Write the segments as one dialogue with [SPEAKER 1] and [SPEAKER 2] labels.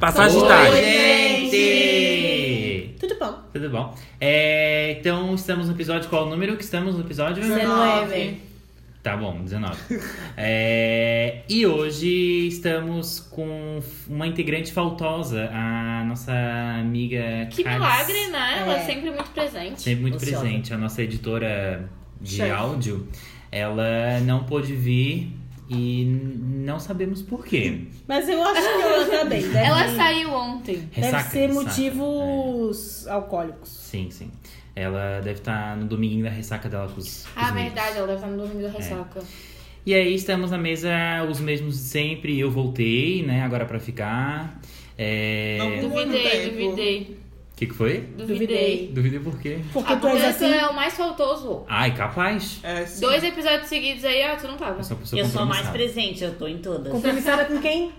[SPEAKER 1] Passagem
[SPEAKER 2] Oi,
[SPEAKER 1] tarde.
[SPEAKER 2] gente!
[SPEAKER 3] Tudo bom.
[SPEAKER 2] Tudo bom? É, então, estamos no episódio. Qual o número que estamos no episódio?
[SPEAKER 4] é,
[SPEAKER 3] 19.
[SPEAKER 2] Tá bom, 19. É, e hoje estamos com uma integrante faltosa, a nossa amiga
[SPEAKER 4] Que
[SPEAKER 2] Cades.
[SPEAKER 4] milagre, né? Ela
[SPEAKER 3] É.
[SPEAKER 4] é sempre muito presente.
[SPEAKER 2] Sempre muito
[SPEAKER 3] Ociosa.
[SPEAKER 2] presente. A nossa editora de
[SPEAKER 3] Chefe.
[SPEAKER 2] áudio, ela não pôde vir e não sabemos por quê.
[SPEAKER 3] Mas eu acho que ela tá bem. Deve,
[SPEAKER 4] Ela saiu ontem.
[SPEAKER 3] deve
[SPEAKER 2] Ressaca,
[SPEAKER 3] ser
[SPEAKER 2] ressaca. é.
[SPEAKER 3] motivos alcoólicos.
[SPEAKER 2] Sim, sim. Ela deve estar no dominguinho da ressaca dela com os. com os
[SPEAKER 4] Ah,
[SPEAKER 2] amigos.
[SPEAKER 4] verdade, ela deve estar no domingo
[SPEAKER 2] É.
[SPEAKER 4] da ressaca.
[SPEAKER 2] E aí estamos na mesa os mesmos de sempre. Eu voltei, né? Agora pra ficar. É...
[SPEAKER 5] Não.
[SPEAKER 2] O
[SPEAKER 4] Duvidei,
[SPEAKER 5] Muito
[SPEAKER 4] duvidei,
[SPEAKER 2] que, que foi?
[SPEAKER 4] duvidei.
[SPEAKER 2] Duvidei por quê?
[SPEAKER 3] Porque
[SPEAKER 4] Ah,
[SPEAKER 3] tu
[SPEAKER 4] porque
[SPEAKER 3] és
[SPEAKER 4] tu
[SPEAKER 3] assim.
[SPEAKER 4] é o mais faltoso.
[SPEAKER 2] Ai, capaz.
[SPEAKER 5] É, sim.
[SPEAKER 4] Dois episódios seguidos aí, ah, tu não tava.
[SPEAKER 2] Eu sou uma pessoa
[SPEAKER 6] Eu sou a mais
[SPEAKER 2] compromissada.
[SPEAKER 6] presente, eu tô em todas.
[SPEAKER 3] Compromissada com quem?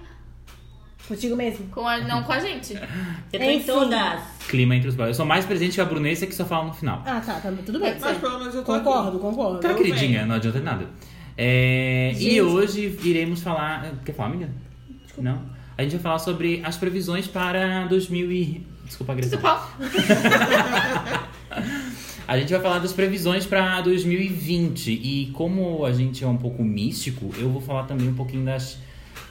[SPEAKER 3] Contigo mesmo.
[SPEAKER 4] Com a- não com a gente.
[SPEAKER 6] Eu tô em
[SPEAKER 3] Enfim.
[SPEAKER 6] todas.
[SPEAKER 2] Clima entre os boys. Eu sou mais presente que a Brunessa que só fala no final.
[SPEAKER 3] Ah, tá, tá tudo bem.
[SPEAKER 5] Mas pelo menos eu tô
[SPEAKER 3] Concordo, concordo.
[SPEAKER 2] Tá,
[SPEAKER 5] tudo
[SPEAKER 2] queridinha, não adianta de nada. É,
[SPEAKER 3] Gente.
[SPEAKER 2] e hoje iremos falar. Quer falar, amiga? Não? A gente vai falar sobre as previsões para 2000 e. Desculpa, agressão.
[SPEAKER 4] Tudo bom?
[SPEAKER 2] A gente vai falar das previsões para 2020 e como a gente é um pouco místico, eu vou falar também um pouquinho das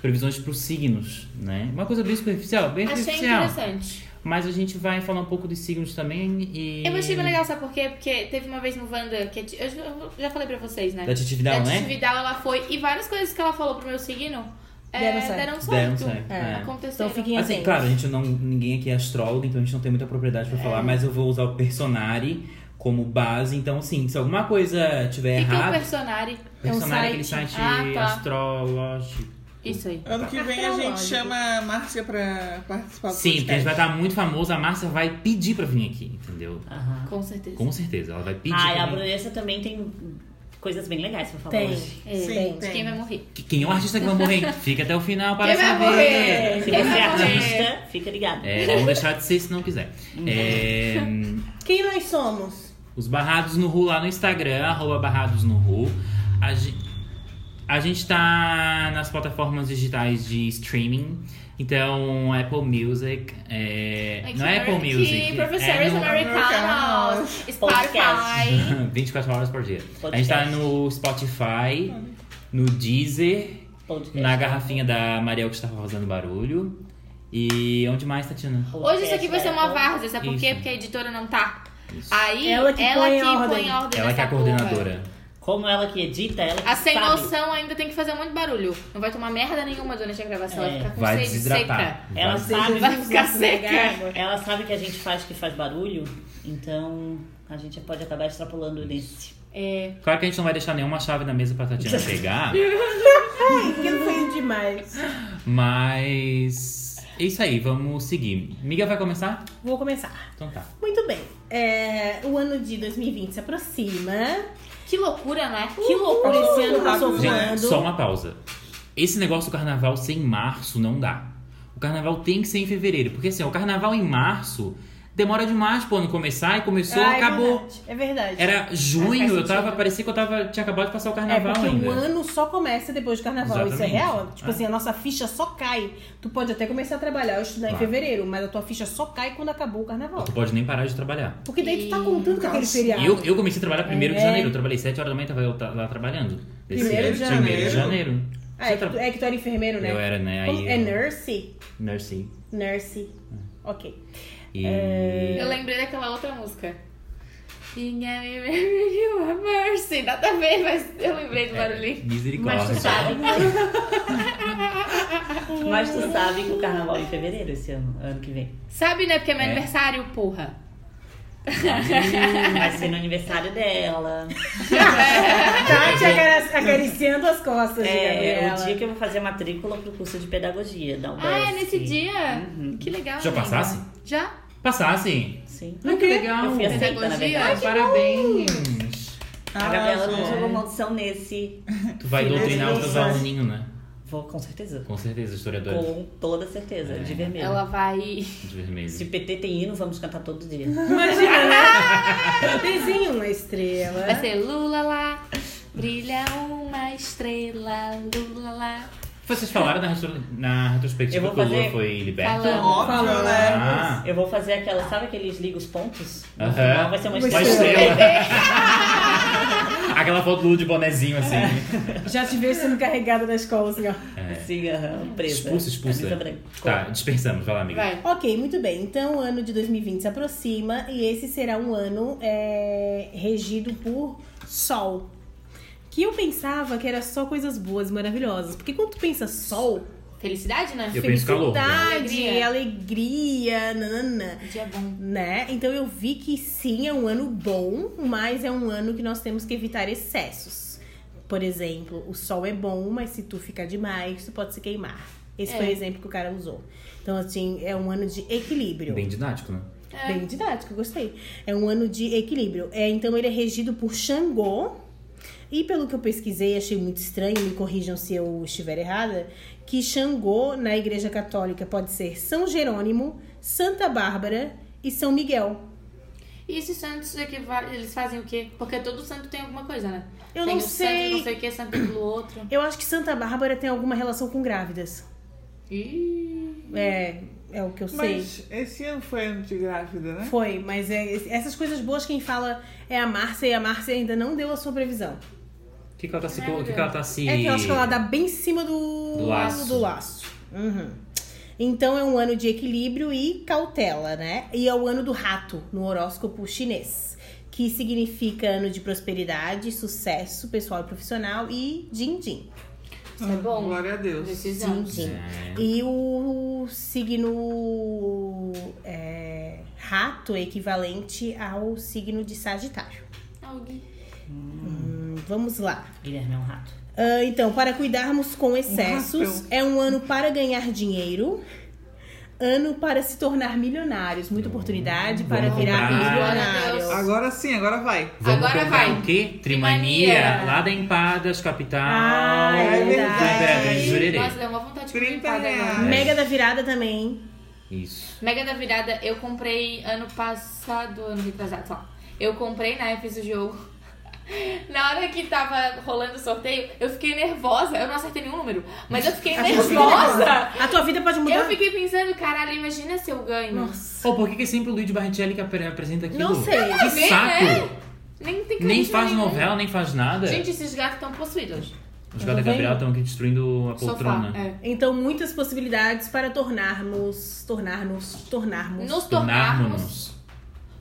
[SPEAKER 2] previsões para os signos, né? Uma coisa bem superficial, bem
[SPEAKER 4] Achei
[SPEAKER 2] superficial.
[SPEAKER 4] interessante.
[SPEAKER 2] Mas a gente vai falar um pouco dos signos também e
[SPEAKER 4] Eu achei É bem legal, sabe por quê? Porque teve uma vez no Wanda, que a ti- eu já- eu já falei pra vocês, né?
[SPEAKER 2] da Titividal,
[SPEAKER 4] Da Titi
[SPEAKER 2] né?
[SPEAKER 4] Vidal, ela foi. E várias coisas que ela falou pro meu signo é,
[SPEAKER 3] Deram certo.
[SPEAKER 4] deram certo.
[SPEAKER 2] Deram certo, é.
[SPEAKER 4] Aconteceram.
[SPEAKER 3] Então fiquem
[SPEAKER 1] Assim,
[SPEAKER 3] atentos.
[SPEAKER 1] claro, a gente não. Ninguém aqui é astrólogo, então a gente não tem muita propriedade
[SPEAKER 4] É.
[SPEAKER 1] pra falar, mas eu vou usar o personari como base. Então, assim, se alguma coisa tiver
[SPEAKER 4] Fica o
[SPEAKER 2] errada.
[SPEAKER 4] personagem.
[SPEAKER 3] é um
[SPEAKER 2] Personari é aquele
[SPEAKER 3] site.
[SPEAKER 2] site
[SPEAKER 4] Ah, tá.
[SPEAKER 2] astrológico.
[SPEAKER 4] Isso aí.
[SPEAKER 5] Ano que vem a gente chama a Márcia pra participar do
[SPEAKER 2] Sim, porque a gente vai
[SPEAKER 5] podcast.
[SPEAKER 2] estar muito famoso, a Márcia vai pedir pra vir aqui, entendeu?
[SPEAKER 6] Aham.
[SPEAKER 4] Com certeza.
[SPEAKER 2] Com certeza, ela vai pedir.
[SPEAKER 6] Ai,
[SPEAKER 2] pra
[SPEAKER 6] a
[SPEAKER 2] vir.
[SPEAKER 6] Brunessa também tem coisas bem legais pra falar
[SPEAKER 3] Tem.
[SPEAKER 6] hoje.
[SPEAKER 4] É,
[SPEAKER 3] Sim,
[SPEAKER 4] gente,
[SPEAKER 5] tem.
[SPEAKER 4] quem vai morrer?
[SPEAKER 2] Que- Quem é o artista que vai morrer? hein? Fica até o final para
[SPEAKER 4] Quem vai
[SPEAKER 2] saber.
[SPEAKER 4] morrer?
[SPEAKER 6] Se
[SPEAKER 4] Quem
[SPEAKER 6] você é
[SPEAKER 4] vai morrer?
[SPEAKER 6] artista, fica ligado.
[SPEAKER 2] É, vamos deixar de ser se não quiser.
[SPEAKER 4] Uhum.
[SPEAKER 2] É,
[SPEAKER 3] Quem nós somos?
[SPEAKER 2] os Barrados no Ru lá no Instagram, arroba Barrados no Ru. A gente, a gente tá nas plataformas digitais de streaming. Então, Apple Music. é,
[SPEAKER 4] Aqui,
[SPEAKER 2] não é Apple
[SPEAKER 4] aqui,
[SPEAKER 2] Music.
[SPEAKER 4] Professores
[SPEAKER 2] é no-
[SPEAKER 4] Americanos, Spotify.
[SPEAKER 6] Podcast.
[SPEAKER 2] 24 horas por dia. A gente
[SPEAKER 6] Podcast.
[SPEAKER 2] tá no Spotify, no Deezer,
[SPEAKER 6] Podcast.
[SPEAKER 2] na garrafinha da Mariel que estava fazendo barulho. E onde mais, Tatiana?
[SPEAKER 4] Hoje isso aqui vai ser uma
[SPEAKER 6] é
[SPEAKER 4] várzea, sabe por quê?
[SPEAKER 2] Isso.
[SPEAKER 4] Porque a editora não tá.
[SPEAKER 2] Isso.
[SPEAKER 4] Aí
[SPEAKER 3] Ela que põe ordem.
[SPEAKER 4] ordem
[SPEAKER 2] Ela que é a
[SPEAKER 4] nessa porra.
[SPEAKER 2] coordenadora.
[SPEAKER 6] Como ela que edita, ela que
[SPEAKER 4] A Ah, sem
[SPEAKER 6] sabe.
[SPEAKER 4] noção ainda tem que fazer muito barulho. Não vai tomar merda nenhuma durante a gravação. Ela
[SPEAKER 6] É.
[SPEAKER 4] fica com
[SPEAKER 2] Vai
[SPEAKER 4] sede seca.
[SPEAKER 2] desidratar.
[SPEAKER 6] Ela
[SPEAKER 2] Vai-
[SPEAKER 6] sabe,
[SPEAKER 4] Vai ficar seca.
[SPEAKER 6] ela sabe que a gente faz que faz barulho, então a gente pode acabar extrapolando nesse.
[SPEAKER 4] É,
[SPEAKER 2] Claro que a gente não vai deixar nenhuma chave na mesa pra Tatiana pegar,
[SPEAKER 3] Ai, aquilo foi demais.
[SPEAKER 2] mas. É isso aí, vamos seguir. Miga vai começar?
[SPEAKER 3] Vou começar.
[SPEAKER 2] Então tá.
[SPEAKER 3] Muito bem. É, o ano de 2020 se aproxima.
[SPEAKER 4] Que loucura, né?
[SPEAKER 3] Que loucura esse ano tá passou
[SPEAKER 5] Gente,
[SPEAKER 2] Gente,
[SPEAKER 3] voando.
[SPEAKER 2] só uma pausa. Esse negócio do carnaval ser em março não dá. O carnaval tem que ser em fevereiro, porque assim, o carnaval em março demora demais pro ano começar e começou,
[SPEAKER 3] Ah, é
[SPEAKER 2] acabou.
[SPEAKER 3] verdade, É verdade.
[SPEAKER 2] Era
[SPEAKER 3] Faz
[SPEAKER 2] junho, eu tava.
[SPEAKER 3] sentido.
[SPEAKER 2] Parecia que eu tava. Tinha acabado de passar o
[SPEAKER 3] É,
[SPEAKER 2] carnaval
[SPEAKER 3] porque
[SPEAKER 2] ainda.
[SPEAKER 3] o ano só começa depois do carnaval, isso é
[SPEAKER 2] Exatamente.
[SPEAKER 3] real. Tipo
[SPEAKER 2] É.
[SPEAKER 3] assim, a nossa ficha só cai. Tu pode até começar a trabalhar ou estudar em
[SPEAKER 2] Claro.
[SPEAKER 3] fevereiro, mas a tua ficha só cai quando acabou o carnaval.
[SPEAKER 2] Tu pode nem parar de trabalhar.
[SPEAKER 3] Porque daí tu tá contando com aquele
[SPEAKER 5] Nossa.
[SPEAKER 3] feriado.
[SPEAKER 2] Eu, eu comecei a trabalhar primeiro de
[SPEAKER 3] É.
[SPEAKER 2] janeiro. Eu trabalhei 7 horas da manhã, tava eu ta- lá trabalhando. Desse
[SPEAKER 3] Primeiro
[SPEAKER 2] ano,
[SPEAKER 3] de
[SPEAKER 2] Primeiro de
[SPEAKER 5] janeiro.
[SPEAKER 2] janeiro.
[SPEAKER 3] Ah, é,
[SPEAKER 2] Você
[SPEAKER 3] que tu,
[SPEAKER 2] tra-
[SPEAKER 3] é que tu era enfermeiro, né?
[SPEAKER 2] Eu era, né? Aí
[SPEAKER 3] Como- É
[SPEAKER 2] eu- Hum.
[SPEAKER 3] nurse?
[SPEAKER 2] Nurse.
[SPEAKER 3] Nurse. Ok.
[SPEAKER 2] E...
[SPEAKER 3] É.
[SPEAKER 4] Eu lembrei daquela outra música. Ninguém me lembra de uma mercy. Nada a ver, mas eu lembrei do
[SPEAKER 2] É.
[SPEAKER 4] barulhinho.
[SPEAKER 6] Mas tu
[SPEAKER 2] Misericórdia.
[SPEAKER 6] sabe. Mas tu sabe que o carnaval é em fevereiro esse ano, ano que vem.
[SPEAKER 4] Sabe, né? Porque é meu
[SPEAKER 2] É.
[SPEAKER 4] aniversário, porra.
[SPEAKER 6] Vai ser no aniversário dela.
[SPEAKER 3] Tati
[SPEAKER 2] É,
[SPEAKER 3] acari- acariciando as costas de
[SPEAKER 6] É,
[SPEAKER 3] Gabriela.
[SPEAKER 6] o dia que eu vou fazer matrícula pro curso de pedagogia um da UBS.
[SPEAKER 4] Ah, é nesse dia? Que legal.
[SPEAKER 2] Uhum. Já
[SPEAKER 4] amiga.
[SPEAKER 2] passasse?
[SPEAKER 4] Já?
[SPEAKER 2] Passasse.
[SPEAKER 6] Sim.
[SPEAKER 2] Ah, que legal.
[SPEAKER 6] Eu fui aceita, na
[SPEAKER 4] é Pedagogia?
[SPEAKER 6] verdade.
[SPEAKER 2] Parabéns.
[SPEAKER 6] A Gabriela não
[SPEAKER 5] Arrasou.
[SPEAKER 6] jogou maldição nesse.
[SPEAKER 2] Tu vai
[SPEAKER 6] Sim,
[SPEAKER 2] doutrinar
[SPEAKER 6] mas
[SPEAKER 2] os teus
[SPEAKER 6] não.
[SPEAKER 2] aluninhos, né?
[SPEAKER 6] Vou com certeza.
[SPEAKER 2] Com certeza, historiadora.
[SPEAKER 6] Com toda certeza, de
[SPEAKER 2] É.
[SPEAKER 6] vermelho.
[SPEAKER 4] Ela vai.
[SPEAKER 2] De vermelho.
[SPEAKER 6] Se PT tem hino, vamos cantar todo dia.
[SPEAKER 3] Imagina, né? Desenha uma estrela.
[SPEAKER 2] É.
[SPEAKER 4] Vai ser Lula lá. Brilha uma estrela, Lula lá.
[SPEAKER 2] Vocês falaram na, retro- na
[SPEAKER 6] Eu
[SPEAKER 2] retrospectiva
[SPEAKER 6] vou
[SPEAKER 2] que o Lula
[SPEAKER 6] fazer-
[SPEAKER 2] foi liberto?
[SPEAKER 4] Falando.
[SPEAKER 5] Óbvio, né?
[SPEAKER 2] Ah,
[SPEAKER 6] Eu vou fazer aquela, sabe aqueles liga os pontos? No
[SPEAKER 2] Aham.
[SPEAKER 6] final Vai ser uma
[SPEAKER 3] Vai
[SPEAKER 2] uma
[SPEAKER 6] estrela.
[SPEAKER 3] ser.
[SPEAKER 2] estrela.
[SPEAKER 4] É,
[SPEAKER 2] Ah, Aquela foto do Lula de bonezinho, assim.
[SPEAKER 6] É.
[SPEAKER 3] Já te vejo sendo carregada da escola, assim, ó.
[SPEAKER 6] Sim, aham, presa.
[SPEAKER 2] É. Expulsa, expulsa.
[SPEAKER 6] Camisa branca.
[SPEAKER 2] Tá, dispersamos. Vai lá, amiga.
[SPEAKER 4] é. Vai.
[SPEAKER 3] Ok, muito bem. Então o ano de 2020 se aproxima e esse será um ano é, regido por Sol. Que eu pensava que era só coisas boas e maravilhosas. Porque quando tu pensa Sol,
[SPEAKER 4] Felicidade, né?
[SPEAKER 2] Eu penso calor, né?
[SPEAKER 3] felicidade,
[SPEAKER 4] Alegria.
[SPEAKER 3] alegria, nanana,
[SPEAKER 4] Um Dia bom.
[SPEAKER 3] né? Então eu vi que sim, é um ano bom, mas é um ano que nós temos que evitar excessos. Por exemplo, o sol é bom, mas se tu ficar demais, tu pode se queimar. Esse
[SPEAKER 4] É.
[SPEAKER 3] foi o exemplo que o cara usou. Então, assim, é um ano de equilíbrio.
[SPEAKER 2] Bem didático, né?
[SPEAKER 4] É.
[SPEAKER 3] Bem didático, eu gostei. É um ano de equilíbrio. É, então ele é regido por Xangô. E pelo que eu pesquisei, achei muito estranho, me corrijam se eu estiver errada, que Xangô na Igreja Católica pode ser São Jerônimo, Santa Bárbara e São Miguel.
[SPEAKER 4] E esses santos aqui, va- eles fazem o quê? Porque todo santo tem alguma coisa, né?
[SPEAKER 3] Eu
[SPEAKER 4] tem
[SPEAKER 3] não
[SPEAKER 4] o
[SPEAKER 3] sei.
[SPEAKER 4] santo não sei o quê, santo do outro.
[SPEAKER 3] Eu acho que Santa Bárbara tem alguma relação com grávidas.
[SPEAKER 4] Ih,
[SPEAKER 3] É, é o que eu sei.
[SPEAKER 5] Mas esse ano foi ano de grávida, né?
[SPEAKER 3] Foi, mas é- essas coisas boas quem fala é a Márcia e a Márcia ainda não deu a sua previsão.
[SPEAKER 2] O que, que ela tá se.
[SPEAKER 4] Meu
[SPEAKER 2] O que, que ela tá se.
[SPEAKER 3] É que eu acho que ela dá bem em cima do,
[SPEAKER 2] Do laço.
[SPEAKER 3] do laço. Uhum. Então é um ano de equilíbrio e cautela, né? E é o ano do rato no horóscopo chinês, que significa ano de prosperidade, sucesso pessoal e profissional e din-din.
[SPEAKER 4] isso
[SPEAKER 3] Ah,
[SPEAKER 4] é bom.
[SPEAKER 5] Glória a Deus.
[SPEAKER 4] Desses anos.
[SPEAKER 3] Din-din.
[SPEAKER 2] É.
[SPEAKER 3] E o signo é, rato é equivalente ao signo de Sagitário.
[SPEAKER 4] Alguém.
[SPEAKER 3] Hum, vamos lá.
[SPEAKER 6] Guilherme é um rato.
[SPEAKER 3] Ah, então, para cuidarmos com excessos,
[SPEAKER 5] Rápido.
[SPEAKER 3] é um ano para ganhar dinheiro, ano para se tornar milionários, muita oportunidade para
[SPEAKER 2] Vamos
[SPEAKER 3] virar
[SPEAKER 2] comprar.
[SPEAKER 3] milionário.
[SPEAKER 5] Agora sim, agora vai.
[SPEAKER 2] Vamos
[SPEAKER 4] Agora
[SPEAKER 2] comprar
[SPEAKER 4] vai.
[SPEAKER 2] o quê? Trimania.
[SPEAKER 4] Trimania.
[SPEAKER 2] Lá da Empadas, capital.
[SPEAKER 3] Ah, é verdade.
[SPEAKER 2] Libera, em Jurerê.
[SPEAKER 4] Nossa, deu uma vontade de comer
[SPEAKER 5] 30
[SPEAKER 4] empada agora.
[SPEAKER 2] É.
[SPEAKER 5] reais.
[SPEAKER 3] Mega da virada também.
[SPEAKER 2] Isso.
[SPEAKER 4] Mega da virada, eu comprei ano passado, ano retrasado, só. Eu comprei na fiz o jogo. Na hora que tava rolando o sorteio, eu fiquei nervosa. Eu não acertei nenhum número, mas eu fiquei Tá nervosa.
[SPEAKER 3] A tua vida pode mudar.
[SPEAKER 4] Eu fiquei pensando, caralho, imagina se eu ganho.
[SPEAKER 3] Nossa.
[SPEAKER 2] Pô, por que, que é sempre o Luigi Barrichelli que apre- apresenta aquilo?
[SPEAKER 3] Não sei.
[SPEAKER 2] Que
[SPEAKER 4] ver,
[SPEAKER 2] saco!
[SPEAKER 3] né?
[SPEAKER 4] Nem tem
[SPEAKER 2] Nem
[SPEAKER 4] carisma
[SPEAKER 2] faz
[SPEAKER 4] nenhum.
[SPEAKER 2] novela, nem faz nada.
[SPEAKER 4] Gente, esses gatos estão possuídos.
[SPEAKER 2] Os gatos da Gabriel estão aqui destruindo a poltrona.
[SPEAKER 4] Sofá. É.
[SPEAKER 3] Então, muitas possibilidades para tornarmos, tornarmos, tornarmos,
[SPEAKER 4] Nos tornarmos.
[SPEAKER 2] Tornarmos-nos.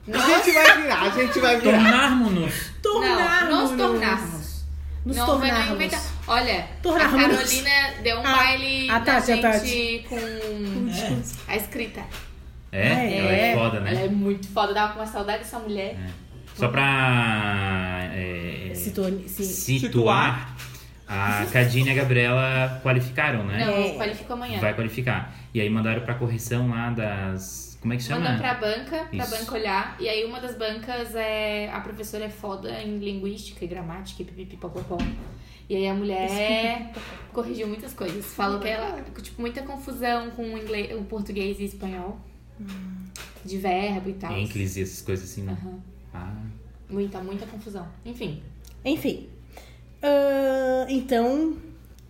[SPEAKER 5] A gente vai virar, a gente vai virar.
[SPEAKER 2] Tornarmos-nos.
[SPEAKER 3] tornarmos,
[SPEAKER 4] Não, nos tornarmos.
[SPEAKER 3] nos
[SPEAKER 4] não vai nem
[SPEAKER 3] tornarmos.
[SPEAKER 4] inventar. Olha,
[SPEAKER 3] Tornarmos.
[SPEAKER 4] a Carolina deu um
[SPEAKER 3] Ah,
[SPEAKER 4] baile
[SPEAKER 3] a Tati, a
[SPEAKER 4] na
[SPEAKER 3] Tati.
[SPEAKER 4] gente com a escrita.
[SPEAKER 2] É?
[SPEAKER 3] É.
[SPEAKER 2] Ela é foda,
[SPEAKER 4] Ela
[SPEAKER 2] né? É.
[SPEAKER 4] é muito foda, dava com uma saudade dessa mulher.
[SPEAKER 2] Só pra. é,
[SPEAKER 3] Se torne, se...
[SPEAKER 2] situar. A Cadine e a Gabriela qualificaram, né?
[SPEAKER 4] Não,
[SPEAKER 3] É.
[SPEAKER 4] eu qualifico amanhã.
[SPEAKER 2] Vai qualificar. E aí mandaram pra correção lá das. Como é que chama?
[SPEAKER 4] Mandam pra banca, pra
[SPEAKER 2] Isso.
[SPEAKER 4] banca olhar. E aí uma das bancas é. A professora é foda em linguística e gramática e pipipipopopó. E aí a mulher corrigiu muitas coisas. Falou que ela. Tipo, muita confusão com o, inglês, o português e espanhol.
[SPEAKER 3] Hum.
[SPEAKER 4] De verbo e tal.
[SPEAKER 2] Enclis e essas coisas assim, né?
[SPEAKER 4] Aham.
[SPEAKER 2] Ah.
[SPEAKER 4] Muita, muita confusão. Enfim.
[SPEAKER 3] Enfim. Ah, então,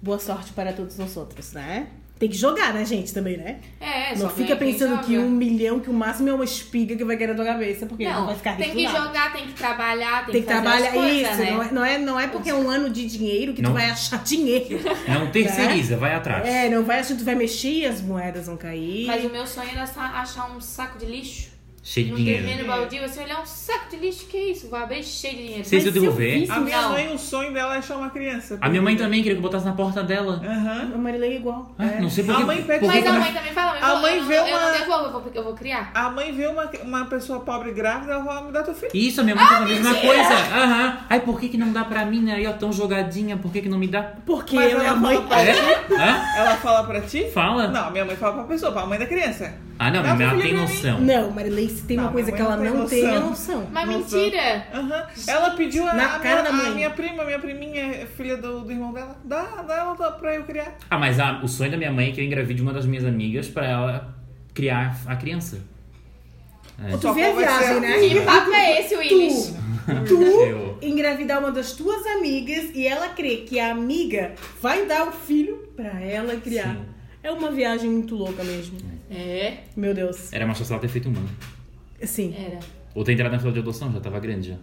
[SPEAKER 3] boa sorte para todos nós outros, né? Tem que jogar, né, gente, também, né?
[SPEAKER 4] É,
[SPEAKER 3] Não
[SPEAKER 4] só
[SPEAKER 3] fica
[SPEAKER 4] vem quem
[SPEAKER 3] pensando que
[SPEAKER 4] joga.
[SPEAKER 3] um milhão, que o máximo é uma espiga que vai cair na tua cabeça, porque não, vai ficar rico
[SPEAKER 4] tem que
[SPEAKER 3] do nada.
[SPEAKER 4] jogar, tem que trabalhar, tem,
[SPEAKER 3] Tem que
[SPEAKER 4] fazer
[SPEAKER 3] trabalhar
[SPEAKER 4] as coisas,
[SPEAKER 3] isso,
[SPEAKER 4] né?
[SPEAKER 3] não, é, não, é, não é porque é um ano de dinheiro que
[SPEAKER 2] Não.
[SPEAKER 3] tu vai achar dinheiro.
[SPEAKER 4] Tá.
[SPEAKER 2] Não É um terceiriza, vai atrás.
[SPEAKER 3] É, não vai achar que tu vai mexer e as moedas vão cair.
[SPEAKER 4] Mas o meu sonho era sa- achar um saco de lixo.
[SPEAKER 2] Cheio de
[SPEAKER 4] um
[SPEAKER 2] dinheiro.
[SPEAKER 4] terreno baldio, assim, olhar um saco de lixo, que isso? Vou abrir cheio de dinheiro.
[SPEAKER 2] Vocês
[SPEAKER 4] Mas
[SPEAKER 2] eu devolver?
[SPEAKER 4] fiz
[SPEAKER 5] A minha
[SPEAKER 4] não.
[SPEAKER 5] mãe, o sonho dela é achar uma criança.
[SPEAKER 2] A minha mãe também queria que eu botasse na porta dela.
[SPEAKER 5] Aham.
[SPEAKER 3] A Marilei é igual.
[SPEAKER 2] Ah, Não sei por
[SPEAKER 5] A
[SPEAKER 2] que-
[SPEAKER 5] mãe pede-
[SPEAKER 2] por que
[SPEAKER 4] Mas
[SPEAKER 2] que
[SPEAKER 4] a
[SPEAKER 2] eu-
[SPEAKER 4] mãe também fala,
[SPEAKER 5] A
[SPEAKER 4] fala,
[SPEAKER 5] mãe
[SPEAKER 4] eu, não-
[SPEAKER 5] vê
[SPEAKER 4] eu não
[SPEAKER 5] uma-
[SPEAKER 4] devolvo, eu vou, eu vou criar.
[SPEAKER 5] A mãe vê uma, uma pessoa pobre grávida, ela fala, me dá teu filho.
[SPEAKER 2] Isso, a minha mãe
[SPEAKER 5] Ah,
[SPEAKER 2] faz a mesma coisa. Aham. Ai, por que que não dá pra mim, né? Aí, ó, tão jogadinha, por que que não me dá?
[SPEAKER 3] Porque
[SPEAKER 5] Mas
[SPEAKER 3] eu é a
[SPEAKER 5] ela
[SPEAKER 3] mãe.
[SPEAKER 5] fala pra ti?
[SPEAKER 2] Hã?
[SPEAKER 5] Ela fala pra ti?
[SPEAKER 2] Fala.
[SPEAKER 5] Não, minha mãe fala pra pessoa, pra mãe da criança.
[SPEAKER 2] Ah, não,
[SPEAKER 5] Dá
[SPEAKER 2] mas
[SPEAKER 5] pra
[SPEAKER 2] ela
[SPEAKER 5] filha
[SPEAKER 2] tem
[SPEAKER 5] pra mim.
[SPEAKER 2] noção.
[SPEAKER 3] Não, Marilei, se tem
[SPEAKER 5] Não,
[SPEAKER 3] uma coisa que
[SPEAKER 5] minha
[SPEAKER 3] ela
[SPEAKER 5] mãe
[SPEAKER 3] não
[SPEAKER 5] não
[SPEAKER 3] tem,
[SPEAKER 5] tem
[SPEAKER 3] é
[SPEAKER 5] noção.
[SPEAKER 3] noção.
[SPEAKER 4] Mas
[SPEAKER 5] Nossa.
[SPEAKER 4] mentira!
[SPEAKER 5] Aham. Ela pediu a,
[SPEAKER 3] Na
[SPEAKER 5] a
[SPEAKER 3] cara da
[SPEAKER 5] minha,
[SPEAKER 3] mãe.
[SPEAKER 5] a minha prima, minha priminha, é filha do, do irmão dela, dá, dá ela dá pra eu criar.
[SPEAKER 2] Ah, mas a- o sonho da minha mãe é que eu engravide uma das minhas amigas pra ela criar a criança.
[SPEAKER 3] Tu vê a
[SPEAKER 5] Vai ser-
[SPEAKER 3] viagem, né?
[SPEAKER 4] Que papo é esse, Willis?
[SPEAKER 3] Tu, tu
[SPEAKER 2] Eu.
[SPEAKER 3] engravidar uma das tuas amigas e ela crê que a amiga vai dar o filho pra ela criar.
[SPEAKER 2] Sim.
[SPEAKER 3] É uma viagem muito louca mesmo.
[SPEAKER 4] É,
[SPEAKER 3] Meu Deus.
[SPEAKER 2] Era mais fácil ela ter feito humano.
[SPEAKER 3] Sim.
[SPEAKER 4] era.
[SPEAKER 2] Ou ter entrado na fila de adoção, já tava grande já.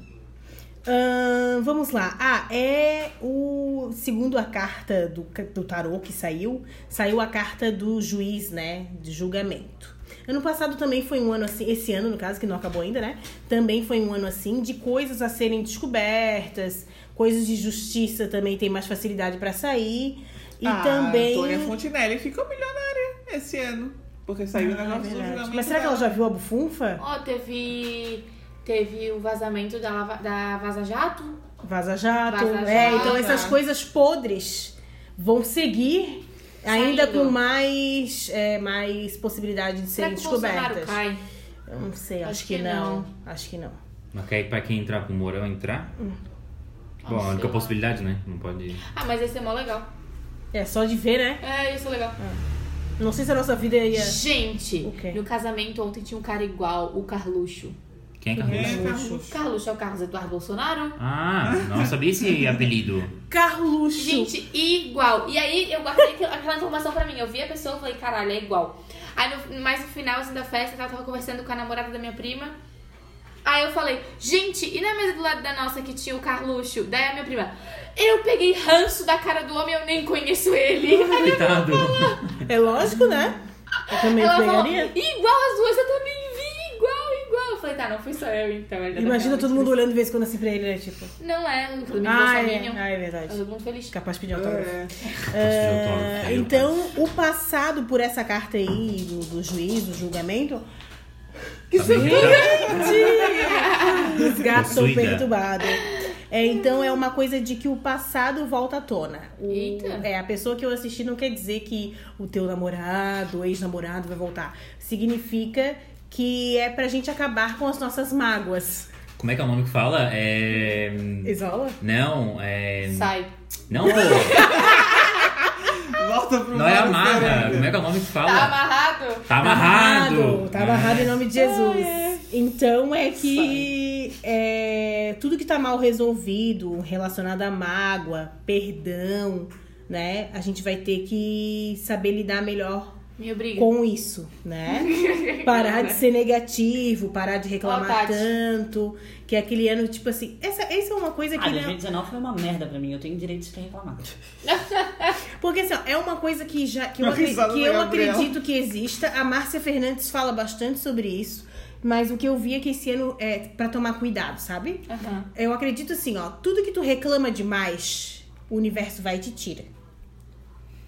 [SPEAKER 3] Ahn, vamos lá. Ah, é o. Segundo a carta do, do tarô que saiu, saiu a carta do juiz, né? De julgamento. Ano passado também foi um ano assim, esse ano, no caso, que não acabou ainda, né? Também foi um ano assim de coisas a serem descobertas, coisas de justiça também tem mais facilidade pra sair. E
[SPEAKER 5] Ah,
[SPEAKER 3] também.
[SPEAKER 5] Antônia Fontinelli ficou milionária esse ano. Porque saiu o
[SPEAKER 3] Ah,
[SPEAKER 5] negócio do
[SPEAKER 3] verdade.
[SPEAKER 5] julgamento.
[SPEAKER 3] Mas será que ela já
[SPEAKER 5] dela.
[SPEAKER 3] viu a bufunfa?
[SPEAKER 4] Ó, teve. Teve o vazamento da, lava- da Vaza Jato.
[SPEAKER 3] Vaza Jato.
[SPEAKER 4] Vaza
[SPEAKER 3] É,
[SPEAKER 4] Jato.
[SPEAKER 3] então essas coisas podres vão seguir ainda
[SPEAKER 4] Saindo.
[SPEAKER 3] com mais, é, mais possibilidade de
[SPEAKER 4] Será
[SPEAKER 3] serem
[SPEAKER 4] que o Bolsonaro
[SPEAKER 3] descobertas.
[SPEAKER 4] cai?
[SPEAKER 3] Eu não sei, acho,
[SPEAKER 4] Acho
[SPEAKER 3] que,
[SPEAKER 4] que
[SPEAKER 3] não.
[SPEAKER 4] não.
[SPEAKER 3] Acho que não.
[SPEAKER 2] Mas que aí pra quem entrar pro Mourão entrar?
[SPEAKER 5] Hum.
[SPEAKER 2] Bom, a
[SPEAKER 4] Nossa,
[SPEAKER 2] única
[SPEAKER 4] eu-
[SPEAKER 2] possibilidade, né? Não pode.
[SPEAKER 4] Ah, mas esse é mó legal.
[SPEAKER 3] É só de ver, né?
[SPEAKER 4] É, isso é legal.
[SPEAKER 3] Não sei se a nossa vida ia.
[SPEAKER 4] Gente,
[SPEAKER 3] O quê?
[SPEAKER 4] no casamento ontem tinha um cara igual, o Carluxo.
[SPEAKER 2] Quem é Carlos?
[SPEAKER 5] É,
[SPEAKER 4] O
[SPEAKER 5] Carlos.
[SPEAKER 4] Carluxo é o Carlos Eduardo Bolsonaro?
[SPEAKER 2] Ah, não sabia esse apelido.
[SPEAKER 3] Carluxo!
[SPEAKER 4] Gente, igual. E aí eu guardei aquilo- aquela informação pra mim. Eu vi a pessoa e falei, caralho, é igual. Aí no, mais no final assim, da festa, ela tava conversando com a namorada da minha prima. Aí eu falei, gente, e na mesa do lado da nossa que tinha o Carluxo? Daí a minha prima, eu peguei ranço da cara do homem, eu nem conheço ele.
[SPEAKER 2] Coitado.
[SPEAKER 3] É lógico, né? Eu também
[SPEAKER 4] Ela falou,
[SPEAKER 3] pegaria.
[SPEAKER 4] igual as duas, eu também vi, igual, igual. Eu falei, tá, não fui só eu, então. ele deve
[SPEAKER 3] Imagina
[SPEAKER 4] realmente
[SPEAKER 3] todo mundo olhando de vez em quando assim pra ele, né? Tipo.
[SPEAKER 4] ter- Não é, todo mundo
[SPEAKER 3] Ah, é,
[SPEAKER 4] bolsominion.
[SPEAKER 3] ah, é
[SPEAKER 4] Tá
[SPEAKER 3] verdade.
[SPEAKER 4] todo mundo feliz.
[SPEAKER 3] Capaz de pedir autógrafo.
[SPEAKER 5] É.
[SPEAKER 2] Tá
[SPEAKER 3] Ah, então, o passado por essa carta aí do, do juiz, do julgamento. Que
[SPEAKER 5] Tá
[SPEAKER 3] surpreende! Os gatos estão
[SPEAKER 2] Possuída.
[SPEAKER 3] perturbados. É, então é uma coisa de que o passado volta à tona. O-
[SPEAKER 4] Eita.
[SPEAKER 3] É, a pessoa que eu assisti não quer dizer que o teu namorado, o ex-namorado vai voltar. Significa que é pra gente acabar com as nossas mágoas.
[SPEAKER 2] Como é que é o nome que fala? É.
[SPEAKER 3] Isola?
[SPEAKER 2] Não, é.
[SPEAKER 4] Sai.
[SPEAKER 2] Não, pô.
[SPEAKER 3] Tá.
[SPEAKER 5] Volta pro
[SPEAKER 2] Não é
[SPEAKER 5] lado
[SPEAKER 2] amarra.
[SPEAKER 5] sério.
[SPEAKER 2] Como é que é o nome que
[SPEAKER 4] Tá
[SPEAKER 2] fala?
[SPEAKER 4] amarrado?
[SPEAKER 2] Tá amarrado.
[SPEAKER 3] Tá amarrado em nome de Jesus. Então é que é, tudo que tá mal resolvido, relacionado à mágoa, perdão, né? A gente vai ter que saber lidar melhor
[SPEAKER 4] Me obriga.
[SPEAKER 3] com isso, né? Parar de ser negativo, parar de
[SPEAKER 4] Ó,
[SPEAKER 3] reclamar
[SPEAKER 4] Tati.
[SPEAKER 3] tanto. Que aquele ano, tipo assim, essa, essa é uma coisa que.
[SPEAKER 6] Ah,
[SPEAKER 3] não-
[SPEAKER 6] 2019 foi uma merda pra mim. Eu tenho direito de ter reclamado.
[SPEAKER 3] Porque assim, ó, é uma coisa que já que eu,
[SPEAKER 5] Eu
[SPEAKER 3] acre-
[SPEAKER 5] risada
[SPEAKER 3] que
[SPEAKER 5] da
[SPEAKER 3] eu
[SPEAKER 5] Gabriela.
[SPEAKER 3] acredito que exista. A Márcia Fernandes fala bastante sobre isso. Mas o que eu vi é que esse ano é pra tomar cuidado, sabe?
[SPEAKER 4] Aham.
[SPEAKER 3] Eu acredito assim, ó, tudo que tu reclama demais, o universo vai e te tira.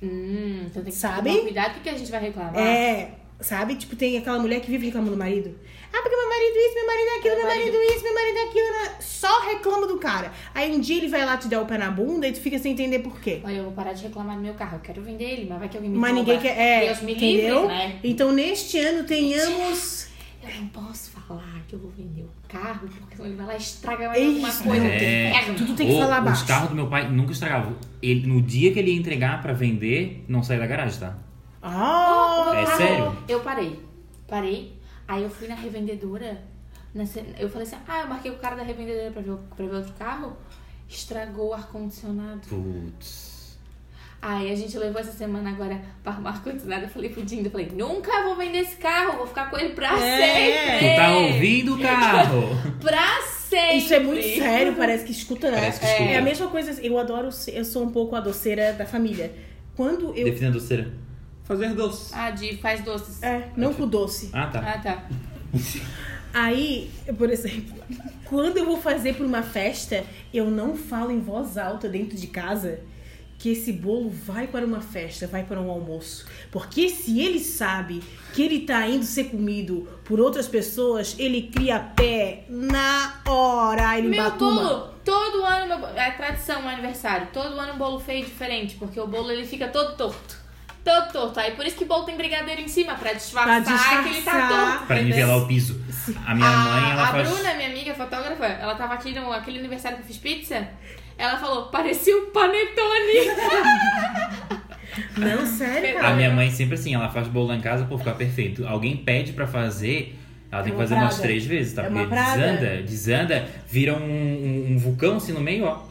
[SPEAKER 4] Hum, então tem que
[SPEAKER 3] Sabe?
[SPEAKER 4] tomar cuidado com o que a gente vai reclamar.
[SPEAKER 3] É, sabe? Tipo, tem aquela mulher que vive reclamando do marido. Ah, porque meu marido isso, meu marido aquilo, meu
[SPEAKER 4] Meu
[SPEAKER 3] marido isso, meu marido aquilo. né? Só reclama do cara. Aí um dia ele vai lá te dar o pé na bunda e tu fica sem entender por quê.
[SPEAKER 4] Olha, eu vou parar de reclamar do meu carro. Eu quero vender ele, mas vai que alguém me
[SPEAKER 3] Mas
[SPEAKER 4] rouba.
[SPEAKER 3] ninguém quer. É,
[SPEAKER 4] Deus me
[SPEAKER 3] entendeu?
[SPEAKER 4] livre, né?
[SPEAKER 3] Então neste ano tenhamos.
[SPEAKER 4] Eu não posso falar que eu vou vender o carro, porque senão ele vai lá e estraga mais
[SPEAKER 3] É
[SPEAKER 4] alguma
[SPEAKER 3] isso,
[SPEAKER 4] coisa.
[SPEAKER 2] é.
[SPEAKER 4] Que inferno.
[SPEAKER 3] Tudo tem que
[SPEAKER 2] Ou
[SPEAKER 3] falar baixo.
[SPEAKER 2] Os carros do meu pai nunca estragavam. Ele, no dia que ele ia entregar pra vender, não saía da garagem, tá?
[SPEAKER 3] Ah!
[SPEAKER 2] É sério?
[SPEAKER 4] Eu parei. Parei. Aí eu fui na revendedora. na se- Eu falei assim: ah, eu marquei o cara da revendedora pra ver, o- pra ver outro carro. Estragou o ar-condicionado.
[SPEAKER 2] Putz.
[SPEAKER 4] Aí a gente levou essa semana agora pra arrumar ar-condicionado. Eu falei pro Dindo, eu falei, nunca vou vender esse carro, vou ficar com ele pra
[SPEAKER 3] É.
[SPEAKER 4] sempre.
[SPEAKER 2] Tu tá ouvindo o carro?
[SPEAKER 4] Pra sempre.
[SPEAKER 3] Isso é muito sério, parece que escuta, né?
[SPEAKER 2] Parece que escuta.
[SPEAKER 3] É a mesma coisa, eu adoro, ser- eu sou um pouco a doceira da família. Quando eu.
[SPEAKER 2] Defina a doceira.
[SPEAKER 5] Fazer doce.
[SPEAKER 4] Ah, de faz doces.
[SPEAKER 3] É, não com doce.
[SPEAKER 2] Ah, tá.
[SPEAKER 4] Ah, tá.
[SPEAKER 3] Aí, por exemplo, quando eu vou fazer pra uma festa, eu não falo em voz alta dentro de casa que esse bolo vai para uma festa, vai para um almoço. Porque se ele sabe que ele tá indo ser comido por outras pessoas, ele cria pé na hora, ele
[SPEAKER 4] Meu
[SPEAKER 3] batuma.
[SPEAKER 4] bolo, todo ano, meu, bo- é tradição, meu aniversário, todo ano um bolo feio e diferente, porque o bolo ele fica todo torto. Todo torto. Aí por isso que o bolo tem brigadeiro em cima, pra disfarçar,
[SPEAKER 3] Pra disfarçar.
[SPEAKER 4] que ele tá torto.
[SPEAKER 2] Pra
[SPEAKER 4] entendeu?
[SPEAKER 2] nivelar o piso. A minha mãe, ela
[SPEAKER 4] a
[SPEAKER 2] faz.
[SPEAKER 4] Bruna, minha amiga fotógrafa, ela tava aqui no aquele aniversário que eu fiz pizza. Ela falou, parecia um panetone.
[SPEAKER 3] Não, sério,
[SPEAKER 2] A
[SPEAKER 3] cara.
[SPEAKER 2] minha mãe sempre assim, ela faz bolo lá em casa, pô, ficar perfeito. Alguém pede pra fazer, Ela tem
[SPEAKER 3] É
[SPEAKER 2] que
[SPEAKER 3] uma
[SPEAKER 2] fazer umas
[SPEAKER 3] praga.
[SPEAKER 2] três vezes, tá?
[SPEAKER 3] É
[SPEAKER 2] Porque
[SPEAKER 3] uma praga.
[SPEAKER 2] desanda, desanda, vira um, um- um vulcão assim no meio, ó.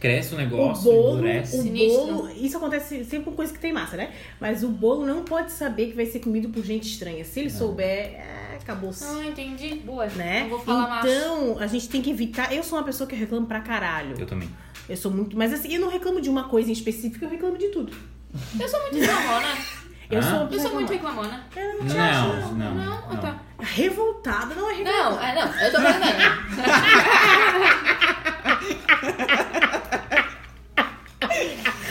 [SPEAKER 2] Cresce o
[SPEAKER 3] O
[SPEAKER 2] negócio,
[SPEAKER 3] bolo,
[SPEAKER 2] endurece.
[SPEAKER 3] o
[SPEAKER 4] Sinistro.
[SPEAKER 3] bolo, isso acontece sempre com coisa que tem massa, né? Mas o bolo não pode saber que vai ser comido por gente estranha. Se ele souber, é, acabou-se.
[SPEAKER 4] Não, Ah, entendi. Boa.
[SPEAKER 3] Né?
[SPEAKER 4] Não vou falar mais.
[SPEAKER 3] então, a gente tem que evitar. Eu sou uma pessoa que reclama pra caralho.
[SPEAKER 2] Eu também.
[SPEAKER 3] Eu sou muito. Mas assim, eu não reclamo de uma coisa em específico, eu reclamo de tudo.
[SPEAKER 4] Eu sou muito reclamona.
[SPEAKER 3] Eu
[SPEAKER 2] Hã?
[SPEAKER 3] sou uma
[SPEAKER 4] Eu
[SPEAKER 3] pessoa
[SPEAKER 4] sou muito
[SPEAKER 3] reclamada.
[SPEAKER 4] reclamona.
[SPEAKER 2] Ah? Não, não, não.
[SPEAKER 4] Não, ah, tá.
[SPEAKER 3] revoltada, não é reclamada.
[SPEAKER 4] Não, é não. Eu tô perguntando.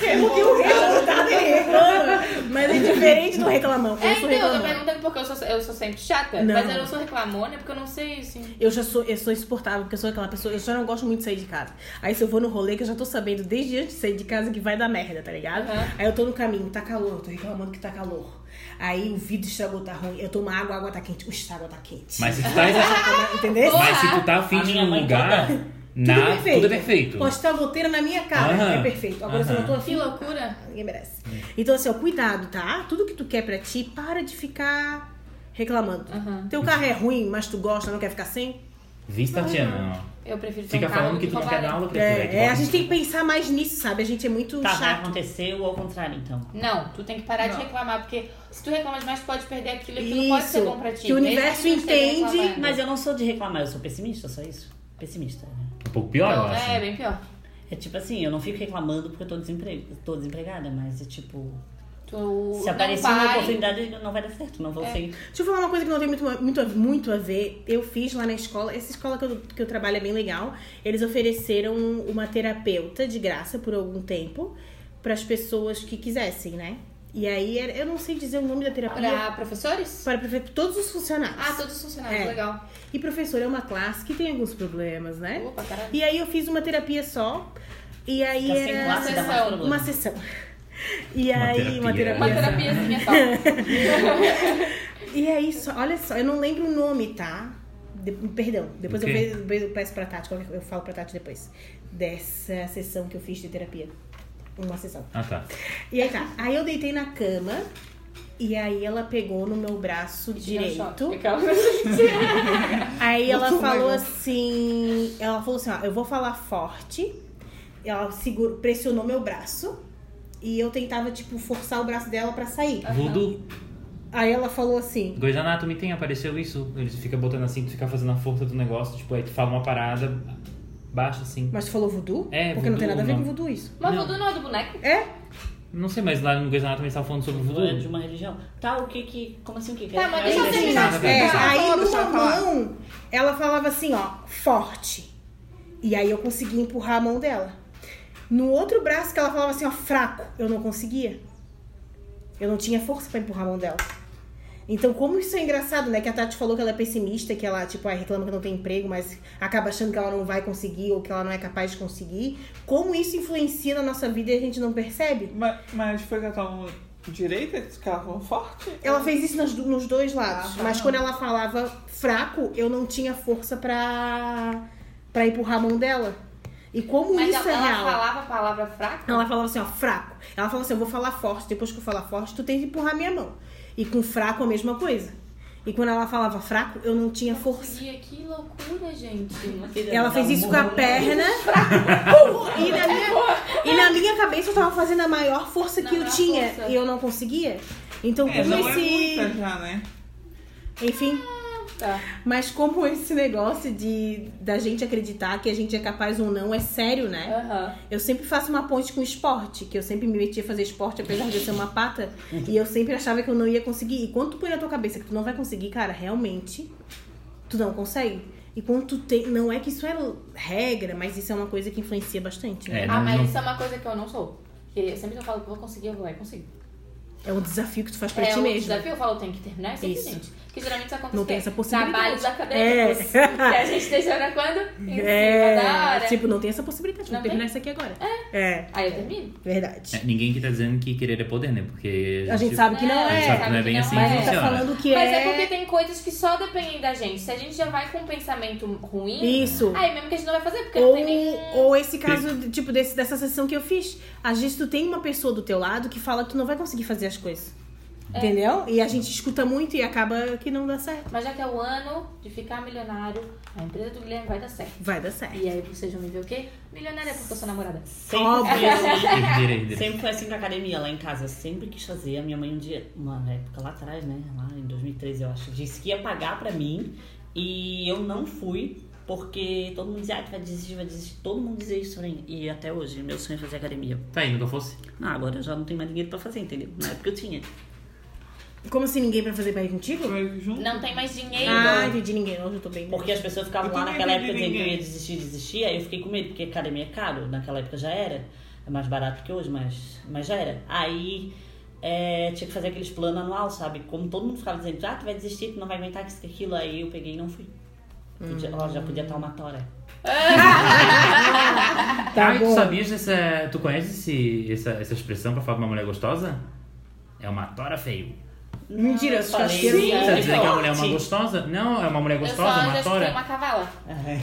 [SPEAKER 4] é
[SPEAKER 3] Porque o revoltado ele reclama. Mas é diferente do reclamão. Eu
[SPEAKER 4] É, então,
[SPEAKER 3] sou
[SPEAKER 4] eu tô
[SPEAKER 3] reclamão.
[SPEAKER 4] perguntando porque eu sou, eu sou sempre chata.
[SPEAKER 3] Não.
[SPEAKER 4] Mas eu não sou reclamona porque eu não sei, assim.
[SPEAKER 3] Eu já sou, eu sou insuportável, porque eu sou aquela pessoa, eu só não gosto muito de sair de casa. Aí se eu vou no rolê, que eu já tô sabendo desde antes de sair de casa que vai dar merda, tá ligado?
[SPEAKER 4] Aham.
[SPEAKER 3] Aí eu tô no caminho, tá calor, eu tô reclamando que tá calor. Aí o vidro estragou, tá ruim. Eu tomo água, a água tá quente. Uxa, a água tá quente.
[SPEAKER 2] Mas se tu tá,
[SPEAKER 3] Ah, Entendeu?
[SPEAKER 2] mas se tu tá afim
[SPEAKER 6] A
[SPEAKER 2] de
[SPEAKER 6] minha
[SPEAKER 2] um
[SPEAKER 6] mãe
[SPEAKER 2] lugar,
[SPEAKER 6] toda.
[SPEAKER 2] nada-
[SPEAKER 3] tudo é perfeito.
[SPEAKER 2] tudo é perfeito.
[SPEAKER 3] Posso estar volteira na minha cara,
[SPEAKER 2] Aham.
[SPEAKER 3] é perfeito. Agora se eu
[SPEAKER 2] Aham. Hum.
[SPEAKER 3] não tô
[SPEAKER 4] Que
[SPEAKER 3] afim,
[SPEAKER 4] loucura.
[SPEAKER 3] ninguém merece. Então assim, ó, cuidado, tá? Tudo que tu quer pra ti, para de ficar reclamando.
[SPEAKER 4] Aham.
[SPEAKER 3] Teu carro é ruim, mas tu gosta, não quer ficar sem? Ah,
[SPEAKER 2] Vista Tatiana, ó.
[SPEAKER 4] Eu prefiro ter
[SPEAKER 2] Fica
[SPEAKER 3] Então
[SPEAKER 4] um carro
[SPEAKER 2] falando
[SPEAKER 4] do
[SPEAKER 2] que tu não
[SPEAKER 4] roubar
[SPEAKER 2] quer dar aula pra tu,
[SPEAKER 3] É,
[SPEAKER 2] velho. Tu
[SPEAKER 3] é,
[SPEAKER 2] fala-
[SPEAKER 3] a gente tem que pensar mais nisso, sabe? A gente é muito
[SPEAKER 6] Tá, vai
[SPEAKER 3] chato.
[SPEAKER 6] acontecer ou ao contrário, então.
[SPEAKER 4] Não, tu tem que parar de
[SPEAKER 5] Não.
[SPEAKER 4] reclamar, porque se tu reclama demais, tu pode perder aquilo e aquilo pode
[SPEAKER 3] Isso,
[SPEAKER 4] ser bom pra ti.
[SPEAKER 3] que o
[SPEAKER 4] mesmo
[SPEAKER 3] universo
[SPEAKER 4] tu esteja
[SPEAKER 3] entende,
[SPEAKER 4] reclamando.
[SPEAKER 6] Mas eu não sou de reclamar, eu sou pessimista, só isso. Pessimista. né?
[SPEAKER 2] Um pouco pior, eu
[SPEAKER 4] Não,
[SPEAKER 2] acho.
[SPEAKER 4] é bem pior.
[SPEAKER 6] É tipo assim, eu não fico reclamando porque eu tô, desempre... tô desempregada, mas é tipo.
[SPEAKER 4] Tu
[SPEAKER 6] Se
[SPEAKER 4] não
[SPEAKER 6] aparecer
[SPEAKER 3] um
[SPEAKER 6] uma
[SPEAKER 4] vai. É.
[SPEAKER 6] oportunidade, não vai dar certo, não vou ser.
[SPEAKER 3] Deixa eu falar uma coisa que não tem muito, muito, muito a ver. Eu fiz lá na escola, essa escola que eu, que eu trabalho é bem legal. Eles ofereceram uma terapeuta de graça por algum tempo para as pessoas que quisessem, né? E aí, era- eu não sei dizer o nome da terapia.
[SPEAKER 4] Pra professores?
[SPEAKER 3] Para prefe- todos os funcionários.
[SPEAKER 4] Ah, todos os funcionários,
[SPEAKER 3] É.
[SPEAKER 4] legal.
[SPEAKER 3] E professor é uma classe que tem alguns problemas, né?
[SPEAKER 4] Opa, caralho.
[SPEAKER 3] E aí eu fiz uma terapia só. E aí
[SPEAKER 6] Fica sem
[SPEAKER 3] era
[SPEAKER 6] classe, dá mais
[SPEAKER 4] sessão,
[SPEAKER 6] problema.
[SPEAKER 3] uma sessão. E
[SPEAKER 2] Uma
[SPEAKER 3] aí, uma
[SPEAKER 4] Uma
[SPEAKER 2] terapia.
[SPEAKER 3] terapia. só.
[SPEAKER 4] terapia assim é só.
[SPEAKER 3] E aí, só, olha só, eu não lembro o nome, tá? De- perdão, depois eu,
[SPEAKER 2] Ok.
[SPEAKER 3] vejo- depois eu peço pra Tati, qualquer- eu falo pra Tati depois. Dessa sessão que eu fiz de terapia. Uma sessão.
[SPEAKER 2] Ah, tá.
[SPEAKER 3] E aí tá, aí eu deitei na cama e aí ela pegou no meu braço
[SPEAKER 4] Te deu um choque.
[SPEAKER 3] direito.
[SPEAKER 4] Aquela-
[SPEAKER 3] Aí ela
[SPEAKER 5] Muito
[SPEAKER 3] falou
[SPEAKER 5] legal.
[SPEAKER 3] assim, ela falou assim, ó, eu vou falar forte. Ela segurou, pressionou meu braço e eu tentava tipo forçar o braço dela pra sair.
[SPEAKER 2] Voodoo.
[SPEAKER 3] Aí ela falou assim:
[SPEAKER 2] Grey's Anatomy tem, apareceu isso. Eles ficam botando assim, tu fica fazendo a força do negócio, tipo, aí tu fala uma parada, baixa assim.
[SPEAKER 3] Mas tu falou voodoo?
[SPEAKER 2] É,
[SPEAKER 3] Porque não
[SPEAKER 2] voodoo,
[SPEAKER 3] tem nada a ver
[SPEAKER 2] não.
[SPEAKER 3] com voodoo isso.
[SPEAKER 4] Mas
[SPEAKER 2] Não.
[SPEAKER 4] o do não é do boneco?
[SPEAKER 3] É?
[SPEAKER 2] Não sei, mas lá no Grey's Anatomy eles estavam falando sobre o
[SPEAKER 6] É de
[SPEAKER 2] voodoo.
[SPEAKER 6] uma religião. Tá, o que que. Como assim, o que que
[SPEAKER 4] Tá,
[SPEAKER 6] é?
[SPEAKER 4] mas
[SPEAKER 6] É
[SPEAKER 4] deixa eu
[SPEAKER 6] uma
[SPEAKER 4] terminar
[SPEAKER 6] religião.
[SPEAKER 4] de
[SPEAKER 3] É,
[SPEAKER 4] Deixa eu
[SPEAKER 3] aí
[SPEAKER 5] falar,
[SPEAKER 3] no
[SPEAKER 5] deixa eu falar.
[SPEAKER 3] Romão, ela falava assim, ó, forte. E aí eu conseguia empurrar a mão dela. No outro braço que ela falava assim, ó, fraco, eu não conseguia. Eu não tinha força pra empurrar a mão dela. Então, como isso é engraçado, né? Que a Tati falou que ela é pessimista, que ela, tipo, ai, reclama que não tem emprego, mas acaba achando que ela não vai conseguir ou que ela não é capaz de conseguir. Como isso influencia na nossa vida e a gente não percebe?
[SPEAKER 5] Mas, mas foi que ela tava direita, que ela tava forte?
[SPEAKER 3] Ela fez isso nas do- nos, dois lados.
[SPEAKER 5] Ah, tá.
[SPEAKER 3] mas quando ela falava fraco, eu não tinha força pra, pra empurrar a mão dela. E como
[SPEAKER 4] Mas ela,
[SPEAKER 3] isso é
[SPEAKER 4] ela
[SPEAKER 3] real?
[SPEAKER 4] falava a palavra fraca?
[SPEAKER 3] Ela falava assim, ó, fraco. Ela falava assim, eu vou falar forte. Depois que eu falar forte, tu tem que empurrar minha mão. E com fraco, a mesma coisa. E quando ela falava fraco, eu não tinha força.
[SPEAKER 4] Conseguia, que loucura, gente.
[SPEAKER 6] Filha,
[SPEAKER 3] Ela
[SPEAKER 6] dá
[SPEAKER 3] fez
[SPEAKER 6] um
[SPEAKER 3] isso com a
[SPEAKER 6] murro.
[SPEAKER 3] perna. e, na minha, e na minha cabeça, eu tava fazendo a maior força
[SPEAKER 4] Na
[SPEAKER 3] que eu
[SPEAKER 4] maior
[SPEAKER 3] tinha.
[SPEAKER 4] força.
[SPEAKER 3] E eu não conseguia. Então,
[SPEAKER 5] É,
[SPEAKER 3] como
[SPEAKER 5] não é
[SPEAKER 3] esse...
[SPEAKER 5] muita já, né?
[SPEAKER 3] Enfim...
[SPEAKER 4] Tá.
[SPEAKER 3] Mas como esse negócio de da gente acreditar que a gente é capaz ou não é sério, né?
[SPEAKER 4] Aham.
[SPEAKER 3] Eu sempre faço uma ponte com esporte, que eu sempre me metia a fazer esporte, apesar de eu ser uma pata, e eu sempre achava que eu não ia conseguir. E quando tu põe na tua cabeça que tu não vai conseguir, cara, realmente, tu não consegue. E quando tu tem. Não é que isso é regra, mas isso é uma coisa que influencia bastante,
[SPEAKER 2] É,
[SPEAKER 3] né?
[SPEAKER 4] Ah,
[SPEAKER 2] não,
[SPEAKER 4] mas
[SPEAKER 2] não-
[SPEAKER 4] isso é uma coisa que eu não sou. Porque eu sempre que eu falo que vou conseguir, eu vou lá e consigo.
[SPEAKER 3] É, um desafio que tu faz pra
[SPEAKER 4] é
[SPEAKER 3] ti
[SPEAKER 4] um
[SPEAKER 3] mesmo.
[SPEAKER 4] desafio, eu falo, tem que terminar isso aqui,
[SPEAKER 3] Isso.
[SPEAKER 4] gente. Porque geralmente isso acontece. né?
[SPEAKER 3] Não tem essa possibilidade.
[SPEAKER 4] Trabalhos acadêmicos.
[SPEAKER 3] É.
[SPEAKER 4] Que a gente deixa quando? Em cima da
[SPEAKER 3] É,
[SPEAKER 4] hora.
[SPEAKER 3] tipo, não tem essa possibilidade.
[SPEAKER 4] né? Não
[SPEAKER 3] Vou terminar isso aqui agora. É.
[SPEAKER 4] Aí eu termino.
[SPEAKER 3] verdade.
[SPEAKER 2] É, ninguém que tá dizendo que querer é poder, né? Porque.
[SPEAKER 3] A gente sabe que não
[SPEAKER 4] É,
[SPEAKER 2] A gente sabe que não é
[SPEAKER 4] sabe
[SPEAKER 2] bem
[SPEAKER 4] que
[SPEAKER 2] assim
[SPEAKER 4] não
[SPEAKER 3] Mas
[SPEAKER 2] que
[SPEAKER 4] é.
[SPEAKER 3] a gente tá
[SPEAKER 2] funciona.
[SPEAKER 3] falando que
[SPEAKER 4] Mas é...
[SPEAKER 3] é.
[SPEAKER 4] porque tem coisas que só dependem da gente. Se a gente já vai com um pensamento ruim,
[SPEAKER 3] Isso.
[SPEAKER 4] aí mesmo que a gente não vai fazer, porque não
[SPEAKER 3] Ou,
[SPEAKER 4] tem nem.
[SPEAKER 3] ou esse caso, de- tipo, desse, dessa sessão que eu fiz. Às vezes tu tem uma pessoa do teu lado que fala que tu não vai conseguir fazer as coisas. Entendeu? E a gente escuta muito e acaba que não dá certo.
[SPEAKER 4] Mas já que é o ano de ficar milionário, a empresa do Guilherme vai dar certo.
[SPEAKER 3] Vai dar certo.
[SPEAKER 4] E aí vocês vão me ver o quê? Milionária porque eu sou namorada.
[SPEAKER 6] Sempre
[SPEAKER 3] Óbvio.
[SPEAKER 6] foi assim.
[SPEAKER 2] Herdeira, herdeira.
[SPEAKER 6] Sempre foi assim com a academia lá em casa. Eu sempre quis fazer. A minha mãe um dia, uma época lá atrás, né? Lá em 2013, eu acho, disse que ia pagar pra mim. E eu não fui, porque todo mundo dizia, ah, tu vai desistir, vai desistir. Todo mundo dizia isso, né? E até hoje, meu sonho é fazer academia.
[SPEAKER 2] Tá aí, nunca fosse?
[SPEAKER 6] Ah, agora eu já não tenho mais dinheiro pra fazer, entendeu? Na época eu tinha.
[SPEAKER 3] Como assim ninguém pra fazer pra ir contigo?
[SPEAKER 5] Foi junto.
[SPEAKER 4] Não tem mais dinheiro.
[SPEAKER 3] Ah, entendi ninguém. Hoje eu tô bem.
[SPEAKER 6] Porque as pessoas ficavam
[SPEAKER 5] Eu tô
[SPEAKER 6] lá
[SPEAKER 5] nem
[SPEAKER 6] naquela
[SPEAKER 5] vendo
[SPEAKER 6] época dizendo que eu
[SPEAKER 5] ninguém.
[SPEAKER 6] ia desistir, desistir. Aí eu fiquei com medo, porque academia é caro. Naquela época já era. É mais barato que hoje, mas, mas já era. Aí é, tinha que fazer aqueles planos anual, sabe? Como todo mundo ficava dizendo, ah, tu vai desistir, tu não vai aguentar que isso, que aquilo. Aí eu peguei e não fui. Podia, ó, já podia estar uma tora.
[SPEAKER 3] Tá
[SPEAKER 2] ah, e tu
[SPEAKER 3] bom.
[SPEAKER 2] sabias dessa. Tu conheces esse- essa, essa expressão pra falar de uma mulher gostosa? É uma tora feio.
[SPEAKER 3] Mentira,
[SPEAKER 6] eu
[SPEAKER 3] os
[SPEAKER 6] falei,
[SPEAKER 3] casqueiros-
[SPEAKER 6] sim,
[SPEAKER 3] É,
[SPEAKER 2] Você tá dizendo que a
[SPEAKER 6] forte.
[SPEAKER 2] mulher é uma gostosa? Não, é uma mulher
[SPEAKER 4] eu só
[SPEAKER 2] gostosa,
[SPEAKER 4] já escutei
[SPEAKER 2] uma
[SPEAKER 3] é
[SPEAKER 2] tora. Hum?
[SPEAKER 4] uma cavala.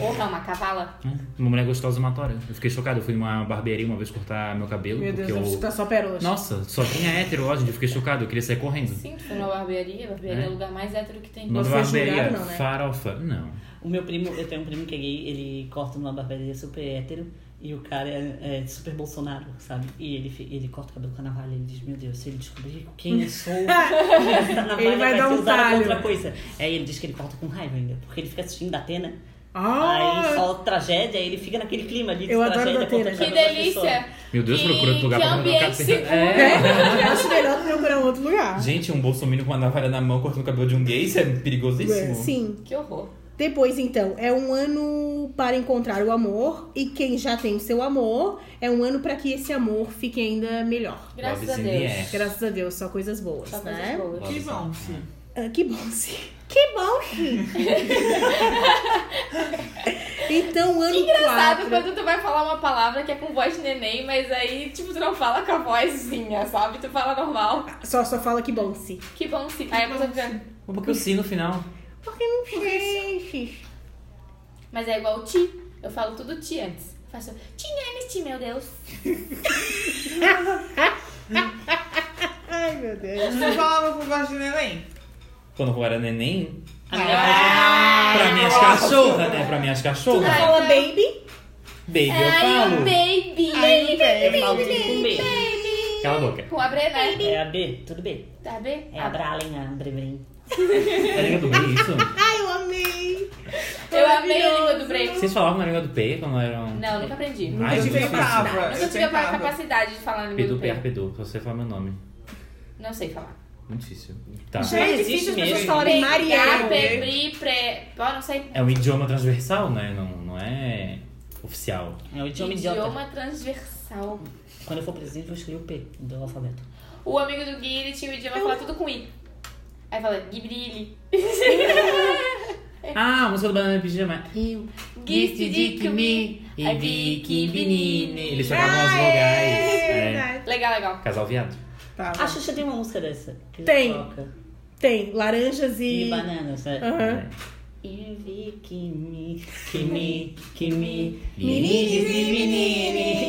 [SPEAKER 4] Ou não, uma cavala.
[SPEAKER 2] Uma mulher gostosa, uma tora. Eu fiquei chocado. Eu fui numa barbearia uma vez cortar meu cabelo.
[SPEAKER 3] Meu Deus,
[SPEAKER 2] porque
[SPEAKER 3] deve
[SPEAKER 2] eu...
[SPEAKER 3] escutar só pérolas.
[SPEAKER 2] Nossa, só tinha hétero hoje, eu fiquei chocado, eu queria sair correndo.
[SPEAKER 4] Sim, tu foi na barbearia. Barbearia é,
[SPEAKER 2] É.
[SPEAKER 4] o lugar mais hétero que tem.
[SPEAKER 2] O nome da
[SPEAKER 3] Não foi julgado,
[SPEAKER 2] barbearia,
[SPEAKER 3] não, né?
[SPEAKER 2] farofa. Não.
[SPEAKER 6] O meu primo, eu tenho um primo que é gay, ele corta numa barbearia super hétero e o cara é, é super Bolsonaro, sabe? E ele, fi- ele corta o cabelo com a navalha ele diz, meu Deus, se ele descobrir quem eu sou, essa navalha
[SPEAKER 3] Ele vai dar
[SPEAKER 6] ser
[SPEAKER 3] um
[SPEAKER 6] usada pra
[SPEAKER 3] talho.
[SPEAKER 6] outra coisa. Aí ele diz que ele corta com raiva ainda, porque ele fica assistindo da Atena,
[SPEAKER 3] Ah,
[SPEAKER 6] aí só tragédia, aí ele fica naquele clima ali de
[SPEAKER 3] Eu adoro
[SPEAKER 6] tragédia.
[SPEAKER 3] Datena.
[SPEAKER 6] corta o
[SPEAKER 4] Que
[SPEAKER 6] cabelo da pessoa.
[SPEAKER 4] delícia.
[SPEAKER 2] Meu Deus,
[SPEAKER 4] que,
[SPEAKER 2] procura outro lugar
[SPEAKER 4] que
[SPEAKER 2] pra cortar o
[SPEAKER 4] ambiente
[SPEAKER 2] cabelo.
[SPEAKER 4] seguro.
[SPEAKER 2] É.
[SPEAKER 3] eu acho melhor tu procurar um outro lugar.
[SPEAKER 2] Gente, um bolsominion com uma navalha na mão cortando o cabelo de um gay, isso é perigosíssimo.
[SPEAKER 3] Sim.
[SPEAKER 4] Que horror.
[SPEAKER 3] Depois, então, é um ano para encontrar o amor. E quem já tem o seu amor, é um ano para que esse amor fique ainda melhor.
[SPEAKER 4] Graças a
[SPEAKER 2] Lovezinho
[SPEAKER 4] Deus.
[SPEAKER 2] é.
[SPEAKER 3] Graças a Deus, só coisas boas,
[SPEAKER 4] Só coisas
[SPEAKER 3] né?
[SPEAKER 4] boas.
[SPEAKER 5] Que bom, sim.
[SPEAKER 3] Ah, que bom, sim. Que bom, sim. então, o ano
[SPEAKER 4] Sabe
[SPEAKER 3] 4.
[SPEAKER 4] quando tu vai falar uma palavra que é com voz de neném, mas aí, tipo, tu não fala com a vozinha, sabe? Tu fala normal.
[SPEAKER 3] Só, só fala que bom, sim.
[SPEAKER 4] Que bom sim. Aí a pessoa fica.
[SPEAKER 2] Porque o sim no final.
[SPEAKER 3] Porque não fez.
[SPEAKER 4] Mas é igual o ti. Eu falo tudo ti antes. Eu faço ti nemes, ti, meu Deus.
[SPEAKER 3] Ai, meu Deus.
[SPEAKER 5] Você falava com voz de neném?
[SPEAKER 2] Quando eu era neném,
[SPEAKER 6] A minha voz
[SPEAKER 2] pra minhas cachorras, né? Pra minhas cachorras.
[SPEAKER 4] Ai,
[SPEAKER 3] Fala,
[SPEAKER 4] não.
[SPEAKER 3] baby.
[SPEAKER 2] Baby, eu
[SPEAKER 4] Ai,
[SPEAKER 2] falo.
[SPEAKER 4] baby.
[SPEAKER 6] é- eu falo tudo com B.
[SPEAKER 2] Cala a boca.
[SPEAKER 4] Com a Bre, né?
[SPEAKER 6] É a B, tudo B.
[SPEAKER 4] Tá B?
[SPEAKER 6] É a Bralen, a Brevin.
[SPEAKER 2] É a língua do B, isso?
[SPEAKER 3] Ai, eu amei.
[SPEAKER 4] Eu amei a língua do Bre.
[SPEAKER 2] Vocês falavam na língua do P quando eram.
[SPEAKER 4] Não, nunca aprendi.
[SPEAKER 2] Ai,
[SPEAKER 5] eu
[SPEAKER 2] eu nunca
[SPEAKER 5] tentava.
[SPEAKER 4] Nunca
[SPEAKER 5] Eu
[SPEAKER 4] tive a
[SPEAKER 5] tentava.
[SPEAKER 4] capacidade de falar a língua
[SPEAKER 2] P
[SPEAKER 4] do
[SPEAKER 2] do P,
[SPEAKER 4] Bre.
[SPEAKER 2] Arpedu. Só sei falar meu nome.
[SPEAKER 4] Não sei falar.
[SPEAKER 2] Muito difícil. Tá.
[SPEAKER 3] Já é difícil
[SPEAKER 6] existe
[SPEAKER 3] as pessoas
[SPEAKER 6] mesmo.
[SPEAKER 3] falarem Mariano.
[SPEAKER 4] Pe, Bri, Pre. Ó, não sei.
[SPEAKER 2] É um idioma transversal, né? Não, não é oficial.
[SPEAKER 6] É o idioma idiota.
[SPEAKER 4] Idioma transversal.
[SPEAKER 6] Quando eu for presidente, eu vou escolher o P do alfabeto.
[SPEAKER 4] O amigo do Gui, ele tinha o idioma falar tudo com I. Aí fala, Gibrilli.
[SPEAKER 2] Ah, a música do Banana Pijama. Eu
[SPEAKER 4] Giste de que me,
[SPEAKER 2] e vi que menine. Eles
[SPEAKER 3] Ah,
[SPEAKER 2] trocavam as vogais.
[SPEAKER 3] é
[SPEAKER 2] É.
[SPEAKER 3] verdade.
[SPEAKER 4] Legal, legal.
[SPEAKER 2] Casal viado.
[SPEAKER 5] Tá,
[SPEAKER 4] Ah.
[SPEAKER 6] A Xuxa tem uma música dessa. Que ele
[SPEAKER 3] Tem.
[SPEAKER 6] toca.
[SPEAKER 3] Tem laranjas
[SPEAKER 6] E
[SPEAKER 3] e...
[SPEAKER 6] bananas, né?
[SPEAKER 3] Aham.
[SPEAKER 2] É.
[SPEAKER 6] E vi que me, que me, que me.
[SPEAKER 2] Meninos e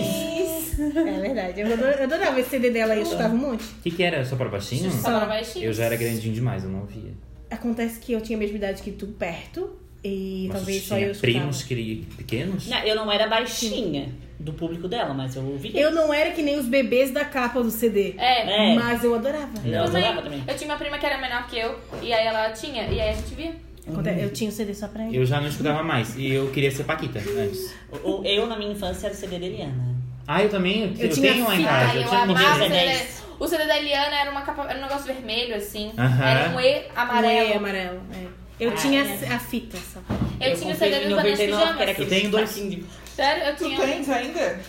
[SPEAKER 3] É verdade. Eu adorava, eu adorava esse CD dela aí, eu escutava um monte.
[SPEAKER 2] O que, que era? Só para
[SPEAKER 6] Hum.
[SPEAKER 2] baixinho?
[SPEAKER 4] Só pra baixinho.
[SPEAKER 2] Eu já era grandinho demais, eu não via.
[SPEAKER 3] Acontece que eu tinha a mesma idade que tu, perto. E
[SPEAKER 2] Nossa,
[SPEAKER 3] talvez só
[SPEAKER 2] tinha
[SPEAKER 3] eu escutava.
[SPEAKER 2] primos que pequenos?
[SPEAKER 6] Não, eu não era baixinha do público dela, mas eu ouvia.
[SPEAKER 3] Eu não era que nem os bebês da capa do CD.
[SPEAKER 4] É.
[SPEAKER 6] É.
[SPEAKER 3] Mas eu adorava.
[SPEAKER 2] Não.
[SPEAKER 6] Eu
[SPEAKER 4] Eu,
[SPEAKER 6] adorava
[SPEAKER 4] também,
[SPEAKER 6] também.
[SPEAKER 4] eu tinha uma prima que era menor que eu, e aí ela tinha, e aí a gente via.
[SPEAKER 3] Acontece- Eu tinha o CD só pra ele.
[SPEAKER 2] Eu já não escutava mais. E eu queria ser Paquita antes.
[SPEAKER 6] Eu, eu, na minha infância, era o CD da Eliana.
[SPEAKER 2] Ah, eu também? Eu,
[SPEAKER 3] tinha
[SPEAKER 2] tenho lá em
[SPEAKER 3] fita,
[SPEAKER 2] casa.
[SPEAKER 4] Ai, eu
[SPEAKER 2] tinha um
[SPEAKER 4] amava o
[SPEAKER 2] comigo.
[SPEAKER 4] CD.
[SPEAKER 6] né?
[SPEAKER 4] da- O CD da Eliana era, uma capa, era um negócio vermelho, assim.
[SPEAKER 2] Aham.
[SPEAKER 4] Era um E amarelo.
[SPEAKER 3] Um E amarelo. é. Eu
[SPEAKER 6] Ah,
[SPEAKER 3] tinha
[SPEAKER 6] é.
[SPEAKER 3] a a fita só.
[SPEAKER 4] Eu, tinha o CD dos Bananas
[SPEAKER 6] que era
[SPEAKER 4] Pijamas.
[SPEAKER 6] aquele
[SPEAKER 2] Eu tenho dois.
[SPEAKER 6] saquinho de-
[SPEAKER 4] Sério, eu
[SPEAKER 5] Tu
[SPEAKER 4] tinha.
[SPEAKER 5] tens ainda?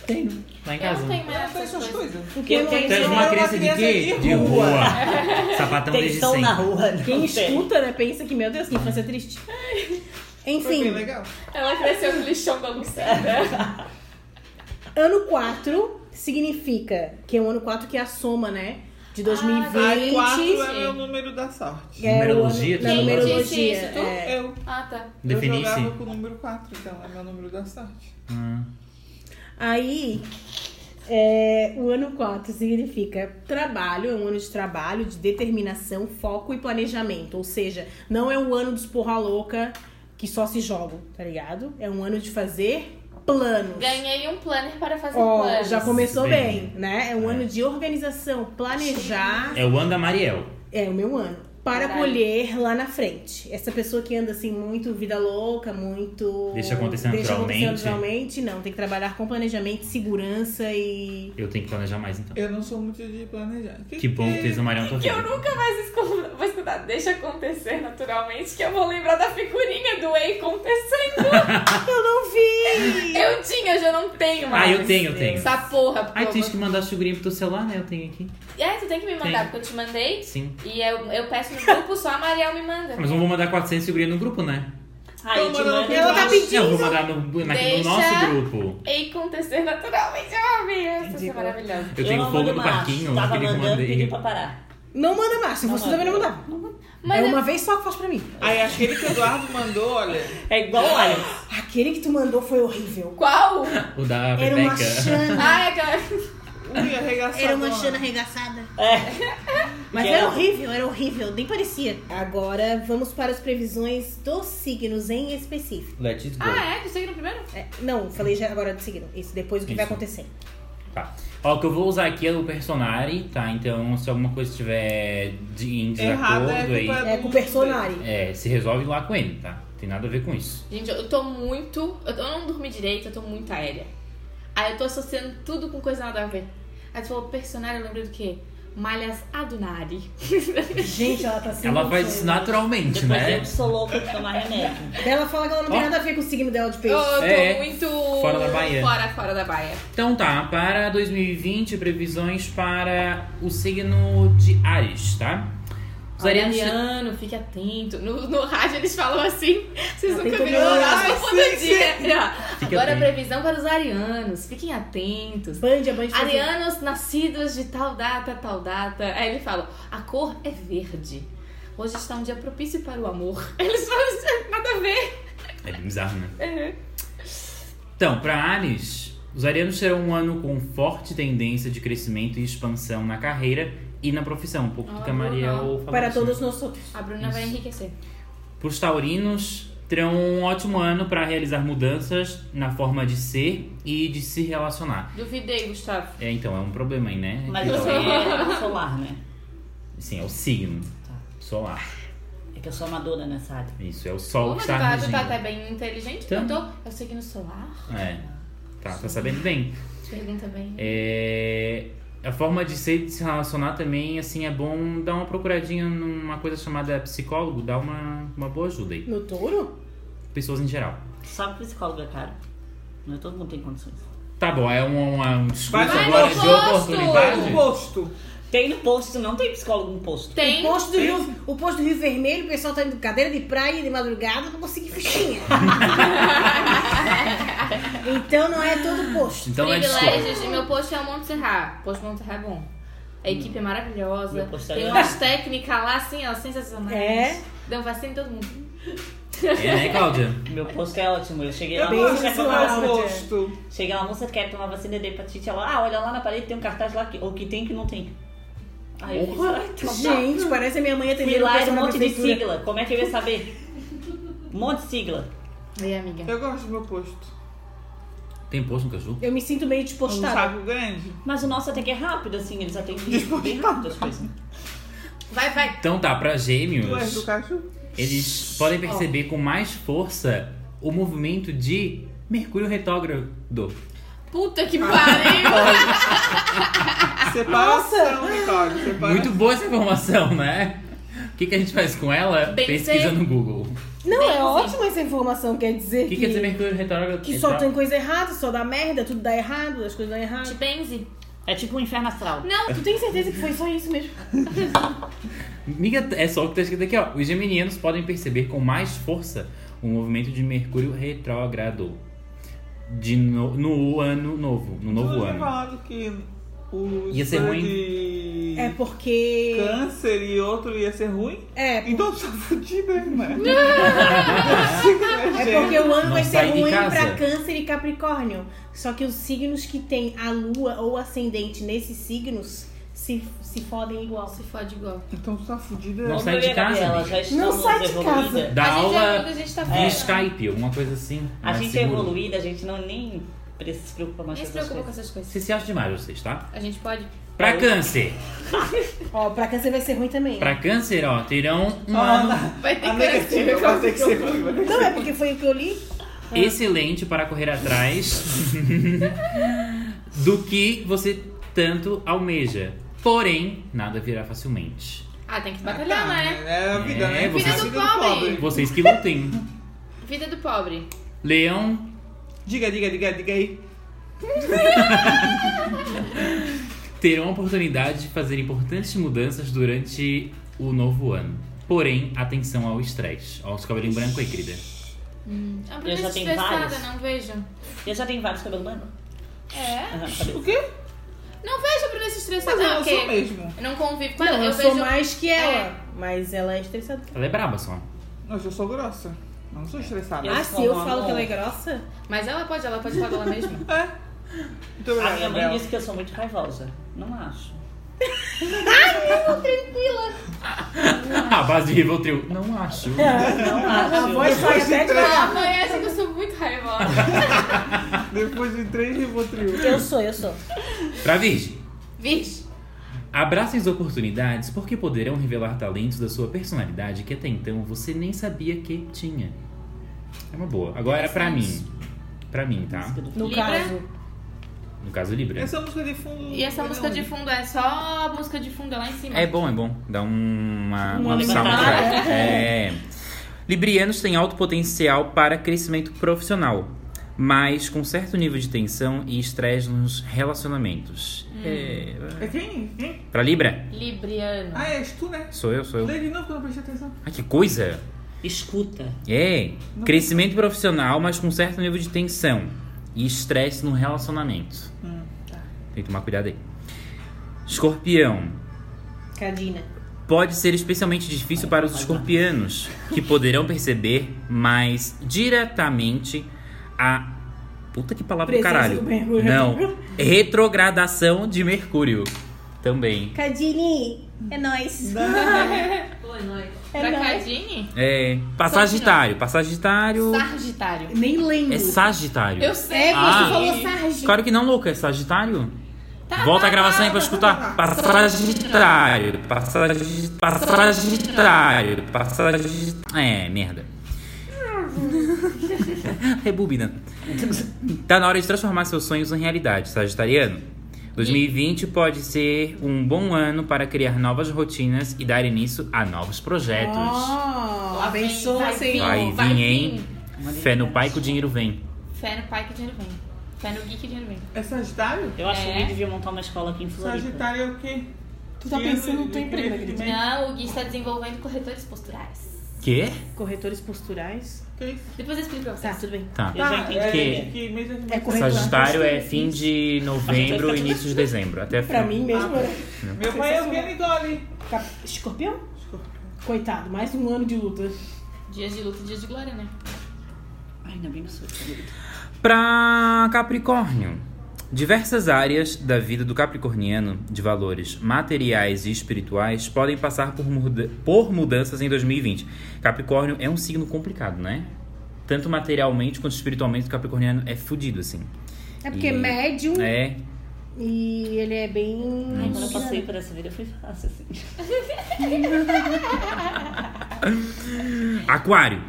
[SPEAKER 2] Lá em
[SPEAKER 4] Eu
[SPEAKER 2] casa.
[SPEAKER 4] não tenho
[SPEAKER 5] Eu não
[SPEAKER 4] mais
[SPEAKER 5] sei essas
[SPEAKER 4] essas coisas.
[SPEAKER 5] coisas.
[SPEAKER 3] Porque
[SPEAKER 6] Eu
[SPEAKER 3] não-
[SPEAKER 6] tenho-
[SPEAKER 2] Tu és uma criança de quê?
[SPEAKER 5] De rua.
[SPEAKER 2] Sapatão
[SPEAKER 6] Tem
[SPEAKER 2] desde
[SPEAKER 6] som
[SPEAKER 2] sempre.
[SPEAKER 6] na rua. não
[SPEAKER 3] Quem
[SPEAKER 6] tem.
[SPEAKER 3] escuta, né, pensa que, meu Deus, que infância triste.
[SPEAKER 5] Foi bem
[SPEAKER 3] Enfim,
[SPEAKER 5] legal.
[SPEAKER 4] Ela cresceu no lixão da Luciana.
[SPEAKER 3] ano 4 significa que é o ano 4 que é a soma, né? De 2020.
[SPEAKER 5] Ai, 4 é
[SPEAKER 4] sim.
[SPEAKER 5] meu número da sorte. Então,
[SPEAKER 3] É, o ano-
[SPEAKER 2] Numerologia, tu
[SPEAKER 3] na
[SPEAKER 2] chama?
[SPEAKER 3] numerologia.
[SPEAKER 4] Isso, isso, tu?
[SPEAKER 3] é.
[SPEAKER 5] Eu,
[SPEAKER 4] ah, tá.
[SPEAKER 5] eu
[SPEAKER 2] Definisse.
[SPEAKER 5] jogava com o número 4, então é meu número da sorte.
[SPEAKER 2] Hum.
[SPEAKER 3] Aí, É, o ano 4 significa trabalho, é um ano de trabalho, de determinação, foco e planejamento. Ou seja, não é um ano dos porra louca que só se jogam, tá ligado? É um ano de fazer planos.
[SPEAKER 4] Ganhei um planner para fazer
[SPEAKER 3] Ó,
[SPEAKER 4] planos.
[SPEAKER 3] já começou bem,
[SPEAKER 2] Bem.
[SPEAKER 3] né? É um ano de organização, planejar.
[SPEAKER 2] É o Wanda Mariel.
[SPEAKER 3] É o meu ano. Para
[SPEAKER 4] Caralho.
[SPEAKER 3] colher lá na frente. Essa pessoa que anda assim, muito vida louca, muito.
[SPEAKER 2] Deixa acontecer
[SPEAKER 3] Deixa acontecer
[SPEAKER 2] naturalmente.
[SPEAKER 3] naturalmente, não. Tem que trabalhar com planejamento, segurança e.
[SPEAKER 2] Eu tenho que planejar mais então.
[SPEAKER 5] Eu não sou muito de planejar.
[SPEAKER 2] Que bom que fez a Mariel tá
[SPEAKER 4] Que eu
[SPEAKER 2] vendo.
[SPEAKER 4] nunca mais escuto, vou escutar. Deixa acontecer naturalmente, que eu vou lembrar da figurinha do Ei acontecendo.
[SPEAKER 3] Eu não vi!
[SPEAKER 4] Eu tinha, eu já não tenho mais.
[SPEAKER 2] Ah, eu tenho, eu tenho.
[SPEAKER 4] Essa porra, porque
[SPEAKER 2] Ai,
[SPEAKER 4] eu
[SPEAKER 2] tu tens que mandar a figurinha pro teu celular, né? Eu tenho aqui.
[SPEAKER 4] vou- É, tu tem que me mandar,
[SPEAKER 2] Tem.
[SPEAKER 4] porque eu te mandei.
[SPEAKER 2] Sim.
[SPEAKER 4] E eu, eu peço no grupo, só a Mariel me manda.
[SPEAKER 2] Ah, Mas não vou mandar 400 figurinhas no grupo, né?
[SPEAKER 6] Aí eu te
[SPEAKER 5] Ela
[SPEAKER 6] mando
[SPEAKER 3] tá
[SPEAKER 6] embaixo.
[SPEAKER 3] pedindo.
[SPEAKER 2] Não, eu vou mandar no, na-
[SPEAKER 4] Deixa.
[SPEAKER 2] no nosso grupo.
[SPEAKER 4] Ei acontecer naturalmente, eu amei. Essa é
[SPEAKER 3] Digo.
[SPEAKER 4] maravilhosa.
[SPEAKER 2] Eu tenho
[SPEAKER 6] não
[SPEAKER 2] fogo
[SPEAKER 6] mando
[SPEAKER 2] no
[SPEAKER 6] mais.
[SPEAKER 2] parquinho,
[SPEAKER 6] Tava
[SPEAKER 2] aquele que eu
[SPEAKER 6] mandando,
[SPEAKER 2] mandei.
[SPEAKER 6] pediu pra parar.
[SPEAKER 3] Não manda mais, se
[SPEAKER 6] Não
[SPEAKER 3] você
[SPEAKER 6] manda.
[SPEAKER 3] também não mandar.
[SPEAKER 4] Mas
[SPEAKER 3] é uma vez só que faz pra mim.
[SPEAKER 5] Aí aquele que o Eduardo mandou, olha.
[SPEAKER 6] É igual, olha.
[SPEAKER 3] Aquele que tu mandou foi horrível.
[SPEAKER 4] qual?
[SPEAKER 2] O da
[SPEAKER 3] Era uma
[SPEAKER 2] Pepeca.
[SPEAKER 3] chana.
[SPEAKER 4] Ai, aquela.
[SPEAKER 5] Ui, arregaçadona.
[SPEAKER 3] Era uma chana arregaçada.
[SPEAKER 6] É.
[SPEAKER 3] Mas
[SPEAKER 6] Que
[SPEAKER 3] era
[SPEAKER 6] era-
[SPEAKER 3] horrível, era horrível, nem parecia. Agora vamos para as previsões dos signos em específico.
[SPEAKER 1] Let it go.
[SPEAKER 4] Ah, é? Tu sei no primeiro?
[SPEAKER 3] É, não, falei já agora do signo. Isso, depois o que vai
[SPEAKER 1] Isso.
[SPEAKER 3] acontecer.
[SPEAKER 2] Tá. Ó, o que eu vou usar aqui é o personari, tá? Então, se alguma coisa estiver de, em
[SPEAKER 5] Errado
[SPEAKER 2] desacordo
[SPEAKER 5] é
[SPEAKER 2] aí,
[SPEAKER 5] culpa-
[SPEAKER 3] É com o personagem.
[SPEAKER 2] é, se resolve lá com ele, tá? Tem nada a ver com isso.
[SPEAKER 4] Gente, eu tô muito. Eu eu não dormi direito, eu tô muito aérea. Aí eu tô associando tudo com coisa nada a ver. Aí tu falou personagem, eu lembrei do quê? Malhas Adunari.
[SPEAKER 3] Gente, ela tá assim.
[SPEAKER 2] Ela faz isso naturalmente,
[SPEAKER 6] Depois
[SPEAKER 2] né?
[SPEAKER 6] eu que sou louca de tomar remédio.
[SPEAKER 3] Ela fala que ela não tem
[SPEAKER 2] Ó.
[SPEAKER 3] nada a ver com o signo dela de peixe.
[SPEAKER 4] Eu tô
[SPEAKER 2] É,
[SPEAKER 4] muito.
[SPEAKER 2] fora da baia.
[SPEAKER 4] Fora, fora da baia.
[SPEAKER 2] Então tá, para 2020, previsões para o signo de Ares, tá? Os arianos.
[SPEAKER 4] Ariano, fique atento. No, no rádio eles falam assim. Vocês
[SPEAKER 3] Atento
[SPEAKER 4] nunca viram
[SPEAKER 3] meu
[SPEAKER 4] o
[SPEAKER 3] horário,
[SPEAKER 4] horóscopo do dia.
[SPEAKER 2] Fique
[SPEAKER 4] Agora a
[SPEAKER 2] atento.
[SPEAKER 4] previsão para os arianos. Fiquem atentos.
[SPEAKER 3] Band, a Band faz isso.
[SPEAKER 4] Arianos nascidos de tal data, tal data. Aí ele fala: a cor é verde. Hoje está um dia propício para o amor. Eles falam isso, nada a ver.
[SPEAKER 2] É bem bizarro, né? Então, para Ares, os arianos terão um ano com forte tendência de crescimento e expansão na carreira e na profissão. Um pouco do que a
[SPEAKER 4] Ah,
[SPEAKER 2] Mariel
[SPEAKER 4] não.
[SPEAKER 2] falou.
[SPEAKER 3] Para
[SPEAKER 2] assim.
[SPEAKER 3] todos nós outros.
[SPEAKER 4] A Bruna vai enriquecer.
[SPEAKER 2] Para os taurinos, terão um ótimo ano para realizar mudanças na forma de ser e de se relacionar.
[SPEAKER 4] Duvidei, Gustavo.
[SPEAKER 2] É, então, é um problema aí, né?
[SPEAKER 6] Mas
[SPEAKER 2] Então,
[SPEAKER 6] você é solar, né?
[SPEAKER 2] Sim, é o signo
[SPEAKER 6] Tá.
[SPEAKER 2] solar.
[SPEAKER 6] É que eu sou amadora nessa área.
[SPEAKER 2] Isso, é o
[SPEAKER 4] O
[SPEAKER 2] sol que está
[SPEAKER 4] Eduardo
[SPEAKER 2] regindo.
[SPEAKER 4] tá até bem inteligente.
[SPEAKER 2] Tá.
[SPEAKER 4] Eu tô. É o signo solar?
[SPEAKER 2] É, tá, tá sabendo bem.
[SPEAKER 4] Pergunta bem.
[SPEAKER 2] É, a forma de ser, de se relacionar também, assim, é bom dar uma procuradinha numa coisa chamada psicólogo, dá uma, uma boa ajuda aí.
[SPEAKER 3] No touro?
[SPEAKER 2] Pessoas em geral.
[SPEAKER 6] Só que psicólogo é caro. Não é todo mundo tem condições.
[SPEAKER 2] Tá bom, é um, um, um discurso
[SPEAKER 5] Vai no
[SPEAKER 2] agora de
[SPEAKER 4] posto!
[SPEAKER 5] Vai no
[SPEAKER 2] oportunidade.
[SPEAKER 5] posto.
[SPEAKER 6] Tem no posto, não tem psicólogo no posto.
[SPEAKER 4] Tem.
[SPEAKER 3] O posto, do Rio, o posto do Rio Vermelho, o pessoal tá indo cadeira de praia de madrugada pra conseguir fichinha. então não é todo posto.
[SPEAKER 2] Então é discólogo.
[SPEAKER 4] privilégios. E meu posto é o Monte Serra. Posto Monte Serra é bom. A equipe é maravilhosa.
[SPEAKER 6] Hum. Meu posto é
[SPEAKER 4] Tem
[SPEAKER 6] legal.
[SPEAKER 4] umas técnicas lá, assim, ó, sensacionais.
[SPEAKER 3] É.
[SPEAKER 4] Dão vacina em todo mundo.
[SPEAKER 2] É, né, Cláudia?
[SPEAKER 6] Meu posto é ótimo. Eu cheguei lá,
[SPEAKER 5] Eu
[SPEAKER 3] Beijo,
[SPEAKER 5] gosto
[SPEAKER 6] moça
[SPEAKER 5] de
[SPEAKER 6] quer
[SPEAKER 5] tomar
[SPEAKER 6] tomar
[SPEAKER 5] no
[SPEAKER 3] Cláudia.
[SPEAKER 5] posto.
[SPEAKER 6] Cheguei lá, moça quer tomar vacina de hepatite. Ela, ah, olha lá na parede, tem um cartaz lá, que, ou que tem, que não tem. Aí eu fiz, ai, então tá.
[SPEAKER 3] Gente, parece a minha mãe
[SPEAKER 6] Fui
[SPEAKER 3] atendendo o
[SPEAKER 6] lá, era
[SPEAKER 3] pessoal
[SPEAKER 6] um
[SPEAKER 3] na
[SPEAKER 6] monte de
[SPEAKER 3] prefeitura.
[SPEAKER 6] sigla. Como é que eu ia saber? Um monte de sigla.
[SPEAKER 4] E aí, amiga?
[SPEAKER 5] Eu gosto do meu posto.
[SPEAKER 2] Tem posto no caju?
[SPEAKER 3] Eu me sinto meio
[SPEAKER 5] Um
[SPEAKER 3] despostada.
[SPEAKER 5] saco grande.
[SPEAKER 6] Mas o nosso até que é rápido, assim, eles atendem bem rápido as coisas.
[SPEAKER 4] Vai, vai.
[SPEAKER 2] Então tá, pra
[SPEAKER 5] Tu és do
[SPEAKER 2] gêmeos,
[SPEAKER 5] cachorro?
[SPEAKER 2] eles podem perceber com mais força o movimento de Mercúrio retrógrado.
[SPEAKER 4] Puta que pariu!
[SPEAKER 5] Separação, Vitória. Separação.
[SPEAKER 2] Muito boa essa informação, né? O que, que a gente faz com ela?
[SPEAKER 4] Bem
[SPEAKER 2] Pesquisa
[SPEAKER 4] sei.
[SPEAKER 2] no Google.
[SPEAKER 3] Não,
[SPEAKER 4] Bem,
[SPEAKER 3] é
[SPEAKER 4] sim.
[SPEAKER 3] ótima essa informação, quer dizer
[SPEAKER 2] O que, que quer dizer Mercúrio retrógrado?
[SPEAKER 3] que só
[SPEAKER 2] Retró-
[SPEAKER 3] tem coisa errada, só dá merda, tudo dá errado, as coisas dão errado.
[SPEAKER 4] Te benze.
[SPEAKER 6] É tipo um inferno astral.
[SPEAKER 4] Não,
[SPEAKER 3] Tu tem certeza que foi só isso mesmo?
[SPEAKER 2] Miga, é só o que tá escrito aqui, ó. Os geminianos podem perceber com mais força o movimento de Mercúrio retrógrado de no, no ano novo, no novo
[SPEAKER 5] Tudo
[SPEAKER 2] ano.
[SPEAKER 5] falando que o
[SPEAKER 1] Ia ser
[SPEAKER 5] sangue
[SPEAKER 1] ruim.
[SPEAKER 5] de
[SPEAKER 3] É porque.
[SPEAKER 5] câncer e outro ia ser ruim.
[SPEAKER 3] É, por-
[SPEAKER 5] Então tu tá fudida, né?
[SPEAKER 3] é porque o ano
[SPEAKER 2] Não
[SPEAKER 3] vai
[SPEAKER 2] sai
[SPEAKER 3] ser
[SPEAKER 2] de
[SPEAKER 3] ruim
[SPEAKER 2] casa.
[SPEAKER 3] pra Câncer e Capricórnio. Só que os signos que tem a lua ou ascendente nesses signos se, se fodem igual.
[SPEAKER 4] Se fode igual.
[SPEAKER 5] Então tu tá fudida.
[SPEAKER 2] Não
[SPEAKER 6] Vamos
[SPEAKER 2] sai de
[SPEAKER 6] ver,
[SPEAKER 2] casa,
[SPEAKER 6] Gabriela,
[SPEAKER 2] bicho.
[SPEAKER 6] já
[SPEAKER 3] Não
[SPEAKER 6] estamos
[SPEAKER 3] sai de
[SPEAKER 6] evoluídas.
[SPEAKER 3] casa.
[SPEAKER 2] Dá
[SPEAKER 4] a gente já viu
[SPEAKER 2] aula
[SPEAKER 4] que a gente tá
[SPEAKER 2] via
[SPEAKER 4] vendo.
[SPEAKER 2] Skype, alguma coisa assim.
[SPEAKER 6] A
[SPEAKER 2] mais
[SPEAKER 6] gente é
[SPEAKER 2] seguro.
[SPEAKER 6] evoluída, a gente não nem pre- se preocupa
[SPEAKER 4] Ninguém
[SPEAKER 6] mais com
[SPEAKER 4] se
[SPEAKER 6] essas
[SPEAKER 4] preocupa com
[SPEAKER 6] coisas.
[SPEAKER 4] essas coisas.
[SPEAKER 2] Vocês se acham demais, vocês, tá?
[SPEAKER 4] A gente pode.
[SPEAKER 2] Pra câncer.
[SPEAKER 3] Ó, pra Câncer vai ser ruim também.
[SPEAKER 2] Pra câncer, ó, terão um
[SPEAKER 5] Ah,
[SPEAKER 2] ano
[SPEAKER 5] não.
[SPEAKER 4] Vai ter
[SPEAKER 5] A negativa
[SPEAKER 4] câncer.
[SPEAKER 5] vai ter que ser ruim. vai ter que
[SPEAKER 3] Não, é porque foi o que eu li.
[SPEAKER 2] excelente para correr atrás do que você tanto almeja. Porém, nada virá facilmente.
[SPEAKER 4] Ah, tem que
[SPEAKER 5] ser-
[SPEAKER 4] batalhar,
[SPEAKER 5] Ah,
[SPEAKER 4] né?
[SPEAKER 5] É a vida,
[SPEAKER 2] É,
[SPEAKER 5] né?
[SPEAKER 2] você-
[SPEAKER 5] A vida
[SPEAKER 4] Vida do pobre.
[SPEAKER 2] Vocês que lutem.
[SPEAKER 4] Vida do pobre.
[SPEAKER 2] Leão,
[SPEAKER 5] Diga, diga, diga, diga aí.
[SPEAKER 2] terão a oportunidade de fazer importantes mudanças durante o novo ano. Porém, atenção ao estresse. Ó, os cabelinhos brancos aí, querida.
[SPEAKER 4] É uma
[SPEAKER 6] Eu já
[SPEAKER 4] professora
[SPEAKER 6] tenho
[SPEAKER 4] estressada,
[SPEAKER 6] vários.
[SPEAKER 4] não vejo.
[SPEAKER 6] Eu já tenho vários cabelos brancos.
[SPEAKER 4] É?
[SPEAKER 6] Aham, cabelos.
[SPEAKER 5] O quê?
[SPEAKER 4] Não vejo a Bruna se estressar,
[SPEAKER 5] Mas eu
[SPEAKER 4] não,
[SPEAKER 5] não sou
[SPEAKER 4] porque
[SPEAKER 5] mesmo.
[SPEAKER 4] eu não convivo com
[SPEAKER 3] Não,
[SPEAKER 4] ela.
[SPEAKER 3] eu,
[SPEAKER 4] eu
[SPEAKER 3] sou
[SPEAKER 4] vejo
[SPEAKER 3] mais que ela.
[SPEAKER 4] É.
[SPEAKER 3] Mas ela é estressada.
[SPEAKER 2] Ela é braba só.
[SPEAKER 5] Mas eu sou grossa. Não sou estressada.
[SPEAKER 6] Eu
[SPEAKER 3] ah,
[SPEAKER 6] sou
[SPEAKER 3] se eu
[SPEAKER 6] uma
[SPEAKER 3] falo que ela é
[SPEAKER 6] louca.
[SPEAKER 3] grossa?
[SPEAKER 4] Mas ela pode, ela pode falar dela mesma.
[SPEAKER 5] É. Muito obrigado,
[SPEAKER 6] A
[SPEAKER 4] é
[SPEAKER 6] minha mãe
[SPEAKER 5] Gabriela.
[SPEAKER 6] disse que eu sou muito raivosa. Não acho.
[SPEAKER 2] A base de Rivotril. Não acho.
[SPEAKER 3] É.
[SPEAKER 6] Não
[SPEAKER 3] A voz
[SPEAKER 6] acho.
[SPEAKER 3] sai até de lá.
[SPEAKER 4] Amanhã que eu sou muito raivosa.
[SPEAKER 5] Depois de três Rivotril.
[SPEAKER 3] Eu sou, eu sou.
[SPEAKER 2] Pra Virgem.
[SPEAKER 4] Vixe.
[SPEAKER 2] Abracem as oportunidades porque poderão revelar talentos da sua personalidade que até então você nem sabia que tinha. É uma boa. Agora pra mim. Pra mim, tá?
[SPEAKER 3] No
[SPEAKER 4] Libra.
[SPEAKER 3] caso.
[SPEAKER 2] No caso Libra.
[SPEAKER 5] Essa música de fundo.
[SPEAKER 4] E essa música de fundo é só a música de fundo, é lá em cima.
[SPEAKER 2] É bom, é bom. Dá uma,
[SPEAKER 6] Uma
[SPEAKER 2] uma
[SPEAKER 6] levantada.
[SPEAKER 2] soundtrack. É. Librianos têm alto potencial para crescimento profissional, mas com certo nível de tensão e estresse nos relacionamentos. É.
[SPEAKER 5] É quem? Quem?
[SPEAKER 2] Pra Libra?
[SPEAKER 4] Libriano.
[SPEAKER 5] Ah, és tu, né?
[SPEAKER 2] Sou eu, sou eu.
[SPEAKER 5] Lê de novo que eu não prestei atenção.
[SPEAKER 2] Ai, que coisa!
[SPEAKER 6] Escuta.
[SPEAKER 2] É, crescimento profissional, mas com certo nível de tensão e estresse no relacionamento.
[SPEAKER 5] Hum, tá.
[SPEAKER 2] Tem que tomar cuidado aí. Escorpião.
[SPEAKER 3] Cadina.
[SPEAKER 2] Pode ser especialmente difícil para os escorpianos, que poderão perceber mais diretamente a. Puta que palavra do
[SPEAKER 3] Presença
[SPEAKER 2] caralho.
[SPEAKER 3] do Mercúrio.
[SPEAKER 2] Não. Retrogradação de Mercúrio. Também.
[SPEAKER 3] Cadine, é nóis. É
[SPEAKER 4] Pra Cadine?
[SPEAKER 2] É. Passagitário. Passagitário.
[SPEAKER 4] Sagitário.
[SPEAKER 3] Nem lembro. É,
[SPEAKER 2] É Sagitário.
[SPEAKER 4] Eu sei,
[SPEAKER 2] Ah.
[SPEAKER 4] você falou Sargi.
[SPEAKER 2] Claro que não, louca, é Sagitário.
[SPEAKER 4] Tá,
[SPEAKER 2] Volta a gravação aí pra escutar. Passagitário, passagi- passagitário, passagitário. É, merda. Rebobina. Tá na hora de transformar seus sonhos em realidade, Sagitariano. 2020 pode ser um bom ano para criar novas rotinas e dar início a novos projetos.
[SPEAKER 3] Oh,
[SPEAKER 4] Lá vem,
[SPEAKER 3] abençoa,
[SPEAKER 4] vai
[SPEAKER 3] Senhor.
[SPEAKER 2] Vai
[SPEAKER 4] vai
[SPEAKER 2] vir, hein?
[SPEAKER 6] vir.
[SPEAKER 2] Fé no pai que o dinheiro vem.
[SPEAKER 4] Fé no pai que dinheiro vem. Fé no geek que dinheiro vem.
[SPEAKER 5] É Sagitário?
[SPEAKER 6] Eu acho que
[SPEAKER 4] É.
[SPEAKER 6] ele devia montar uma escola aqui em Floripa.
[SPEAKER 5] Sagitário é o quê?
[SPEAKER 3] Tu tá pensando no teu emprego, acredito.
[SPEAKER 4] Não, o Gui está desenvolvendo corretores posturais.
[SPEAKER 2] Quê?
[SPEAKER 3] Corretores posturais.
[SPEAKER 5] Que é isso?
[SPEAKER 4] Depois eu explico pra vocês.
[SPEAKER 3] Tá, tudo bem.
[SPEAKER 2] Tá.
[SPEAKER 6] Eu já
[SPEAKER 5] Tá, é,
[SPEAKER 2] entendi.
[SPEAKER 5] que mês é que
[SPEAKER 3] É
[SPEAKER 5] vai
[SPEAKER 3] corretor.
[SPEAKER 2] Sagitário é fim de novembro, início de dezembro. Até
[SPEAKER 3] Pra
[SPEAKER 2] fim.
[SPEAKER 3] mim mesmo era
[SPEAKER 5] ser? Meu pai é o Kenny Gole.
[SPEAKER 3] cap- escorpião? Coitado, mais um ano de luta.
[SPEAKER 4] Dias de luta, dias de glória, né?
[SPEAKER 6] Ai, ainda bem que eu sou escolhida.
[SPEAKER 2] Para Capricórnio, diversas áreas da vida do capricorniano de valores materiais e espirituais podem passar por, muda- por mudanças em 2020. Capricórnio é um signo complicado, né? Tanto materialmente quanto espiritualmente, o capricorniano é fudido, assim.
[SPEAKER 3] É porque
[SPEAKER 2] E-
[SPEAKER 3] é médium
[SPEAKER 2] É,
[SPEAKER 3] e ele é bem.
[SPEAKER 6] Ai, quando eu passei por essa vida foi fácil, assim.
[SPEAKER 2] Aquário,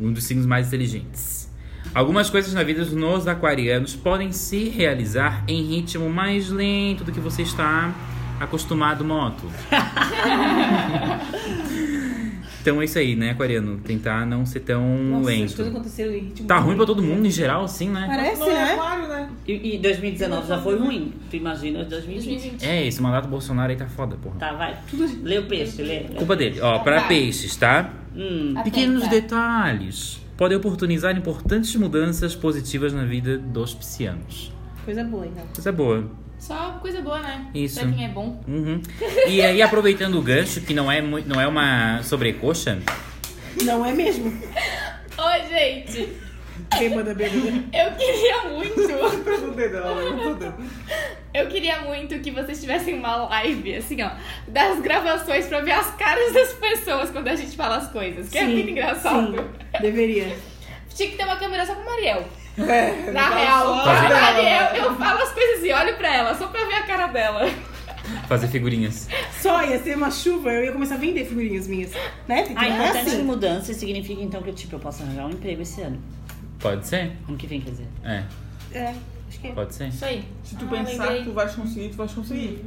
[SPEAKER 2] um dos signos mais inteligentes. Algumas coisas na vida dos aquarianos podem se realizar em ritmo mais lento do que você está acostumado moto. então é isso aí, né, aquariano? Tentar não ser tão
[SPEAKER 3] Nossa, as coisas
[SPEAKER 2] lento.
[SPEAKER 3] aconteceram em ritmo.
[SPEAKER 2] Tá ruim pra todo mundo em geral, assim, né?
[SPEAKER 3] Parece,
[SPEAKER 5] Não é
[SPEAKER 3] né?
[SPEAKER 5] aquário, né?
[SPEAKER 6] E, e 2019 já foi ruim. Tu imagina 2020.
[SPEAKER 4] 2020.
[SPEAKER 2] É, esse mandato Bolsonaro aí tá foda, porra.
[SPEAKER 6] Tá, vai. Lê o peixe, lê.
[SPEAKER 2] Culpa dele. Ó, para
[SPEAKER 4] Vai.
[SPEAKER 2] peixes, tá?
[SPEAKER 6] Hum.
[SPEAKER 4] Atenta.
[SPEAKER 2] Pequenos detalhes podem oportunizar importantes mudanças positivas na vida dos piscianos.
[SPEAKER 3] Coisa boa, então.
[SPEAKER 2] Coisa é boa.
[SPEAKER 4] Só coisa boa, né?
[SPEAKER 2] Isso.
[SPEAKER 4] Pra quem é bom.
[SPEAKER 2] Uhum. E aí, aproveitando o gancho, que não é, mui- não é uma sobrecoxa,
[SPEAKER 3] Não é mesmo?
[SPEAKER 4] Oi, gente!
[SPEAKER 3] Quem manda bebida?
[SPEAKER 4] Eu queria muito.
[SPEAKER 5] Pra não ter, não, não podemos.
[SPEAKER 4] Eu queria muito que vocês tivessem uma live, assim, ó, das gravações pra ver as caras das pessoas quando a gente fala as coisas. Que é
[SPEAKER 3] Sim,
[SPEAKER 4] muito engraçado.
[SPEAKER 3] Sim, deveria.
[SPEAKER 4] Tinha que ter uma câmera só pro Mariel.
[SPEAKER 5] É,
[SPEAKER 4] Na
[SPEAKER 5] tá
[SPEAKER 4] real,
[SPEAKER 5] só
[SPEAKER 4] pra
[SPEAKER 5] dela.
[SPEAKER 4] Mariel, eu falo as coisas e olho pra ela, só pra ver a cara dela.
[SPEAKER 2] fazer figurinhas.
[SPEAKER 3] Só ia ser uma chuva, eu ia começar a vender figurinhas minhas. Né? Tem que mandar
[SPEAKER 6] A importância de
[SPEAKER 3] assim.
[SPEAKER 6] mudança significa então que tipo, eu posso arranjar um emprego esse ano.
[SPEAKER 2] Pode ser?
[SPEAKER 6] Ano que vem, quer dizer.
[SPEAKER 2] É,
[SPEAKER 3] É, acho que é.
[SPEAKER 2] pode ser.
[SPEAKER 4] Isso aí.
[SPEAKER 5] Se tu
[SPEAKER 4] Ah,
[SPEAKER 5] pensar
[SPEAKER 4] lembrei.
[SPEAKER 5] que tu vais conseguir, tu vais conseguir.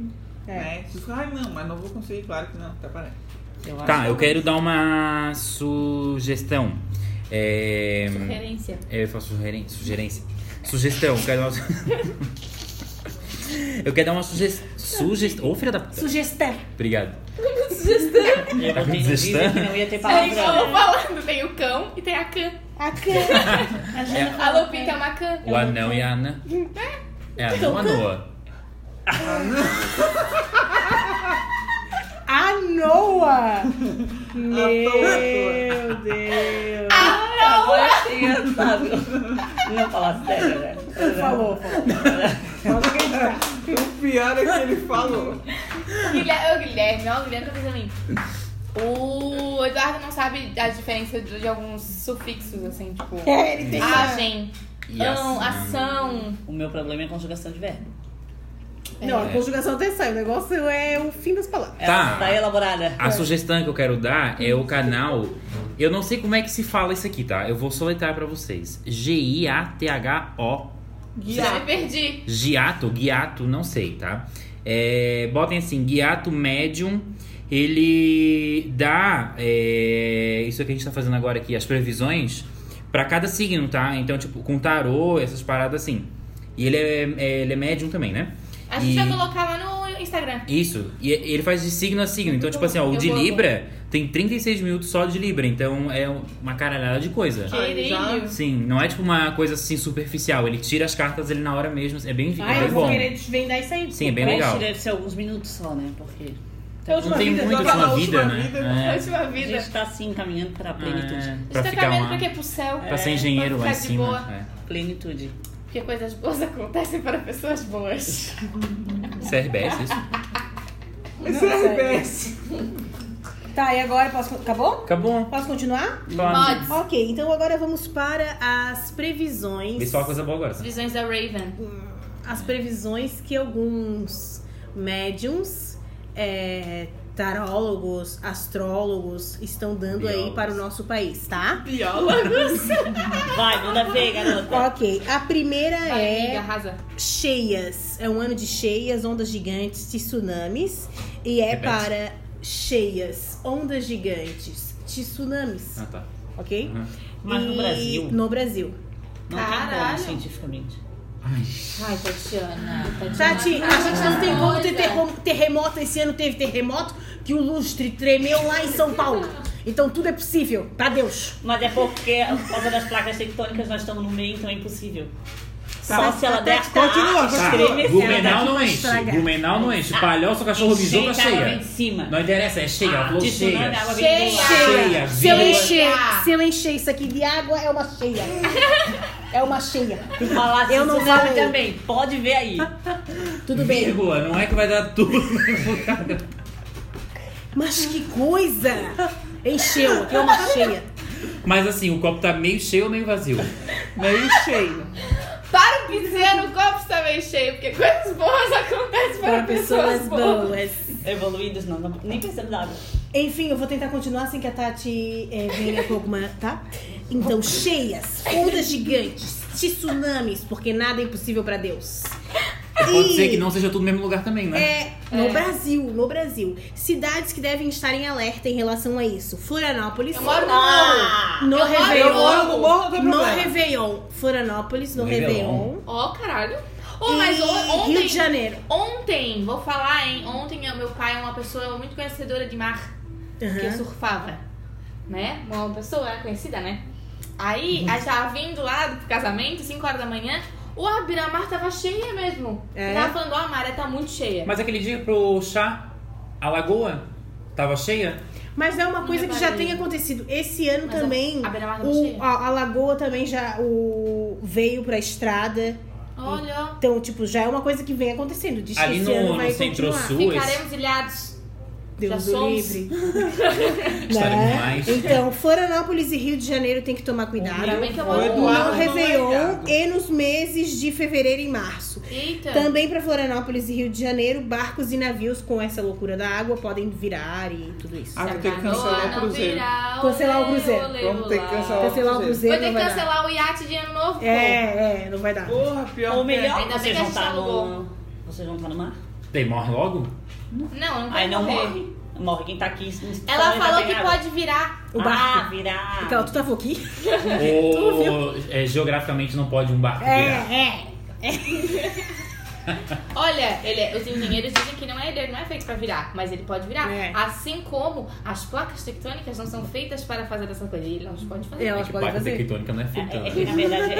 [SPEAKER 3] É.
[SPEAKER 5] Né? Se tu ficar, ai não, mas não vou conseguir, claro que não, tá parando.
[SPEAKER 6] Eu
[SPEAKER 2] Tá,
[SPEAKER 6] acho.
[SPEAKER 2] eu quero dar uma sugestão. É...
[SPEAKER 4] Referência.
[SPEAKER 2] Eu faço sugeren- sugerência. Sugestão, quero dar uma... Eu quero dar uma sugestão. Sugestão. Ô, filha da puta.
[SPEAKER 3] Sugestão.
[SPEAKER 2] Obrigado. tá
[SPEAKER 6] Eu botei no
[SPEAKER 2] Desistã?
[SPEAKER 6] vídeo que não ia ter
[SPEAKER 4] É igual eu
[SPEAKER 6] palavrão.
[SPEAKER 4] falando, tem o cão e tem a can.
[SPEAKER 3] A cana. A Jana
[SPEAKER 4] A
[SPEAKER 3] falou
[SPEAKER 4] Lupita é uma can.
[SPEAKER 2] O anão e a Ana. É anão ou a Noa?
[SPEAKER 3] A Noa! Meu
[SPEAKER 5] toa.
[SPEAKER 3] Deus!
[SPEAKER 6] Agora sim, eu sabe. Não ia falar sério, velho.
[SPEAKER 3] Falou, falou.
[SPEAKER 5] O pior é que ele falou.
[SPEAKER 4] Guilherme, É. ô, Guilherme, ó, o Guilherme tá fazendo mim. O Eduardo não sabe a diferença de, de alguns sufixos, assim, tipo.
[SPEAKER 3] É, ele tem
[SPEAKER 4] Agem,
[SPEAKER 2] E
[SPEAKER 4] ão,
[SPEAKER 2] ação.
[SPEAKER 4] ação.
[SPEAKER 6] O meu problema é a conjugação de verbo.
[SPEAKER 3] Não, a conjugação até sai. O negócio é o fim das palavras.
[SPEAKER 6] Ela
[SPEAKER 2] Tá.
[SPEAKER 6] tá elaborada.
[SPEAKER 2] A sugestão que eu quero dar é o canal. Eu não sei como é que se fala isso aqui, tá? Eu vou soletrar pra vocês. G-I-A-T-H-O.
[SPEAKER 4] Já me perdi.
[SPEAKER 2] Giato, Guiato, não sei, tá? É, botem assim, Guiato Medium. Ele dá é, isso que a gente tá fazendo agora aqui, as previsões pra cada signo, tá? Então, tipo, com tarô, essas paradas assim. E ele é, é- ele é médium também, né?
[SPEAKER 4] A gente
[SPEAKER 2] E-
[SPEAKER 4] vai colocar lá no Instagram.
[SPEAKER 2] Isso, e é, ele faz de signo a signo. Então, tipo assim, ó, o
[SPEAKER 4] Eu
[SPEAKER 2] de
[SPEAKER 4] vou, eu vou.
[SPEAKER 2] Libra tem 36 minutos só de Libra, então é uma caralhada de coisa.
[SPEAKER 4] Querido.
[SPEAKER 2] Sim, não é tipo uma coisa assim superficial. Ele tira as cartas ele na hora mesmo. É bem, é
[SPEAKER 3] Ai,
[SPEAKER 2] bem
[SPEAKER 3] eu vou
[SPEAKER 2] bom.
[SPEAKER 3] querer desvendar isso aí.
[SPEAKER 2] Sim, é bem
[SPEAKER 6] Mas
[SPEAKER 2] legal.
[SPEAKER 6] deve ser alguns minutos só, né? Porque
[SPEAKER 3] Então,
[SPEAKER 2] Não tem
[SPEAKER 5] vida,
[SPEAKER 2] muito de
[SPEAKER 5] joga na
[SPEAKER 2] uma
[SPEAKER 5] última
[SPEAKER 2] vida, né?
[SPEAKER 5] vida.
[SPEAKER 4] A
[SPEAKER 2] É.
[SPEAKER 4] última
[SPEAKER 6] a
[SPEAKER 4] vida.
[SPEAKER 6] gente tá assim encaminhando pra plenitude.
[SPEAKER 2] É,
[SPEAKER 4] A
[SPEAKER 2] pra
[SPEAKER 4] gente tá
[SPEAKER 2] ficar
[SPEAKER 4] caminhando pra
[SPEAKER 2] lá.
[SPEAKER 4] quê? Pro céu.
[SPEAKER 2] Pra ser engenheiro lá
[SPEAKER 4] pra
[SPEAKER 2] em
[SPEAKER 4] ficar de boa.
[SPEAKER 2] cima. é.
[SPEAKER 6] Plenitude.
[SPEAKER 4] Porque coisas boas acontecem para pessoas boas.
[SPEAKER 2] É. CRBS, isso?
[SPEAKER 5] Esse é RBS.
[SPEAKER 3] Tá, e agora posso. Acabou?
[SPEAKER 2] Acabou. né?
[SPEAKER 3] Posso continuar?
[SPEAKER 2] Bora.
[SPEAKER 4] Mods.
[SPEAKER 3] Ok, então agora vamos para as previsões.
[SPEAKER 2] Vê só uma coisa boa agora. tá? sabe?
[SPEAKER 4] Visões da Raven.
[SPEAKER 3] as previsões que alguns médiums, é, tarólogos, astrólogos estão dando aí
[SPEAKER 2] Biólogos.
[SPEAKER 3] para o nosso país, tá?
[SPEAKER 4] Biólogos.
[SPEAKER 6] Vai, manda ver, garota.
[SPEAKER 3] Ok, a primeira
[SPEAKER 4] Vai, amiga,
[SPEAKER 3] é
[SPEAKER 4] arrasa.
[SPEAKER 3] cheias. É um ano de cheias, ondas gigantes, tsunamis. E é
[SPEAKER 2] Repete.
[SPEAKER 3] para cheias, ondas gigantes, tsunamis,
[SPEAKER 2] Ah, tá.
[SPEAKER 3] ok?
[SPEAKER 2] Uhum.
[SPEAKER 6] Mas no
[SPEAKER 3] E-
[SPEAKER 6] Brasil?
[SPEAKER 3] No Brasil.
[SPEAKER 6] Não tem
[SPEAKER 4] Caralho.
[SPEAKER 6] como, cientificamente.
[SPEAKER 4] Ai, Tatiana.
[SPEAKER 3] Tati, a gente não tem como ter
[SPEAKER 4] Olha.
[SPEAKER 3] terremo- terremoto. Esse ano teve terremoto que o lustre tremeu lá em São Paulo. Então tudo é possível, pra Deus.
[SPEAKER 6] Mas é porque, por causa das placas tectônicas, nós estamos no meio, então é impossível.
[SPEAKER 3] Tá.
[SPEAKER 6] Só se ela der a
[SPEAKER 5] Continua,
[SPEAKER 2] Tá.
[SPEAKER 5] continua.
[SPEAKER 2] Blumenau
[SPEAKER 3] daqui
[SPEAKER 2] não
[SPEAKER 3] vai
[SPEAKER 2] enche.
[SPEAKER 3] estragar.
[SPEAKER 2] Blumenau não enche. Palhoça, cachorro bizu, tá
[SPEAKER 6] Enchente, água vem
[SPEAKER 2] cheia.
[SPEAKER 6] de cima. tá
[SPEAKER 2] Não interessa, é cheia. Ela falou
[SPEAKER 6] De tsunami,
[SPEAKER 2] cheia.
[SPEAKER 6] água vem do lado.
[SPEAKER 2] Cheia,
[SPEAKER 3] Se eu
[SPEAKER 2] viu?
[SPEAKER 3] encher, se eu encher isso aqui de água, é uma cheia. É uma cheia.
[SPEAKER 6] Falar
[SPEAKER 3] Eu não
[SPEAKER 6] tsunami
[SPEAKER 3] falei.
[SPEAKER 6] também. Pode ver aí.
[SPEAKER 3] Tudo bem.
[SPEAKER 2] Vírgula, não é que vai dar tudo.
[SPEAKER 3] Mas que coisa! Encheu, aqui é uma cheia.
[SPEAKER 2] Mas assim, o copo tá meio cheio ou meio vazio?
[SPEAKER 5] Meio cheio.
[SPEAKER 4] Para o piseiro, o copo está meio cheio, porque coisas boas acontecem para,
[SPEAKER 3] Para pessoas
[SPEAKER 4] boas.
[SPEAKER 3] boas.
[SPEAKER 6] Evoluídos, não, não nem percebo nada.
[SPEAKER 3] Enfim, eu vou tentar continuar sem que a Tati eh, venha com alguma, tá? Então, cheias, ondas gigantes, tsunamis, porque nada é impossível pra Deus.
[SPEAKER 2] Pode ser que não seja tudo no mesmo lugar também, né?
[SPEAKER 3] É, no
[SPEAKER 4] É.
[SPEAKER 3] Brasil, no Brasil. Cidades que devem estar em alerta em relação a isso. Florianópolis.
[SPEAKER 4] Eu moro no morro.
[SPEAKER 3] no
[SPEAKER 4] eu moro no
[SPEAKER 3] Réveillon.
[SPEAKER 5] morro, no morro não tem
[SPEAKER 3] no
[SPEAKER 5] é problema.
[SPEAKER 3] Réveillon. Florianópolis, no
[SPEAKER 2] No Réveillon.
[SPEAKER 3] Réveillon.
[SPEAKER 4] Ó, caralho. Ô, mas
[SPEAKER 3] E
[SPEAKER 4] on- ontem...
[SPEAKER 3] Rio de Janeiro.
[SPEAKER 4] Ontem, vou falar, hein? Ontem meu pai é uma pessoa muito conhecedora de mar. que
[SPEAKER 3] Aham.
[SPEAKER 4] surfava, né?
[SPEAKER 3] Uhum.
[SPEAKER 4] Uma pessoa conhecida, né? Aí, a gente tava vindo lá pro casamento, 5 horas da manhã, O Abiramar tava cheia mesmo.
[SPEAKER 3] É?
[SPEAKER 4] Tava falando, ó, a maré tá muito cheia.
[SPEAKER 2] Mas aquele dia pro chá, a lagoa tava cheia?
[SPEAKER 3] Mas é uma coisa que já
[SPEAKER 4] reparei.
[SPEAKER 3] tem acontecido. Esse ano
[SPEAKER 4] Mas a-
[SPEAKER 3] também,
[SPEAKER 4] a beira-mar tava
[SPEAKER 3] o,
[SPEAKER 4] cheia.
[SPEAKER 3] a, a lagoa também já o, veio pra estrada.
[SPEAKER 4] Olha,
[SPEAKER 3] Então, tipo, já é uma coisa que vem acontecendo. Diz que
[SPEAKER 2] Ali
[SPEAKER 3] esse
[SPEAKER 2] no-
[SPEAKER 3] ano
[SPEAKER 2] no
[SPEAKER 3] vai
[SPEAKER 2] Centro-Sul,
[SPEAKER 4] ó,
[SPEAKER 3] continuar.
[SPEAKER 2] Duas.
[SPEAKER 4] ficaremos ilhados. Já
[SPEAKER 3] Deus o
[SPEAKER 4] somos.
[SPEAKER 3] livre.
[SPEAKER 2] Estaremos
[SPEAKER 3] Né?
[SPEAKER 2] mais.
[SPEAKER 3] Então, Florianópolis e Rio de Janeiro tem que tomar cuidado.
[SPEAKER 4] Ainda bem que eu
[SPEAKER 5] Foi
[SPEAKER 4] moro
[SPEAKER 5] do
[SPEAKER 4] lá.
[SPEAKER 3] No
[SPEAKER 5] lado.
[SPEAKER 3] Réveillon
[SPEAKER 5] largado.
[SPEAKER 3] e nos meses de fevereiro e março.
[SPEAKER 4] Eita.
[SPEAKER 3] Também para Florianópolis e Rio de Janeiro, barcos e navios com essa loucura da água podem virar e tudo isso.
[SPEAKER 5] Ah,
[SPEAKER 4] Se
[SPEAKER 5] vou
[SPEAKER 4] a
[SPEAKER 5] ter que
[SPEAKER 4] canoa
[SPEAKER 5] cancelar o
[SPEAKER 4] não
[SPEAKER 5] cruzeiro.
[SPEAKER 4] virar,
[SPEAKER 3] Cancelar o
[SPEAKER 4] olê,
[SPEAKER 3] cruzeiro.
[SPEAKER 4] olê,
[SPEAKER 5] Vamos ter que
[SPEAKER 4] olá.
[SPEAKER 5] cancelar.
[SPEAKER 3] Cancelar o
[SPEAKER 4] Vou
[SPEAKER 3] cruzeiro
[SPEAKER 4] ter
[SPEAKER 3] não
[SPEAKER 4] que
[SPEAKER 3] vai dar.
[SPEAKER 4] cancelar o iate de ano novo. pô.
[SPEAKER 3] É, é, não vai dar.
[SPEAKER 5] Porra, pior.
[SPEAKER 6] Ou
[SPEAKER 5] que
[SPEAKER 6] É
[SPEAKER 5] é.
[SPEAKER 6] melhor,
[SPEAKER 4] Ainda bem que
[SPEAKER 6] vocês
[SPEAKER 4] a
[SPEAKER 6] vão
[SPEAKER 4] gente
[SPEAKER 6] estar
[SPEAKER 4] salvou.
[SPEAKER 6] no. Vocês vão estar no mar?
[SPEAKER 2] Tem, morre logo?
[SPEAKER 4] Não, não vai
[SPEAKER 6] Aí não
[SPEAKER 4] morrer.
[SPEAKER 6] morre. tá Morre quem tá aqui.
[SPEAKER 4] Ela falou que pode virar.
[SPEAKER 3] O
[SPEAKER 6] O
[SPEAKER 3] barco.
[SPEAKER 6] Ah, virar.
[SPEAKER 3] Então, tu tava aqui?
[SPEAKER 2] Ou é, geograficamente não pode um barco virar?
[SPEAKER 3] é.
[SPEAKER 4] Olha, ele é- os engenheiros dizem que não é, ele não é feito pra virar, mas ele pode virar.
[SPEAKER 3] É.
[SPEAKER 4] Assim como as placas tectônicas não são feitas para fazer essa coisa. Ele não pode fazer.
[SPEAKER 3] Elas
[SPEAKER 2] que
[SPEAKER 3] podem
[SPEAKER 2] placa
[SPEAKER 3] fazer.
[SPEAKER 2] tectônica não é feita.
[SPEAKER 6] É, é
[SPEAKER 2] né?
[SPEAKER 6] que na verdade é.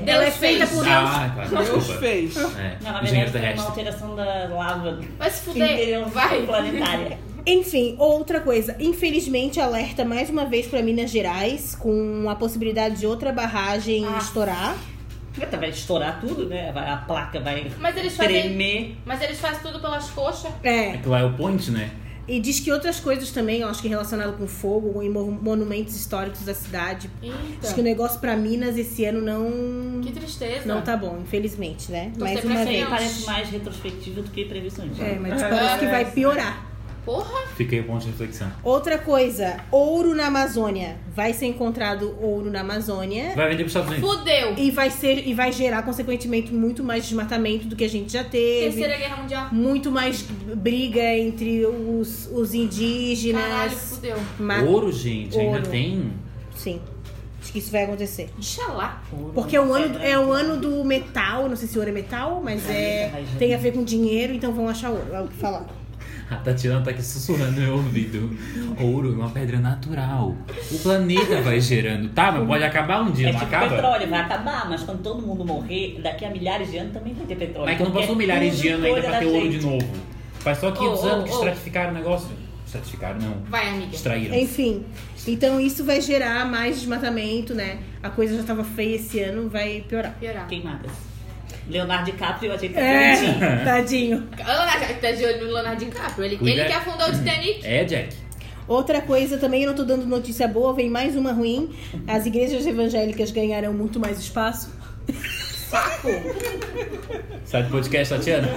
[SPEAKER 6] é- é-
[SPEAKER 3] Ela é feita
[SPEAKER 4] fez.
[SPEAKER 3] por Deus.
[SPEAKER 2] Ah, claro,
[SPEAKER 5] Deus
[SPEAKER 2] desculpa.
[SPEAKER 5] fez.
[SPEAKER 2] É,
[SPEAKER 6] Não,
[SPEAKER 2] engenheiro
[SPEAKER 6] na verdade é uma
[SPEAKER 2] terrestre.
[SPEAKER 6] alteração da lava
[SPEAKER 4] Vai se fuder.
[SPEAKER 6] interior
[SPEAKER 4] Vai.
[SPEAKER 6] planetária.
[SPEAKER 3] Enfim, outra coisa. Infelizmente, alerta mais uma vez para Minas Gerais, com a possibilidade de outra barragem
[SPEAKER 4] Ah.
[SPEAKER 3] estourar.
[SPEAKER 6] Puta, Vai estourar tudo, né? Vai- A placa vai
[SPEAKER 4] Mas eles fazem-
[SPEAKER 6] tremer.
[SPEAKER 4] Mas eles fazem tudo pelas coxas.
[SPEAKER 3] É.
[SPEAKER 2] É que lá é o point, né?
[SPEAKER 3] E diz que outras coisas também, eu acho que relacionado com fogo, em mo- monumentos históricos da cidade. Diz que o
[SPEAKER 4] Eita.
[SPEAKER 3] negócio pra Minas esse ano não
[SPEAKER 4] Que tristeza. assim,
[SPEAKER 3] não tá bom, infelizmente, né?
[SPEAKER 4] Torcer
[SPEAKER 3] Mais
[SPEAKER 4] pra
[SPEAKER 3] uma
[SPEAKER 4] quem
[SPEAKER 3] vez.
[SPEAKER 4] não.
[SPEAKER 6] Parece mais retrospectiva do que previsões. né?
[SPEAKER 3] É, mas
[SPEAKER 5] É,
[SPEAKER 3] parece que vai
[SPEAKER 5] parece.
[SPEAKER 3] piorar.
[SPEAKER 4] Porra.
[SPEAKER 2] Fiquei o ponto de reflexão.
[SPEAKER 3] Outra coisa, ouro na Amazônia. Vai ser encontrado ouro na Amazônia
[SPEAKER 2] Vai vender pros Estados Unidos.
[SPEAKER 4] Fudeu.
[SPEAKER 3] e vai ser e vai gerar consequentemente muito mais desmatamento do que a gente já teve.
[SPEAKER 4] Terceira Guerra Mundial.
[SPEAKER 3] Muito mais briga entre os, os
[SPEAKER 4] Caralho,
[SPEAKER 3] indígenas.
[SPEAKER 4] fudeu.
[SPEAKER 3] Ma-
[SPEAKER 2] Ouro, gente, ainda
[SPEAKER 3] Ouro.
[SPEAKER 2] tem.
[SPEAKER 3] Sim. Acho que isso vai acontecer.
[SPEAKER 4] Inxalá.
[SPEAKER 3] Porque é o ano, é o ano do metal, não sei se ouro é metal, mas é tem a ver com dinheiro, então vão achar ouro, é o que falar.
[SPEAKER 2] A Tatiana tá aqui sussurrando no meu ouvido. Ouro é uma pedra natural. O planeta vai gerando. Tá, mas pode acabar um dia,
[SPEAKER 6] É
[SPEAKER 2] não
[SPEAKER 6] tipo
[SPEAKER 2] acaba?
[SPEAKER 6] petróleo, vai acabar, mas quando todo mundo morrer, daqui a milhares de anos também vai ter petróleo.
[SPEAKER 2] Mas que não
[SPEAKER 6] Porque
[SPEAKER 2] passou
[SPEAKER 6] é
[SPEAKER 2] milhares
[SPEAKER 6] tudo
[SPEAKER 2] de anos ainda
[SPEAKER 6] escolha
[SPEAKER 2] pra ter
[SPEAKER 6] da
[SPEAKER 2] ouro de
[SPEAKER 6] gente.
[SPEAKER 2] novo. Faz só 500
[SPEAKER 4] Oh, oh,
[SPEAKER 2] anos que
[SPEAKER 4] oh.
[SPEAKER 2] estratificaram o negócio. Estratificaram, não.
[SPEAKER 4] Vai, amiga.
[SPEAKER 2] Extraíram.
[SPEAKER 6] É
[SPEAKER 3] Enfim, então isso vai gerar mais desmatamento, né? A coisa já tava feia esse ano, vai piorar.
[SPEAKER 4] Piorar.
[SPEAKER 6] Queimadas. Tá Leonardo DiCaprio, a gente bonitinho.
[SPEAKER 3] É, tadinho.
[SPEAKER 4] Leonardo, tá de olho no Leonardo DiCaprio. Ele,
[SPEAKER 2] Cuida-
[SPEAKER 4] ele que afundou o Titanic.
[SPEAKER 2] É, Jack.
[SPEAKER 3] Outra coisa também, eu não tô dando notícia boa, vem mais uma ruim. As igrejas evangélicas ganharão muito mais espaço.
[SPEAKER 2] Sai do podcast, Tatiana.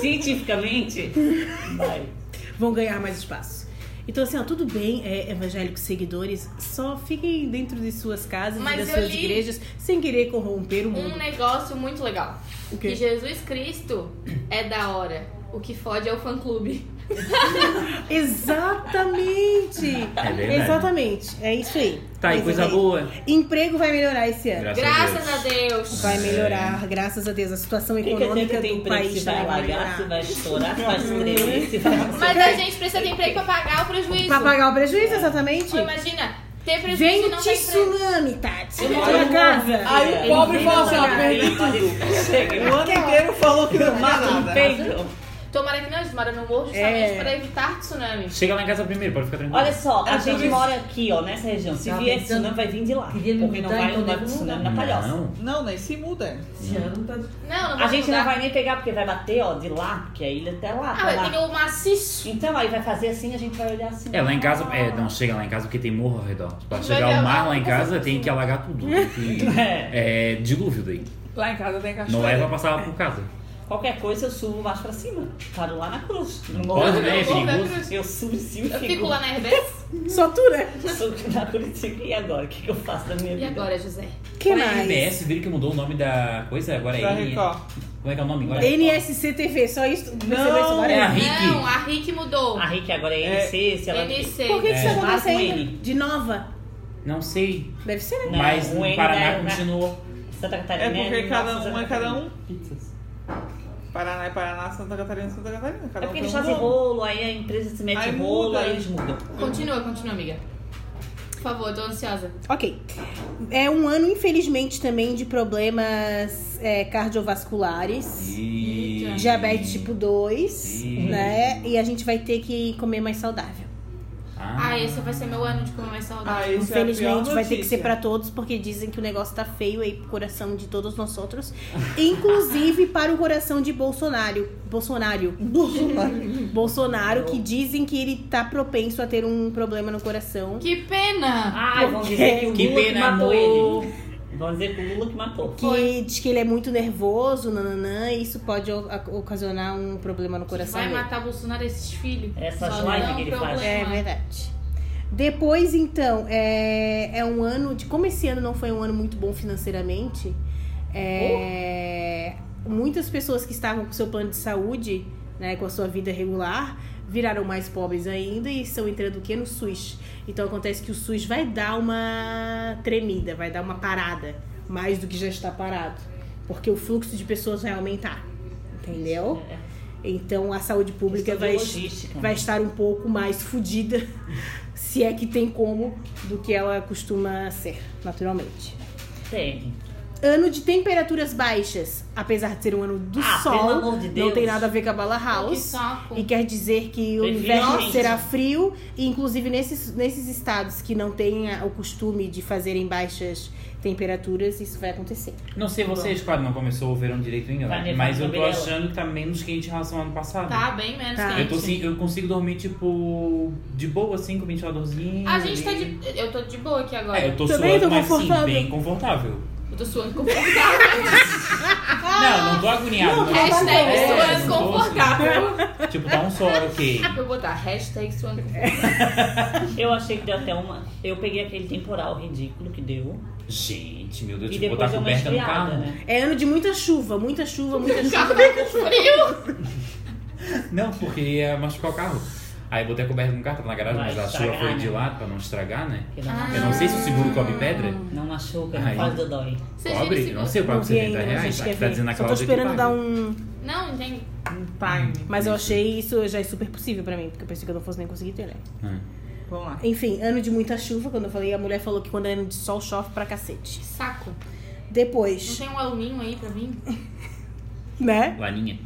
[SPEAKER 6] Cientificamente, vai.
[SPEAKER 3] Vão ganhar mais espaço. Então, assim, ó, tudo bem, é, evangélicos seguidores, só fiquem dentro de suas casas e
[SPEAKER 4] Mas
[SPEAKER 3] das
[SPEAKER 4] eu
[SPEAKER 3] suas
[SPEAKER 4] li-
[SPEAKER 3] igrejas sem querer corromper o mundo.
[SPEAKER 4] Um negócio muito legal.
[SPEAKER 3] O quê?
[SPEAKER 4] Que Jesus Cristo é da hora. O que fode é o fã-clube.
[SPEAKER 3] Exatamente!
[SPEAKER 2] É verdade.
[SPEAKER 3] Exatamente, é isso aí.
[SPEAKER 2] Tá,
[SPEAKER 3] É
[SPEAKER 2] e
[SPEAKER 3] isso
[SPEAKER 2] coisa
[SPEAKER 3] aí.
[SPEAKER 2] boa.
[SPEAKER 3] Emprego vai melhorar esse ano.
[SPEAKER 2] Graças,
[SPEAKER 4] Graças a Deus.
[SPEAKER 3] Vai melhorar, graças a Deus. A situação
[SPEAKER 6] Quem quer dizer
[SPEAKER 3] econômica
[SPEAKER 6] que tem
[SPEAKER 3] do
[SPEAKER 6] emprego se
[SPEAKER 3] país tá
[SPEAKER 6] vai Uhum.
[SPEAKER 3] vai
[SPEAKER 6] alagar, se
[SPEAKER 3] melhorar.
[SPEAKER 6] vai estourar, se vai tremer, se vai...
[SPEAKER 4] Mas a gente precisa ter emprego pra pagar o prejuízo.
[SPEAKER 3] Pra pagar o prejuízo, exatamente.
[SPEAKER 4] Pô, imagina, ter prejuízo e
[SPEAKER 3] Vem o
[SPEAKER 4] não ter emprego.
[SPEAKER 3] tsunami, Tati.
[SPEAKER 6] Eu
[SPEAKER 3] Na
[SPEAKER 6] moro
[SPEAKER 3] tua
[SPEAKER 6] no
[SPEAKER 3] casa.
[SPEAKER 6] Morro,
[SPEAKER 5] Aí o
[SPEAKER 6] Ele
[SPEAKER 5] pobre
[SPEAKER 6] vem
[SPEAKER 5] fala
[SPEAKER 6] na
[SPEAKER 5] assim, ó,
[SPEAKER 6] praia,
[SPEAKER 5] perdi
[SPEAKER 6] ele fala,
[SPEAKER 5] tudo.
[SPEAKER 6] Chega.
[SPEAKER 5] O ano inteiro falou que não mata
[SPEAKER 6] Mata um
[SPEAKER 5] nada.
[SPEAKER 6] peido.
[SPEAKER 4] Tomara que não, a gente mora no morro justamente
[SPEAKER 3] É.
[SPEAKER 4] para evitar tsunami.
[SPEAKER 2] Chega lá em casa primeiro, pode ficar tranquilo.
[SPEAKER 6] Olha só, a
[SPEAKER 5] Ah,
[SPEAKER 6] gente
[SPEAKER 5] talvez-
[SPEAKER 6] mora aqui, ó, nessa região. Se
[SPEAKER 7] Tá
[SPEAKER 6] vier
[SPEAKER 7] pensando-
[SPEAKER 6] tsunami, vai vir de lá.
[SPEAKER 7] Queria me
[SPEAKER 6] Porque não
[SPEAKER 7] mudar,
[SPEAKER 6] vai
[SPEAKER 7] então
[SPEAKER 6] não vai
[SPEAKER 7] devo
[SPEAKER 6] tsunami
[SPEAKER 7] mudar.
[SPEAKER 6] na palhoça.
[SPEAKER 2] Não.
[SPEAKER 5] Não, nem se muda.
[SPEAKER 7] Esse ano tá.
[SPEAKER 4] Não, não vou
[SPEAKER 6] A gente
[SPEAKER 4] mudar.
[SPEAKER 6] não vai nem pegar, porque vai bater, ó, de lá, porque a ilha até lá.
[SPEAKER 4] Ah,
[SPEAKER 6] tá lá.
[SPEAKER 4] vai ter o maciço.
[SPEAKER 6] Então aí vai fazer assim, a gente vai olhar assim.
[SPEAKER 2] É, lá em casa. É, não, chega lá em casa porque tem morro ao redor. Pra
[SPEAKER 4] Vai
[SPEAKER 2] chegar ao mar
[SPEAKER 4] alagar,
[SPEAKER 2] lá em
[SPEAKER 4] vai
[SPEAKER 2] casa tem que alagar tudo. Tem que-
[SPEAKER 6] É.
[SPEAKER 2] É dilúvio daí.
[SPEAKER 5] Lá em casa tem
[SPEAKER 2] Não é pra
[SPEAKER 5] cachorro.
[SPEAKER 2] passar por casa.
[SPEAKER 6] Qualquer coisa eu subo mais pra cima. Paro lá na cruz. Não
[SPEAKER 2] Pode,
[SPEAKER 6] morro.
[SPEAKER 2] né? É
[SPEAKER 4] Eu vou,
[SPEAKER 2] perigoso.
[SPEAKER 4] né?
[SPEAKER 6] Eu subo em cima
[SPEAKER 4] Eu
[SPEAKER 6] e
[SPEAKER 4] fico lá na RBS.
[SPEAKER 3] Só tu, né?
[SPEAKER 6] Subo na cruz e fico, E agora? O que, que eu faço da minha
[SPEAKER 4] E
[SPEAKER 6] vida?
[SPEAKER 4] agora, José?
[SPEAKER 3] que
[SPEAKER 2] Olha, a
[SPEAKER 3] mais?
[SPEAKER 2] RBS, viram que mudou o nome da coisa? Agora é
[SPEAKER 5] Da
[SPEAKER 2] N-
[SPEAKER 5] Record.
[SPEAKER 2] Como é que é o nome agora?
[SPEAKER 3] NSC TV, só isso. Você
[SPEAKER 5] Não,
[SPEAKER 3] vê isso agora?
[SPEAKER 2] é a Rick.
[SPEAKER 4] Não, a Rick mudou.
[SPEAKER 6] A Rick agora é
[SPEAKER 5] É.
[SPEAKER 6] NC, se ela...
[SPEAKER 4] NC.
[SPEAKER 3] Por que, que isso
[SPEAKER 6] É.
[SPEAKER 3] tá acontecendo?
[SPEAKER 6] Marco
[SPEAKER 3] De nova?
[SPEAKER 2] Não sei.
[SPEAKER 3] Deve ser, né?
[SPEAKER 6] Não,
[SPEAKER 2] mas
[SPEAKER 6] o N
[SPEAKER 2] no Paraná
[SPEAKER 6] da-
[SPEAKER 2] continuou.
[SPEAKER 6] Santa Catarina.
[SPEAKER 5] É porque
[SPEAKER 6] Minas,
[SPEAKER 5] cada um
[SPEAKER 6] Santa
[SPEAKER 5] é cada um.
[SPEAKER 6] Pizzas.
[SPEAKER 5] Paraná é Paraná, Santa Catarina é Santa Catarina.
[SPEAKER 6] É
[SPEAKER 5] Cada um
[SPEAKER 6] porque
[SPEAKER 5] tem
[SPEAKER 6] eles
[SPEAKER 5] um
[SPEAKER 6] fazem
[SPEAKER 5] nome.
[SPEAKER 6] rolo, aí a empresa se mete
[SPEAKER 5] Aí
[SPEAKER 6] em rolo,
[SPEAKER 5] muda.
[SPEAKER 6] aí eles mudam.
[SPEAKER 4] Continua, continua, amiga. Por favor, tô ansiosa.
[SPEAKER 3] Ok. É um ano, infelizmente, também de problemas é, cardiovasculares.
[SPEAKER 1] E...
[SPEAKER 3] Diabetes tipo 2,
[SPEAKER 1] Ih.
[SPEAKER 3] né? E a gente vai ter que comer mais saudável.
[SPEAKER 4] Ah, esse vai ser meu ano de comer mais
[SPEAKER 5] Ah,
[SPEAKER 4] saudável.
[SPEAKER 5] esse é a
[SPEAKER 3] Infelizmente,
[SPEAKER 5] pior
[SPEAKER 3] vai ter que ser
[SPEAKER 5] notícia.
[SPEAKER 3] pra todos, porque dizem que o negócio tá feio aí pro coração de todos nós outros. Inclusive para o coração de Bolsonaro. Bolsonaro. Bolsonaro. Bolsonaro, que dizem que ele tá propenso a ter um problema no coração.
[SPEAKER 4] Que pena!
[SPEAKER 6] Ai, vão dizer que o
[SPEAKER 2] Que
[SPEAKER 6] Lula que
[SPEAKER 2] pena,
[SPEAKER 6] matou
[SPEAKER 2] amor.
[SPEAKER 6] ele. Vão dizer que o Lula que matou.
[SPEAKER 3] Que diz que ele é muito nervoso, nananã, e isso pode o- a- ocasionar um problema no coração
[SPEAKER 4] Vai
[SPEAKER 3] dele.
[SPEAKER 4] matar Bolsonaro esses filhos.
[SPEAKER 6] Essas
[SPEAKER 4] Só
[SPEAKER 6] lives
[SPEAKER 4] dá um
[SPEAKER 6] que ele
[SPEAKER 4] problema.
[SPEAKER 6] faz.
[SPEAKER 3] É verdade. Depois, então, é, é um ano de. Como esse ano não foi um ano muito bom financeiramente, é, muitas pessoas que estavam com seu plano de saúde, né, com a sua vida regular, viraram mais pobres ainda e estão entrando o quê? No SUS. Então acontece que o SUS vai dar uma tremida, vai dar uma parada, mais do que já está parado. Porque o fluxo de pessoas vai aumentar. Entendeu? Então a saúde pública
[SPEAKER 6] Questão
[SPEAKER 3] vai,
[SPEAKER 6] de É, logística,
[SPEAKER 3] vai
[SPEAKER 6] né?
[SPEAKER 3] estar um pouco mais fodida, se é que tem como, do que ela costuma ser, naturalmente.
[SPEAKER 6] Tem.
[SPEAKER 3] Ano de temperaturas baixas, apesar de ser um ano do
[SPEAKER 6] Ah,
[SPEAKER 3] sol,
[SPEAKER 6] pelo amor de
[SPEAKER 3] não
[SPEAKER 6] Deus.
[SPEAKER 3] tem nada a ver com a Bala
[SPEAKER 4] Que
[SPEAKER 3] House.
[SPEAKER 4] saco.
[SPEAKER 3] E quer dizer que o
[SPEAKER 6] Prefiro
[SPEAKER 3] inverno
[SPEAKER 6] gente.
[SPEAKER 3] será frio, e inclusive nesses, nesses estados que não têm a- o costume de fazerem baixas temperaturas, isso vai acontecer.
[SPEAKER 2] Não sei vocês, claro, não começou o verão direito
[SPEAKER 6] Vai
[SPEAKER 2] ainda,
[SPEAKER 6] levar
[SPEAKER 2] mas
[SPEAKER 6] pra
[SPEAKER 2] eu tô
[SPEAKER 6] Gabriela.
[SPEAKER 2] achando que tá menos quente em relação ao ano passado.
[SPEAKER 4] Tá bem menos
[SPEAKER 3] Tá.
[SPEAKER 4] quente.
[SPEAKER 2] Eu, tô, assim, eu consigo dormir, tipo, de boa, assim, com o ventiladorzinho.
[SPEAKER 4] A gente tá
[SPEAKER 2] ali.
[SPEAKER 4] de. Eu tô de boa aqui agora.
[SPEAKER 2] É, eu tô
[SPEAKER 3] Também
[SPEAKER 2] suando,
[SPEAKER 3] tô
[SPEAKER 2] mas sim,
[SPEAKER 3] confortável.
[SPEAKER 2] bem confortável.
[SPEAKER 4] Eu tô suando confortável.
[SPEAKER 2] Não, não tô agoniado. Não,
[SPEAKER 4] Hashtag
[SPEAKER 2] É,
[SPEAKER 4] suando
[SPEAKER 2] não tô, assim.
[SPEAKER 4] confortável.
[SPEAKER 2] Tipo, dá um sol, ok.
[SPEAKER 4] Eu vou botar hashtag suando confortável.
[SPEAKER 6] Eu achei que deu até uma. Eu peguei aquele temporal ridículo que deu.
[SPEAKER 2] Gente, meu Deus,
[SPEAKER 6] E
[SPEAKER 2] tipo, botar
[SPEAKER 6] depois deu uma
[SPEAKER 2] coberta no carro.
[SPEAKER 6] esfriada, né?
[SPEAKER 3] É ano de muita chuva, muita chuva, muita
[SPEAKER 4] O
[SPEAKER 3] chuva.
[SPEAKER 4] carro tá com frio.
[SPEAKER 2] Não, porque ia machucar o carro. Aí eu botei a coberta no carro, tava na garagem,
[SPEAKER 6] Vai
[SPEAKER 2] mas a
[SPEAKER 6] estragar,
[SPEAKER 2] chuva foi de
[SPEAKER 6] né?
[SPEAKER 2] lado pra não estragar, né?
[SPEAKER 6] Que não,
[SPEAKER 2] Eu não sei se o seguro cobre pedra.
[SPEAKER 3] Ah,
[SPEAKER 6] não é machuca,
[SPEAKER 2] Ai.
[SPEAKER 6] não faz dodói.
[SPEAKER 4] Vocês viram
[SPEAKER 2] Cobre?
[SPEAKER 4] esse
[SPEAKER 2] Eu não sei, eu pago
[SPEAKER 3] Não vi
[SPEAKER 2] 70
[SPEAKER 3] ainda, mas
[SPEAKER 2] reais.
[SPEAKER 3] acho que
[SPEAKER 2] Tá,
[SPEAKER 3] é
[SPEAKER 2] tá dizendo na
[SPEAKER 3] Só tô
[SPEAKER 2] Cláudia que
[SPEAKER 3] esperando
[SPEAKER 2] paga.
[SPEAKER 3] dar um.
[SPEAKER 4] Não, entendi.
[SPEAKER 5] Um time.
[SPEAKER 3] Uhum. Mas eu achei isso já é super possível pra mim, porque eu pensei que eu não fosse nem conseguir ter, né?
[SPEAKER 2] Ah.
[SPEAKER 5] Vamos lá.
[SPEAKER 3] Enfim, ano de muita chuva, quando eu falei, a mulher falou que quando é ano de sol chove pra cacete.
[SPEAKER 4] Que saco. Não
[SPEAKER 3] Depois,
[SPEAKER 4] tem um alumínio aí pra mim?
[SPEAKER 3] né?
[SPEAKER 2] Ah, Laninha.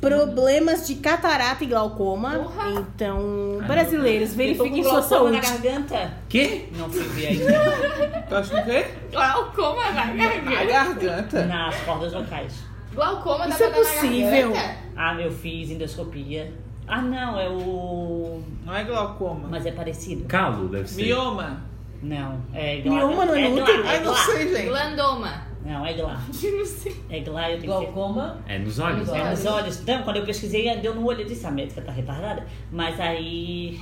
[SPEAKER 3] Problemas de catarata e glaucoma.
[SPEAKER 4] Porra!
[SPEAKER 3] Então, brasileiros, verifiquem
[SPEAKER 6] Ah, Eu tô com
[SPEAKER 3] sua
[SPEAKER 6] glaucoma
[SPEAKER 3] saúde.
[SPEAKER 6] na garganta.
[SPEAKER 2] Quê?
[SPEAKER 6] Não fui ver ainda.
[SPEAKER 5] Gosta do quê?
[SPEAKER 4] Glaucoma na
[SPEAKER 5] A
[SPEAKER 4] garganta.
[SPEAKER 5] garganta.
[SPEAKER 6] Nas cordas vocais.
[SPEAKER 4] Glaucoma
[SPEAKER 3] Isso
[SPEAKER 4] tá
[SPEAKER 3] é possível.
[SPEAKER 6] Ah, eu fiz endoscopia. Ah, não, é o.
[SPEAKER 5] Não é glaucoma.
[SPEAKER 6] Mas é parecido.
[SPEAKER 2] Calo, deve ser.
[SPEAKER 5] Mioma.
[SPEAKER 6] Não, é glá.
[SPEAKER 3] Mioma não é
[SPEAKER 6] é
[SPEAKER 3] no
[SPEAKER 6] glá,
[SPEAKER 3] útero?
[SPEAKER 6] é
[SPEAKER 5] Ai, não
[SPEAKER 6] glá.
[SPEAKER 5] sei, gente.
[SPEAKER 4] Glandoma.
[SPEAKER 6] Não, é glá.
[SPEAKER 4] Não sei.
[SPEAKER 6] É glá, eu tenho que
[SPEAKER 7] Glaucoma.
[SPEAKER 2] É nos olhos?
[SPEAKER 6] É nos olhos. Não, quando eu pesquisei, deu no olho. Eu disse, a médica tá retardada. Mas aí...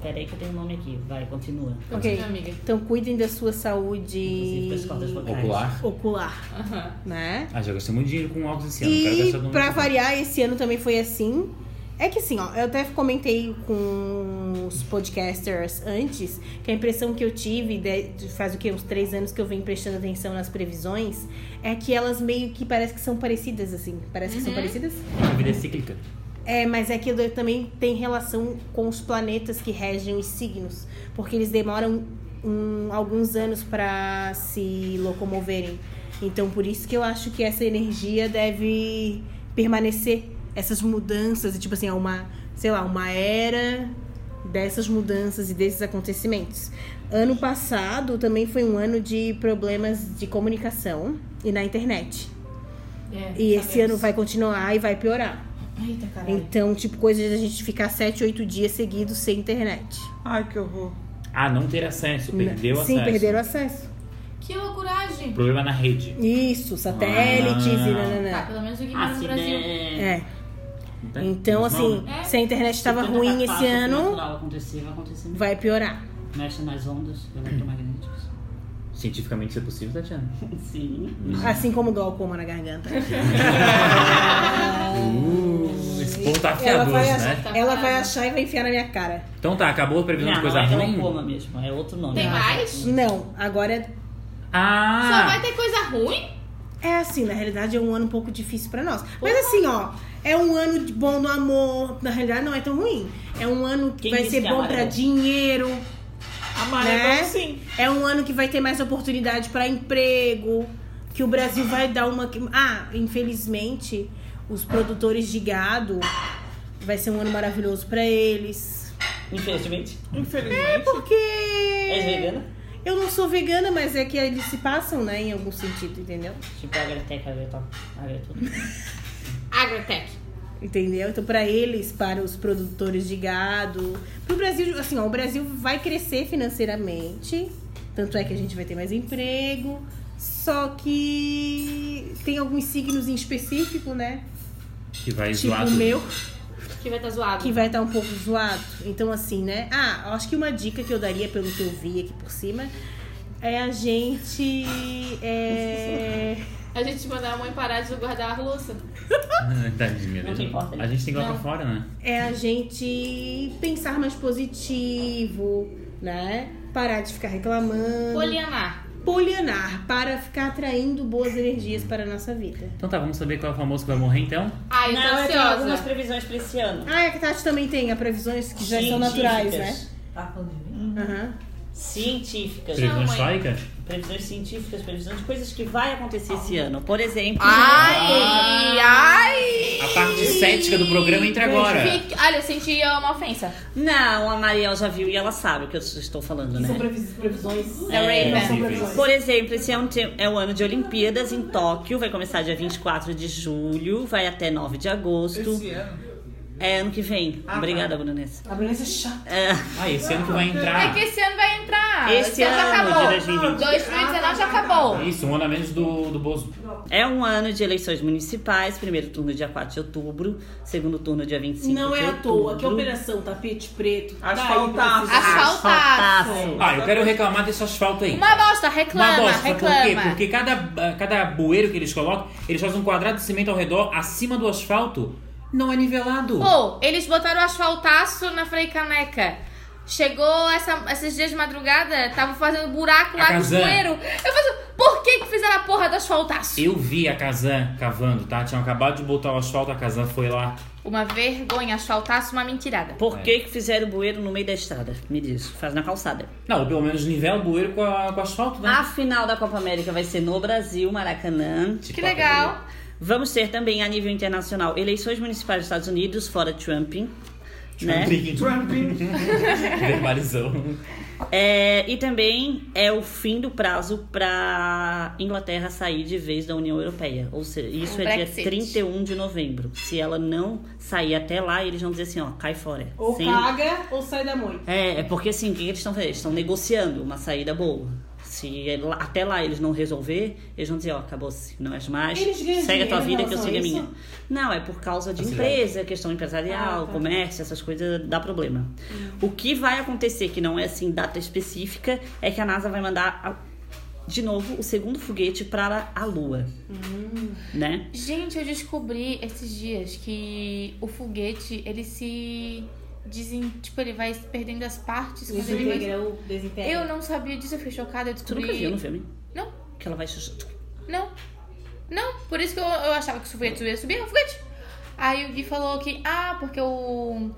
[SPEAKER 6] Peraí que eu tenho o nome aqui. Vai, continua.
[SPEAKER 3] Ok.
[SPEAKER 4] Continua, amiga.
[SPEAKER 3] Então, cuidem da sua
[SPEAKER 6] Inclusive,
[SPEAKER 3] saúde
[SPEAKER 6] das cordas vocais.
[SPEAKER 2] Ocular.
[SPEAKER 3] ocular,
[SPEAKER 4] Aham.
[SPEAKER 3] né?
[SPEAKER 2] É Ah, já gastei muito dinheiro com óculos esse ano. Quero
[SPEAKER 3] E
[SPEAKER 2] gastar tudo
[SPEAKER 3] pra
[SPEAKER 2] no-
[SPEAKER 3] variar, esse ano também foi assim. É que assim, ó, eu até comentei com os podcasters antes que a impressão que eu tive de- de- faz o que uns três anos que eu venho prestando atenção nas previsões é que elas meio que parece que são parecidas assim, parece que são parecidas.
[SPEAKER 2] A vida é cíclica.
[SPEAKER 3] É, mas é que eu também tem relação com os planetas que regem os signos, porque eles demoram hum, alguns anos pra se locomoverem. Então, por isso que eu acho que essa energia deve permanecer. Essas mudanças, tipo assim, é uma, sei lá, uma era dessas mudanças e desses acontecimentos. Ano passado também foi um ano de problemas de comunicação e na internet.
[SPEAKER 4] É,
[SPEAKER 3] E esse
[SPEAKER 4] sabemos.
[SPEAKER 3] ano vai continuar e vai piorar.
[SPEAKER 4] Eita, caralho.
[SPEAKER 3] Então, tipo, coisa da gente ficar 7, 8 dias seguidos sem internet.
[SPEAKER 5] Ai, que horror.
[SPEAKER 2] Ah, não ter acesso. Perdeu acesso.
[SPEAKER 3] Sim, perderam acesso.
[SPEAKER 4] Que loucuragem.
[SPEAKER 2] Problema é na rede.
[SPEAKER 3] Isso, satélites
[SPEAKER 2] Ah.
[SPEAKER 3] e
[SPEAKER 4] Tá,
[SPEAKER 3] nananã.
[SPEAKER 4] pelo menos aqui
[SPEAKER 6] Ah, Assim,
[SPEAKER 4] no Brasil.
[SPEAKER 6] Acidente.
[SPEAKER 3] É.
[SPEAKER 2] Não tem?
[SPEAKER 3] Então,
[SPEAKER 2] Menos
[SPEAKER 3] assim,
[SPEAKER 2] mal, né?
[SPEAKER 4] É.
[SPEAKER 3] se a internet tava
[SPEAKER 6] Se tudo
[SPEAKER 3] ruim
[SPEAKER 6] acabar,
[SPEAKER 3] esse
[SPEAKER 6] se tudo
[SPEAKER 3] ano,
[SPEAKER 6] tá assim, natural acontecer, vai acontecer. mesmo.
[SPEAKER 3] vai piorar.
[SPEAKER 6] Mexe nas ondas eletromagnéticas.
[SPEAKER 2] Cientificamente isso é possível, Tatiana?
[SPEAKER 6] Sim.
[SPEAKER 2] Uhum.
[SPEAKER 3] Assim como glaucoma na garganta.
[SPEAKER 2] Uh, esse povo tá
[SPEAKER 3] Ela
[SPEAKER 2] afiador,
[SPEAKER 3] vai,
[SPEAKER 2] né?
[SPEAKER 3] achar, ela vai achar e vai enfiar na minha cara.
[SPEAKER 2] Então tá, acabou a previsão de
[SPEAKER 6] Não,
[SPEAKER 2] coisa
[SPEAKER 6] não é
[SPEAKER 2] ruim?
[SPEAKER 6] glaucoma mesmo. É outro nome.
[SPEAKER 4] Tem
[SPEAKER 6] Ah,
[SPEAKER 4] mais?
[SPEAKER 3] Não, agora
[SPEAKER 4] Só
[SPEAKER 2] Ah!
[SPEAKER 4] vai ter coisa ruim?
[SPEAKER 3] É assim, na realidade é um ano um pouco difícil pra nós. Mas assim, ó, é um ano de bom no amor, na realidade não é tão ruim. É um ano que
[SPEAKER 6] Quem
[SPEAKER 3] vai
[SPEAKER 6] disse
[SPEAKER 3] ser
[SPEAKER 6] que é
[SPEAKER 3] bom pra
[SPEAKER 6] amarelo?
[SPEAKER 3] dinheiro,
[SPEAKER 5] A Maria
[SPEAKER 3] Né?
[SPEAKER 5] é assim.
[SPEAKER 3] É um ano que vai ter mais oportunidade para emprego, que o Brasil vai dar uma. Ah, infelizmente, os produtores de gado vai ser um ano maravilhoso para eles.
[SPEAKER 6] Infelizmente.
[SPEAKER 5] Infelizmente.
[SPEAKER 6] És
[SPEAKER 3] Porque
[SPEAKER 6] É vegana?
[SPEAKER 3] eu não sou vegana, mas é que eles se passam, né, em algum sentido, entendeu?
[SPEAKER 6] Tipo a Agretec, a Agretop, a Agretudo.
[SPEAKER 4] Agrotech.
[SPEAKER 3] Entendeu? Então, para eles, para os produtores de gado, para o Brasil, assim, ó, o Brasil vai crescer financeiramente, tanto é que a gente vai ter mais emprego, só que tem alguns signos em específico, né?
[SPEAKER 2] Que vai
[SPEAKER 3] Tipo
[SPEAKER 2] zoar
[SPEAKER 3] o
[SPEAKER 2] tudo.
[SPEAKER 3] meu,
[SPEAKER 4] Que vai estar zoado.
[SPEAKER 3] que vai estar um pouco zoado. Então, assim, né? Ah, eu acho que uma dica que eu daria, pelo que eu vi aqui por cima, é a gente. É...
[SPEAKER 4] A gente mandar a mãe parar de guardar a louça.
[SPEAKER 2] Ah, Tadinha,
[SPEAKER 6] Não
[SPEAKER 2] né?
[SPEAKER 6] tem porta, né?
[SPEAKER 2] A gente tem que ir lá pra
[SPEAKER 4] Não.
[SPEAKER 2] fora, né?
[SPEAKER 3] é a gente pensar mais positivo, né? Parar de ficar reclamando.
[SPEAKER 4] Polianar.
[SPEAKER 3] Polianar, para ficar atraindo boas energias para a nossa vida.
[SPEAKER 2] Então tá, vamos saber qual é o famoso que vai morrer então?
[SPEAKER 4] Ai, Ah, eu tô
[SPEAKER 6] Não, eu tenho algumas
[SPEAKER 4] ansiosa.
[SPEAKER 6] previsões pra esse ano.
[SPEAKER 3] Ah, é que a Tati também tem a previsões que já são naturais, né?
[SPEAKER 6] Científicas.
[SPEAKER 7] Tá falando de mim?
[SPEAKER 3] Aham.
[SPEAKER 6] Científicas.
[SPEAKER 4] Não,
[SPEAKER 2] Previsão
[SPEAKER 4] mãe.
[SPEAKER 2] histórica?
[SPEAKER 6] Previsões científicas, previsões de coisas que vai acontecer esse ano. Por exemplo.
[SPEAKER 4] Ah. Ai, ai.
[SPEAKER 2] A parte cética do programa entra agora.
[SPEAKER 4] Fique- Olha, eu senti uma ofensa.
[SPEAKER 6] É, Não, a Mariel já viu e ela sabe o que eu estou falando, né? É,
[SPEAKER 7] São previs- previsões.
[SPEAKER 4] Da Raven.
[SPEAKER 7] Não são previsões.
[SPEAKER 6] Por exemplo, esse é, um te- é o ano de Olimpíadas em Tóquio, vai começar dia 24 de julho, vai até 9 de agosto.
[SPEAKER 5] Esse ano.
[SPEAKER 6] É ano que vem.
[SPEAKER 5] Ah,
[SPEAKER 6] Obrigada, Brunessa.
[SPEAKER 7] A Brunessa é chata.
[SPEAKER 6] É,
[SPEAKER 2] Ah, esse ano que vai
[SPEAKER 4] É
[SPEAKER 2] entrar.
[SPEAKER 4] que esse ano vai entrar.
[SPEAKER 6] Esse
[SPEAKER 4] ano já
[SPEAKER 6] ano de
[SPEAKER 4] acabou.
[SPEAKER 6] 2020.
[SPEAKER 4] 2019 já acabou.
[SPEAKER 2] Isso, um ano a menos do, do Bozo.
[SPEAKER 6] é um ano de eleições municipais, primeiro turno dia 4 de outubro, segundo turno dia 25
[SPEAKER 7] Não
[SPEAKER 6] de
[SPEAKER 7] é à
[SPEAKER 6] outubro.
[SPEAKER 7] toa que a operação tapete preto. tá aí pra
[SPEAKER 5] Asfaltar.
[SPEAKER 7] vocês.
[SPEAKER 4] Asfaltaço.
[SPEAKER 2] Ah, eu quero reclamar desse asfalto aí.
[SPEAKER 4] Uma bosta,
[SPEAKER 2] Uma
[SPEAKER 4] reclama,
[SPEAKER 2] bosta, por quê?
[SPEAKER 4] reclama.
[SPEAKER 2] Porque cada, cada bueiro que eles colocam, eles fazem um quadrado de cimento ao redor, acima do asfalto, não é nivelado.
[SPEAKER 4] Pô, eles botaram asfaltaço na Frei Caneca. Chegou essa- esses dias de madrugada, tava fazendo buraco lá
[SPEAKER 2] A
[SPEAKER 4] com
[SPEAKER 2] Kazan.
[SPEAKER 4] poeiro. Eu falei, por que que fizeram a porra do asfaltaço?
[SPEAKER 2] Eu vi a Kazan cavando, tá? Tinham acabado de botar o asfalto, a Kazan foi lá.
[SPEAKER 4] Uma vergonha, asfaltaço, uma mentirada.
[SPEAKER 6] Por que, que fizeram o bueiro no meio da estrada? Me diz, faz na calçada.
[SPEAKER 2] Não, ou pelo menos nivela o bueiro com, a- com o asfalto, né?
[SPEAKER 6] A final da Copa América vai ser no Brasil, Maracanã.
[SPEAKER 2] Tipo
[SPEAKER 4] Que legal.
[SPEAKER 6] Vamos ter também, a nível internacional, eleições municipais dos Estados Unidos, fora Trump.
[SPEAKER 2] Tipo, um
[SPEAKER 6] Né?
[SPEAKER 5] Tramping.
[SPEAKER 2] Verbalizou.
[SPEAKER 6] É, e também é o fim do prazo para Inglaterra sair de vez da União Europeia. Ou seja, isso
[SPEAKER 4] O
[SPEAKER 6] é
[SPEAKER 4] Brexit.
[SPEAKER 6] dia 31 de novembro. Se ela não sair até lá, eles vão dizer assim, ó, cai fora.
[SPEAKER 7] Ou
[SPEAKER 6] Sem-
[SPEAKER 7] caga ou sai da moita.
[SPEAKER 6] É, é porque assim, o que que eles estão fazendo? Eles estão negociando uma saída boa. Se é lá- até lá eles não resolver, eles vão dizer, ó, acabou-se, não és mais,
[SPEAKER 7] Eles ganham
[SPEAKER 6] segue a tua
[SPEAKER 7] dinheiro em
[SPEAKER 6] vida que eu
[SPEAKER 7] relação
[SPEAKER 6] sigo
[SPEAKER 7] a
[SPEAKER 6] a
[SPEAKER 7] isso?
[SPEAKER 6] minha. Não, é por causa de empresa, questão empresarial,
[SPEAKER 7] Ah, tá. Hum.
[SPEAKER 6] comércio, essas coisas dá problema. O que vai acontecer, que não é assim data específica, é que a NASA vai mandar a- de novo o segundo foguete para a Lua.
[SPEAKER 7] Hum.
[SPEAKER 6] Né?
[SPEAKER 4] Gente, eu descobri esses dias que o foguete, ele se dizem, tipo, ele vai perdendo as partes quando ele vai
[SPEAKER 7] Desintegra ou é desintegra.
[SPEAKER 4] Eu não sabia disso, eu fiquei chocada, eu
[SPEAKER 6] é Tu
[SPEAKER 4] descobri.
[SPEAKER 6] nunca viu no filme?
[SPEAKER 4] Não.
[SPEAKER 6] Que ela vai. sus-
[SPEAKER 4] Não. Não, por isso que eu, eu achava que o foguete ia subir, é um foguete. Aí o Gui falou que, ah, porque o,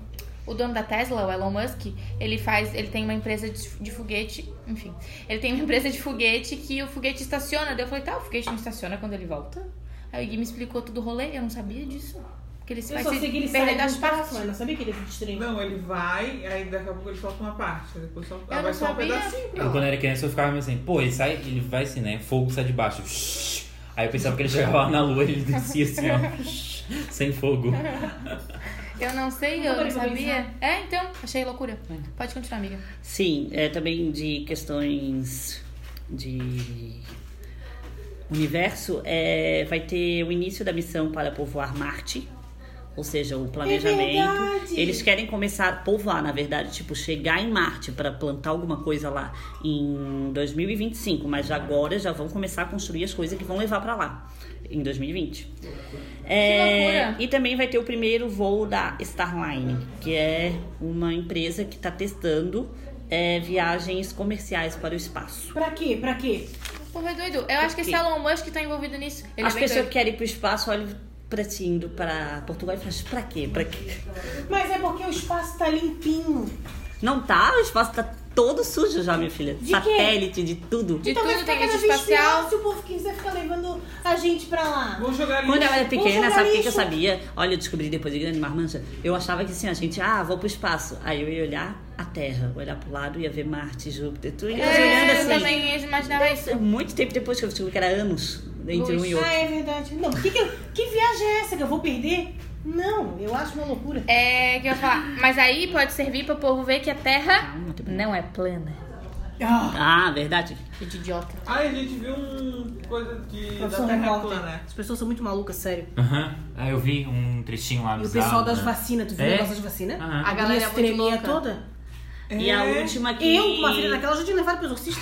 [SPEAKER 4] o dono da Tesla, o Elon Musk, ele faz, ele tem uma empresa de, de foguete, enfim, ele tem uma empresa de foguete que o foguete estaciona. Daí eu falei, tá, o foguete não estaciona quando ele volta. Aí o Gui me explicou todo o rolê, eu não sabia disso. Que ele se
[SPEAKER 7] Eu
[SPEAKER 4] faz
[SPEAKER 7] só sei que ele sai um
[SPEAKER 4] perder
[SPEAKER 7] da
[SPEAKER 4] das partes.
[SPEAKER 7] espaço, mas não sabia que ele é se distraía.
[SPEAKER 5] Não, ele vai, aí daqui a pouco ele solta uma parte. Depois só,
[SPEAKER 4] Eu não
[SPEAKER 5] vai só um
[SPEAKER 4] sabia.
[SPEAKER 5] pedacinho.
[SPEAKER 2] Eu, quando era criança, eu ficava meio assim, pô, ele sai, ele vai assim, né? Fogo sai de baixo. Shhh. Aí eu pensava que ele chegava lá na lua e ele descia assim, ó. shhh, Sem fogo.
[SPEAKER 4] Eu não sei,
[SPEAKER 7] Nunca
[SPEAKER 4] eu não
[SPEAKER 7] parei pra
[SPEAKER 4] sabia. É, então, achei loucura.
[SPEAKER 5] É.
[SPEAKER 4] Pode continuar, amiga.
[SPEAKER 6] Sim, é também de questões de universo, é, vai ter o início da missão para povoar Marte, ou seja, o planejamento.
[SPEAKER 7] verdade!
[SPEAKER 6] Eles querem começar a povoar, na verdade, tipo, chegar em Marte para plantar alguma coisa lá em 2025, mas agora já vão começar a construir as coisas que vão levar para lá em 2020.
[SPEAKER 4] Que loucura!
[SPEAKER 6] É, E também vai ter o primeiro voo da Starline, que é uma empresa que está testando é, viagens comerciais para o espaço.
[SPEAKER 7] Pra quê? Pra quê?
[SPEAKER 4] Porra, é doido. Eu acho que esse
[SPEAKER 6] quê?
[SPEAKER 4] Elon Musk tá envolvido nisso. Ele
[SPEAKER 6] As
[SPEAKER 4] é bem
[SPEAKER 6] pessoas
[SPEAKER 4] doido.
[SPEAKER 6] que querem ir para o espaço olham para ti indo para Portugal e falam, pra quê? Pra quê?
[SPEAKER 7] Mas é porque o espaço tá limpinho.
[SPEAKER 6] Não tá? O espaço tá todo sujo já, minha filha.
[SPEAKER 7] De
[SPEAKER 6] Satélite, de tudo.
[SPEAKER 4] De
[SPEAKER 7] então vai
[SPEAKER 4] tudo
[SPEAKER 7] ficar
[SPEAKER 4] tem
[SPEAKER 7] cada
[SPEAKER 4] rede
[SPEAKER 7] vez
[SPEAKER 4] espacial.
[SPEAKER 7] pior se o povo quiser ficar levando a gente pra lá.
[SPEAKER 5] Vou jogar
[SPEAKER 6] Quando eu era pequena,
[SPEAKER 7] jogar
[SPEAKER 6] sabe o que, que
[SPEAKER 7] lixo.
[SPEAKER 6] eu sabia? Olha, eu descobri depois de grande marmancha. Eu achava que assim, a gente, ah, vou pro espaço. Aí eu ia olhar a Terra, olhar pro lado, ia ver Marte, Júpiter, tudo. E eu olhando
[SPEAKER 4] É, eu
[SPEAKER 6] assim.
[SPEAKER 4] também imaginava isso.
[SPEAKER 6] Muito tempo depois que eu descobri que era anos entre um e outro.
[SPEAKER 7] Ah, é verdade. Não, que, que, eu- que viagem é essa que eu vou perder? Não, eu acho uma loucura.
[SPEAKER 4] É, que eu ia falar. Mas aí pode servir para o povo ver que a Terra não é plana.
[SPEAKER 7] Ah,
[SPEAKER 6] Ah, verdade.
[SPEAKER 4] Que de idiota.
[SPEAKER 5] Ai, a gente viu um coisa de da
[SPEAKER 7] professor
[SPEAKER 5] Terra
[SPEAKER 7] repórter.
[SPEAKER 4] né?
[SPEAKER 5] plana.
[SPEAKER 7] As pessoas são muito malucas, sério.
[SPEAKER 2] Aham. Aí eu vi um trechinho lá
[SPEAKER 7] E o
[SPEAKER 2] bizarro,
[SPEAKER 7] pessoal das
[SPEAKER 2] né?
[SPEAKER 7] vacinas, tu viu
[SPEAKER 2] É?
[SPEAKER 7] o negócio das vacinas?
[SPEAKER 2] Aham.
[SPEAKER 4] A galera é
[SPEAKER 7] Minha
[SPEAKER 4] muito
[SPEAKER 7] estrelinha
[SPEAKER 4] louca.
[SPEAKER 7] toda.
[SPEAKER 6] E a
[SPEAKER 5] É.
[SPEAKER 6] última que.
[SPEAKER 7] Eu, com uma filha daquela, já tinha levado pro exorcista.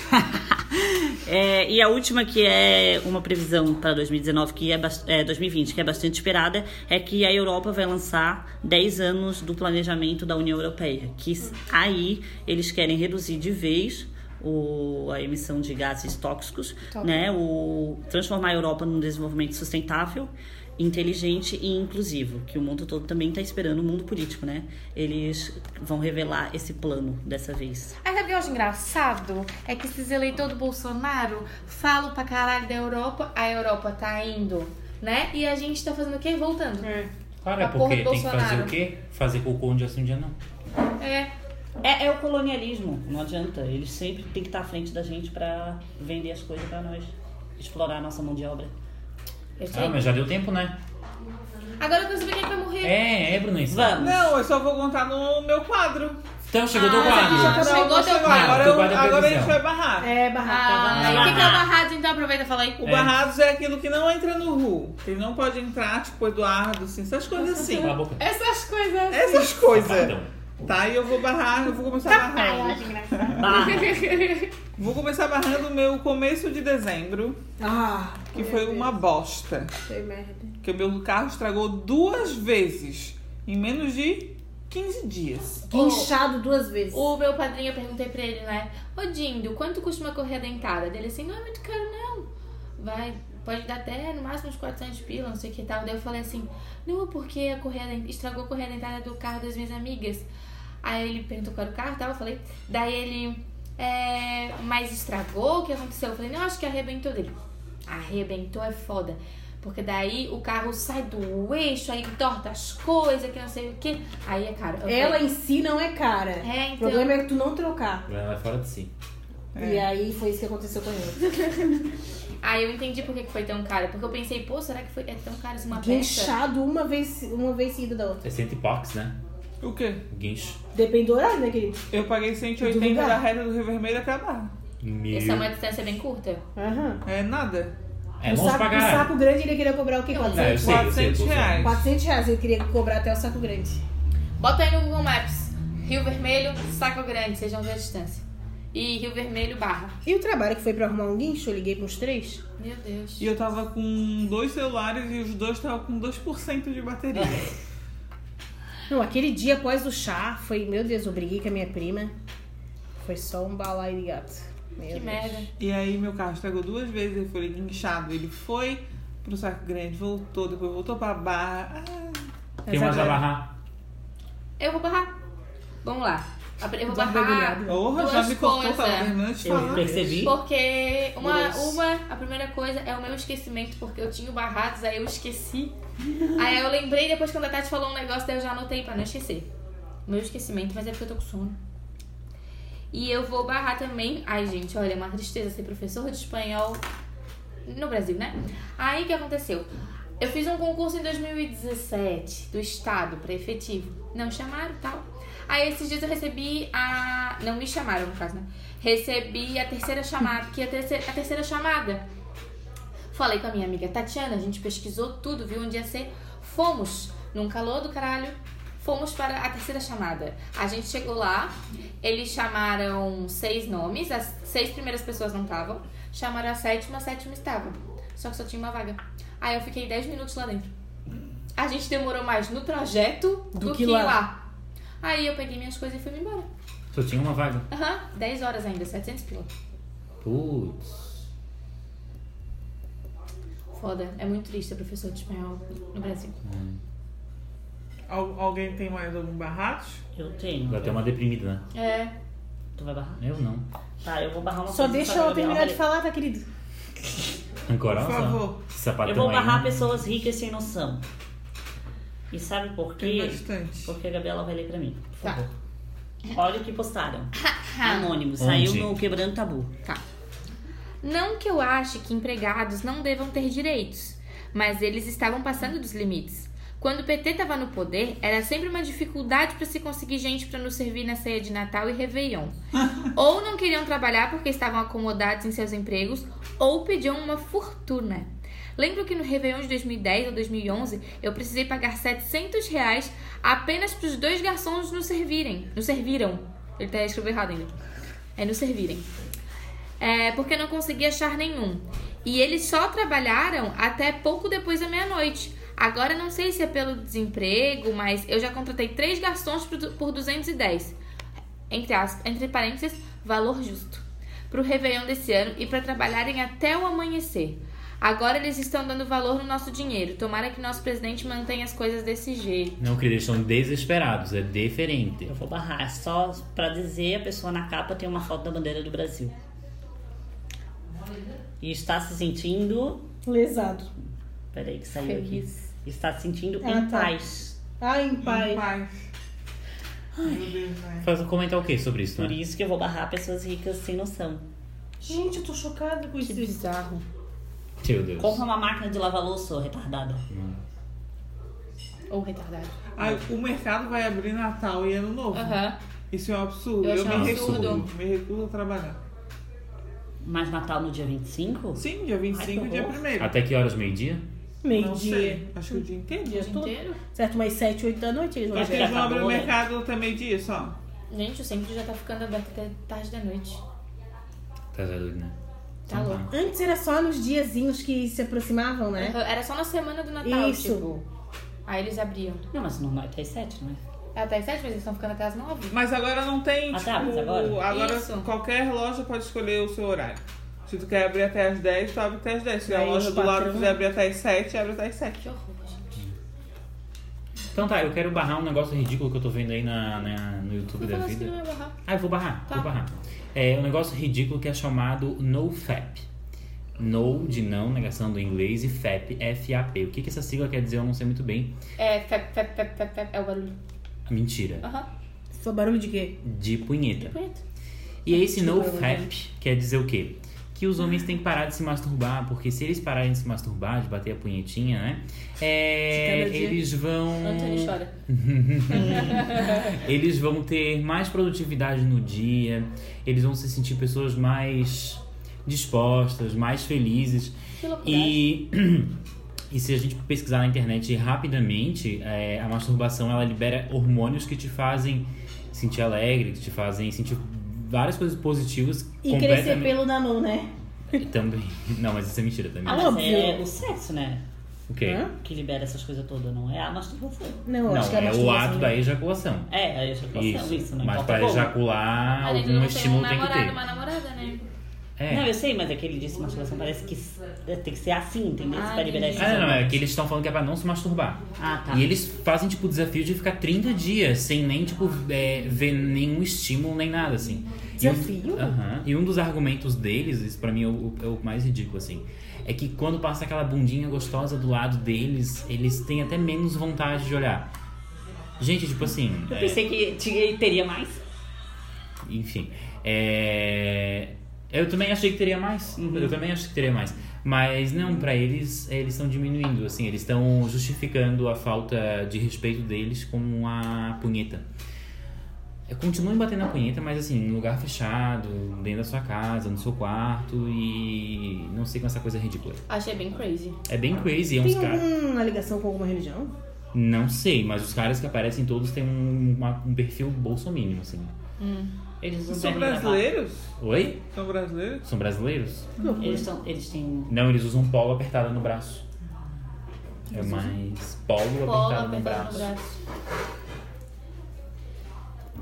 [SPEAKER 6] É, e a última, que é uma previsão para 2019, que é, bas- é, 2020, que é bastante esperada, é que a Europa vai lançar 10 anos do planejamento da União Europeia. Que s- aí eles querem reduzir de vez o- a emissão de gases tóxicos, né? O, transformar a Europa num desenvolvimento sustentável inteligente e inclusivo, que o mundo todo também está esperando, o mundo político, né? Eles vão revelar esse plano dessa vez.
[SPEAKER 4] Aí sabe o que eu acho engraçado? É que esses eleitores do Bolsonaro falam pra caralho da Europa, a Europa tá indo, né? E a gente tá fazendo o quê? Voltando.
[SPEAKER 2] Claro, é
[SPEAKER 4] A porra
[SPEAKER 2] porque tem
[SPEAKER 4] do
[SPEAKER 2] que fazer o
[SPEAKER 4] Bolsonaro.
[SPEAKER 2] quê? Fazer cocô onde assim um dia não.
[SPEAKER 4] É.
[SPEAKER 6] É, é o colonialismo, não adianta. Eles sempre têm que estar à frente da gente pra vender as coisas pra nós, explorar a nossa mão de obra.
[SPEAKER 4] Eu sei.
[SPEAKER 2] Ah, mas já deu tempo, né?
[SPEAKER 4] Agora eu quero saber quem é que vai morrer.
[SPEAKER 2] É, é, Bruno. isso.
[SPEAKER 6] Vamos!
[SPEAKER 5] Não, eu só vou contar no meu quadro.
[SPEAKER 2] Então chegou teu
[SPEAKER 5] é
[SPEAKER 4] Ah, mas
[SPEAKER 2] quadro.
[SPEAKER 4] aqui Chegou
[SPEAKER 5] Não, não
[SPEAKER 4] teu
[SPEAKER 5] chegou.
[SPEAKER 4] quadro.
[SPEAKER 5] Agora,
[SPEAKER 2] Teu
[SPEAKER 5] eu-
[SPEAKER 2] quadro é
[SPEAKER 5] agora a
[SPEAKER 2] previsão.
[SPEAKER 5] gente vai barrar.
[SPEAKER 7] É, barraca.
[SPEAKER 4] Ah, e o que, que é o barrado, então? Aproveita e fala aí.
[SPEAKER 5] O barrados é aquilo que não entra no RU. Que não pode entrar, tipo Eduardo, assim, essas coisas assim.
[SPEAKER 2] Cala a boca. Então,
[SPEAKER 4] Essas coisas.
[SPEAKER 5] Essas coisas.
[SPEAKER 2] Safadão.
[SPEAKER 5] Tá, e eu vou barrar, eu vou começar barrando.
[SPEAKER 4] Ah.
[SPEAKER 7] Ah.
[SPEAKER 5] Vou começar barrando o meu começo de dezembro,
[SPEAKER 7] Ah,
[SPEAKER 5] que foi uma bosta.
[SPEAKER 7] foi merda.
[SPEAKER 5] Que o meu carro estragou duas vezes em menos de 15 dias.
[SPEAKER 4] Oh.
[SPEAKER 7] Guinchado duas vezes.
[SPEAKER 4] O meu padrinho, eu perguntei pra ele, né? Ô, Dindo, quanto custa uma correia dentada? Dele assim, não é muito caro, não. Vai, pode dar até no máximo uns 400 pila, não sei o que tal. Daí eu falei assim, não, porque a correia den- estragou a correia dentada do carro das minhas amigas. Aí ele perguntou qual era o carro e tal, eu falei. Daí ele, é, mas estragou? O que aconteceu? Eu falei, não, acho que arrebentou dele. Arrebentou é foda. Porque daí o carro sai do eixo, aí torta as coisas, que não sei o que. Aí é caro. Eu
[SPEAKER 7] Ela
[SPEAKER 4] falei,
[SPEAKER 7] em si não é cara.
[SPEAKER 4] É,
[SPEAKER 7] O
[SPEAKER 4] então. É.
[SPEAKER 7] problema é tu não trocar.
[SPEAKER 2] Vai lá fora de si.
[SPEAKER 7] E aí foi isso que aconteceu com ele.
[SPEAKER 4] Aí eu entendi por que que foi tão caro. Porque eu pensei, pô, será que foi, é tão caro assim uma peça?
[SPEAKER 7] Guinchado uma vez, uma vez seguida da outra.
[SPEAKER 2] É cento e poucos, né?
[SPEAKER 5] O quê?
[SPEAKER 2] Guincho.
[SPEAKER 7] Depende do horário, né, querido?
[SPEAKER 5] Eu paguei
[SPEAKER 7] Do
[SPEAKER 5] 180
[SPEAKER 7] lugar.
[SPEAKER 5] da reta do Rio Vermelho até a barra.
[SPEAKER 2] Meu.
[SPEAKER 4] Essa é uma distância bem curta.
[SPEAKER 7] Aham.
[SPEAKER 5] É nada.
[SPEAKER 2] É
[SPEAKER 7] o,
[SPEAKER 2] longe
[SPEAKER 7] saco,
[SPEAKER 2] pra
[SPEAKER 7] o
[SPEAKER 2] caralho.
[SPEAKER 7] saco grande ele queria cobrar o quê?
[SPEAKER 2] É, eu
[SPEAKER 7] 400?
[SPEAKER 2] sei, eu sei, eu
[SPEAKER 5] 400
[SPEAKER 2] tô usando.
[SPEAKER 5] reais.
[SPEAKER 7] 400 reais ele queria cobrar até o saco grande.
[SPEAKER 4] Bota aí no Google Maps. Rio Vermelho, Saco Grande, vocês vão ver a distância. E Rio Vermelho, Barra.
[SPEAKER 7] E o trabalho que foi pra arrumar um guincho? Eu liguei pra uns três.
[SPEAKER 4] Meu Deus.
[SPEAKER 5] E eu tava com dois celulares e os dois estavam com 2% de bateria.
[SPEAKER 7] Não, aquele dia após o chá foi, meu Deus, eu briguei com a minha prima. Foi só um balaio de gato. Meu
[SPEAKER 4] Que
[SPEAKER 7] Deus.
[SPEAKER 4] merda.
[SPEAKER 5] E aí meu carro estragou duas vezes, ele foi guinchado. Ele foi pro saco grande, voltou, depois voltou pra barra. Ah,
[SPEAKER 2] Tem mais a barrar.
[SPEAKER 4] Eu vou barrar. Vamos lá. A pri- Eu vou
[SPEAKER 7] Tá
[SPEAKER 4] barrar
[SPEAKER 7] mergulhado.
[SPEAKER 5] Ah, Porra, já
[SPEAKER 4] duas
[SPEAKER 5] me cortou, tava
[SPEAKER 4] coisas. é.
[SPEAKER 5] terminando de
[SPEAKER 6] Eu
[SPEAKER 5] falar.
[SPEAKER 6] percebi.
[SPEAKER 4] Porque uma,
[SPEAKER 7] Deus.
[SPEAKER 4] uma, a primeira coisa é o meu esquecimento, porque eu tinha o barrados, aí eu esqueci. aí eu lembrei depois quando a Tati falou um negócio, daí eu já anotei pra não esquecer. Meu esquecimento, mas é porque eu tô com sono. E eu vou barrar também. Ai, gente, olha, é uma tristeza ser professor de espanhol no Brasil, né? Aí o que aconteceu? Eu fiz um concurso em 2017 do Estado pra efetivo. Não chamaram e tal. Aí esses dias eu recebi a. Não me chamaram, no caso, né? Recebi a terceira chamada, que é a terceira, a terceira chamada. Falei com a minha amiga Tatiana, a gente pesquisou tudo, viu onde ia ser. Fomos, num calor do caralho, fomos para a terceira chamada. A gente chegou lá, eles chamaram seis nomes, as seis primeiras pessoas não estavam, chamaram a sétima, a sétima estava. Só que só tinha uma vaga. Aí eu fiquei dez minutos lá dentro. A gente demorou mais no trajeto do, que, lá. Aí eu peguei minhas coisas e fui embora.
[SPEAKER 2] Só tinha uma vaga.
[SPEAKER 4] Aham, 10 horas ainda, 700 pila.
[SPEAKER 2] Putz.
[SPEAKER 4] Foda, é muito triste ser professor de espanhol no Brasil.
[SPEAKER 5] Al- alguém tem mais algum barrados?
[SPEAKER 6] Eu tenho.
[SPEAKER 2] Dá até uma deprimida, né?
[SPEAKER 4] É.
[SPEAKER 6] Tu vai barrar?
[SPEAKER 2] Eu não.
[SPEAKER 6] Tá, eu vou barrar uma
[SPEAKER 7] Só
[SPEAKER 6] coisa
[SPEAKER 7] deixa
[SPEAKER 6] pra
[SPEAKER 7] eu
[SPEAKER 6] Gabriela
[SPEAKER 7] terminar de
[SPEAKER 6] Maria.
[SPEAKER 7] falar, tá, querido?
[SPEAKER 2] Agora
[SPEAKER 5] Por
[SPEAKER 2] só.
[SPEAKER 5] favor.
[SPEAKER 2] Um Esse sapatão
[SPEAKER 6] Eu vou
[SPEAKER 2] aí,
[SPEAKER 6] barrar
[SPEAKER 2] né?
[SPEAKER 6] pessoas ricas sem noção. E sabe por
[SPEAKER 5] Tem
[SPEAKER 6] quê?
[SPEAKER 5] bastante.
[SPEAKER 6] Porque a Gabriela vai ler pra mim, por
[SPEAKER 7] Tá.
[SPEAKER 6] favor. Olha o que postaram. Anônimo, saiu
[SPEAKER 2] Onde?
[SPEAKER 6] no Quebrando Tabu.
[SPEAKER 4] Tá. Não que eu ache que empregados não devam ter direitos, mas eles estavam passando dos limites. Quando o PT estava no poder, era sempre uma dificuldade para se conseguir gente para nos servir na ceia de Natal e Réveillon. ou não queriam trabalhar porque estavam acomodados em seus empregos, ou pediam uma fortuna. Lembro que no Réveillon de 2010 ou 2011, eu precisei pagar 700 reais apenas para os dois garçons nos servirem. Nos serviram. Ele tá escrevendo errado ainda. É nos servirem. É, porque não consegui achar nenhum. E eles só trabalharam até pouco depois da meia-noite. Agora não sei se é pelo desemprego, mas eu já contratei três garçons por du- por 210. Entre, aspas, entre parênteses, valor justo. Pro Réveillon desse ano e para trabalharem até o amanhecer. Agora eles estão dando valor no nosso dinheiro. Tomara que nosso presidente mantenha as coisas desse jeito.
[SPEAKER 2] Não, querido, eles estão desesperados. É diferente.
[SPEAKER 6] Eu vou barrar. É só pra dizer, a pessoa na capa tem uma foto da bandeira do Brasil. E está se sentindo.
[SPEAKER 7] Lesado.
[SPEAKER 6] Peraí, que saiu aqui. Está se sentindo
[SPEAKER 7] Ah,
[SPEAKER 6] em
[SPEAKER 7] tá.
[SPEAKER 6] paz.
[SPEAKER 7] Ai, em
[SPEAKER 5] Em
[SPEAKER 7] paz.
[SPEAKER 5] paz. Meu Deus, vai.
[SPEAKER 2] Faz comentar o que sobre isso,
[SPEAKER 6] Por
[SPEAKER 2] né?
[SPEAKER 6] isso que eu vou barrar pessoas ricas sem noção.
[SPEAKER 7] Gente, eu tô chocada com isso.
[SPEAKER 3] bizarro.
[SPEAKER 2] Meu Deus.
[SPEAKER 6] Compra uma máquina de lavar louça, ô retardada.
[SPEAKER 3] Ou retardado.
[SPEAKER 5] Ai, o mercado vai abrir Natal e Ano Novo. Isso é um absurdo.
[SPEAKER 4] Eu
[SPEAKER 5] Eu,
[SPEAKER 4] acho
[SPEAKER 5] me
[SPEAKER 4] um
[SPEAKER 5] recuso.
[SPEAKER 4] absurdo.
[SPEAKER 5] Me recuso a trabalhar.
[SPEAKER 6] Mas Natal no dia 25?
[SPEAKER 5] Sim, dia 25
[SPEAKER 6] Ai,
[SPEAKER 5] e
[SPEAKER 6] que
[SPEAKER 5] dia
[SPEAKER 6] horror.
[SPEAKER 5] 1
[SPEAKER 2] Até que horas? Meio-dia?
[SPEAKER 5] Não
[SPEAKER 7] Meio-dia.
[SPEAKER 5] sei. Acho que o dia inteiro. um
[SPEAKER 7] Dia todo.
[SPEAKER 4] inteiro?
[SPEAKER 7] Certo, umas 7, 8 da noite eles vão
[SPEAKER 5] Acho que
[SPEAKER 7] ver.
[SPEAKER 5] eles vão
[SPEAKER 6] acabou,
[SPEAKER 5] abrir o
[SPEAKER 6] né?
[SPEAKER 5] mercado até meio-dia só.
[SPEAKER 4] Gente, o centro já tá ficando aberto até tarde da noite.
[SPEAKER 2] Tá doido, né?
[SPEAKER 4] Tá louco.
[SPEAKER 7] Antes era só nos diazinhos que se aproximavam, né?
[SPEAKER 4] Aham, Então, Era só na semana do Natal,
[SPEAKER 7] Isso.
[SPEAKER 4] tipo. Aí eles abriam.
[SPEAKER 6] Não, mas normal é até às 7, não é?
[SPEAKER 4] É até as sete, mas eles estão ficando até as nove.
[SPEAKER 5] Mas agora não tem,
[SPEAKER 6] Ah,
[SPEAKER 5] tipo,
[SPEAKER 6] tá, mas agora?
[SPEAKER 5] agora
[SPEAKER 4] Isso.
[SPEAKER 5] qualquer loja pode escolher o seu horário. Se tu quer abrir até as 10, tu abre até as 10. Se a
[SPEAKER 7] Aí
[SPEAKER 5] loja
[SPEAKER 7] os
[SPEAKER 5] do lado
[SPEAKER 7] patrão-
[SPEAKER 5] quiser abrir até as 7, abre até as 7.
[SPEAKER 4] Que horror, gente.
[SPEAKER 2] Então tá, eu quero barrar um negócio ridículo que eu tô vendo aí na, na- no YouTube
[SPEAKER 4] Não
[SPEAKER 2] da
[SPEAKER 4] falou assim que
[SPEAKER 2] vida.
[SPEAKER 4] não ia barrar.
[SPEAKER 2] Ah, eu vou barrar,
[SPEAKER 4] Tá.
[SPEAKER 2] vou barrar. É um negócio ridículo que é chamado NoFap. No de não, negação do inglês, e FAP, F-A-P. O que, que essa sigla quer dizer, eu não sei muito bem.
[SPEAKER 4] É, fep, fep, fep, fep, fep, é o barulho.
[SPEAKER 2] Mentira.
[SPEAKER 4] Aham.
[SPEAKER 7] Só barulho de quê?
[SPEAKER 2] De punheta.
[SPEAKER 4] Bonito.
[SPEAKER 2] E esse NoFap quer dizer o quê? Que os homens têm que parar de se masturbar, porque se eles pararem de se masturbar, de bater a punhetinha, né? É,
[SPEAKER 7] De cada dia.
[SPEAKER 2] eles vão.
[SPEAKER 4] Antônio chora.
[SPEAKER 2] Eles vão ter mais produtividade no dia, eles vão se sentir pessoas mais dispostas, mais felizes.
[SPEAKER 4] Que loucura.
[SPEAKER 2] E, e se a gente pesquisar na internet rapidamente, é, a masturbação ela libera hormônios que te fazem sentir alegre, que te fazem sentir várias coisas positivas.
[SPEAKER 7] E crescer pelo na mão, né?
[SPEAKER 2] Também. Não, mas isso é mentira também.
[SPEAKER 6] Ah, mas
[SPEAKER 7] Óbvio.
[SPEAKER 6] é o sexo, né?
[SPEAKER 2] O quê?
[SPEAKER 7] Hã?
[SPEAKER 6] Que libera essas coisas todas, não é a masturbação.
[SPEAKER 7] Não, eu
[SPEAKER 2] É. Não,
[SPEAKER 7] acho que
[SPEAKER 2] é o
[SPEAKER 7] masturbação,
[SPEAKER 2] ato
[SPEAKER 7] né?
[SPEAKER 2] da ejaculação.
[SPEAKER 6] É, a ejaculação, isso,
[SPEAKER 2] Isso,
[SPEAKER 6] não
[SPEAKER 2] mas
[SPEAKER 6] importa
[SPEAKER 2] para
[SPEAKER 6] como.
[SPEAKER 2] ejacular,
[SPEAKER 4] Mas ele
[SPEAKER 2] algum
[SPEAKER 4] não tem um
[SPEAKER 2] estímulo tem que
[SPEAKER 4] namorado,
[SPEAKER 2] ter.
[SPEAKER 4] uma namorada, né?
[SPEAKER 2] É.
[SPEAKER 6] Não, eu sei, mas é que ele disse masturbação parece que s- tem que ser assim, entendeu?
[SPEAKER 4] Ah,
[SPEAKER 6] Pra liberar esses
[SPEAKER 2] Ah, não, não, é
[SPEAKER 6] hormônios.
[SPEAKER 2] que eles estão falando que é pra não se masturbar.
[SPEAKER 6] Ah, tá.
[SPEAKER 2] E eles fazem, tipo, o desafio de ficar 30 dias sem nem, tipo, é, ver nenhum estímulo nem nada, assim. E um-
[SPEAKER 7] Desafio?
[SPEAKER 2] Aham. E um dos argumentos deles, isso pra mim é o, é o mais ridículo, assim, é que quando passa aquela bundinha gostosa do lado deles, eles têm até menos vontade de olhar. Gente, tipo assim.
[SPEAKER 6] Eu
[SPEAKER 2] é,
[SPEAKER 6] pensei que tinha, teria mais.
[SPEAKER 2] enfim. É... Eu também achei que teria mais. Eu também achei que teria mais. Mas não, pra eles, é, eles estão diminuindo, assim, eles estão justificando a falta de respeito deles com a punheta. É, Continuem batendo a punheta, mas assim, em lugar fechado, dentro da sua casa, no seu quarto e não sei com essa coisa ridícula.
[SPEAKER 4] Achei bem crazy.
[SPEAKER 2] É bem crazy, é uns
[SPEAKER 7] Tem
[SPEAKER 2] caras.
[SPEAKER 7] alguma ligação com alguma religião?
[SPEAKER 2] Não sei, mas os caras que aparecem todos têm um, uma- um perfil bolsominion, assim.
[SPEAKER 6] Eles não
[SPEAKER 5] São
[SPEAKER 6] devem levar-
[SPEAKER 5] brasileiros?
[SPEAKER 2] Oi?
[SPEAKER 5] São brasileiros?
[SPEAKER 2] São brasileiros?
[SPEAKER 6] Eles, são, eles têm
[SPEAKER 2] Não, eles usam polo apertado no braço. É mais polo,
[SPEAKER 4] Polo
[SPEAKER 2] apertado,
[SPEAKER 4] apertado
[SPEAKER 2] no um braço.
[SPEAKER 4] no braço.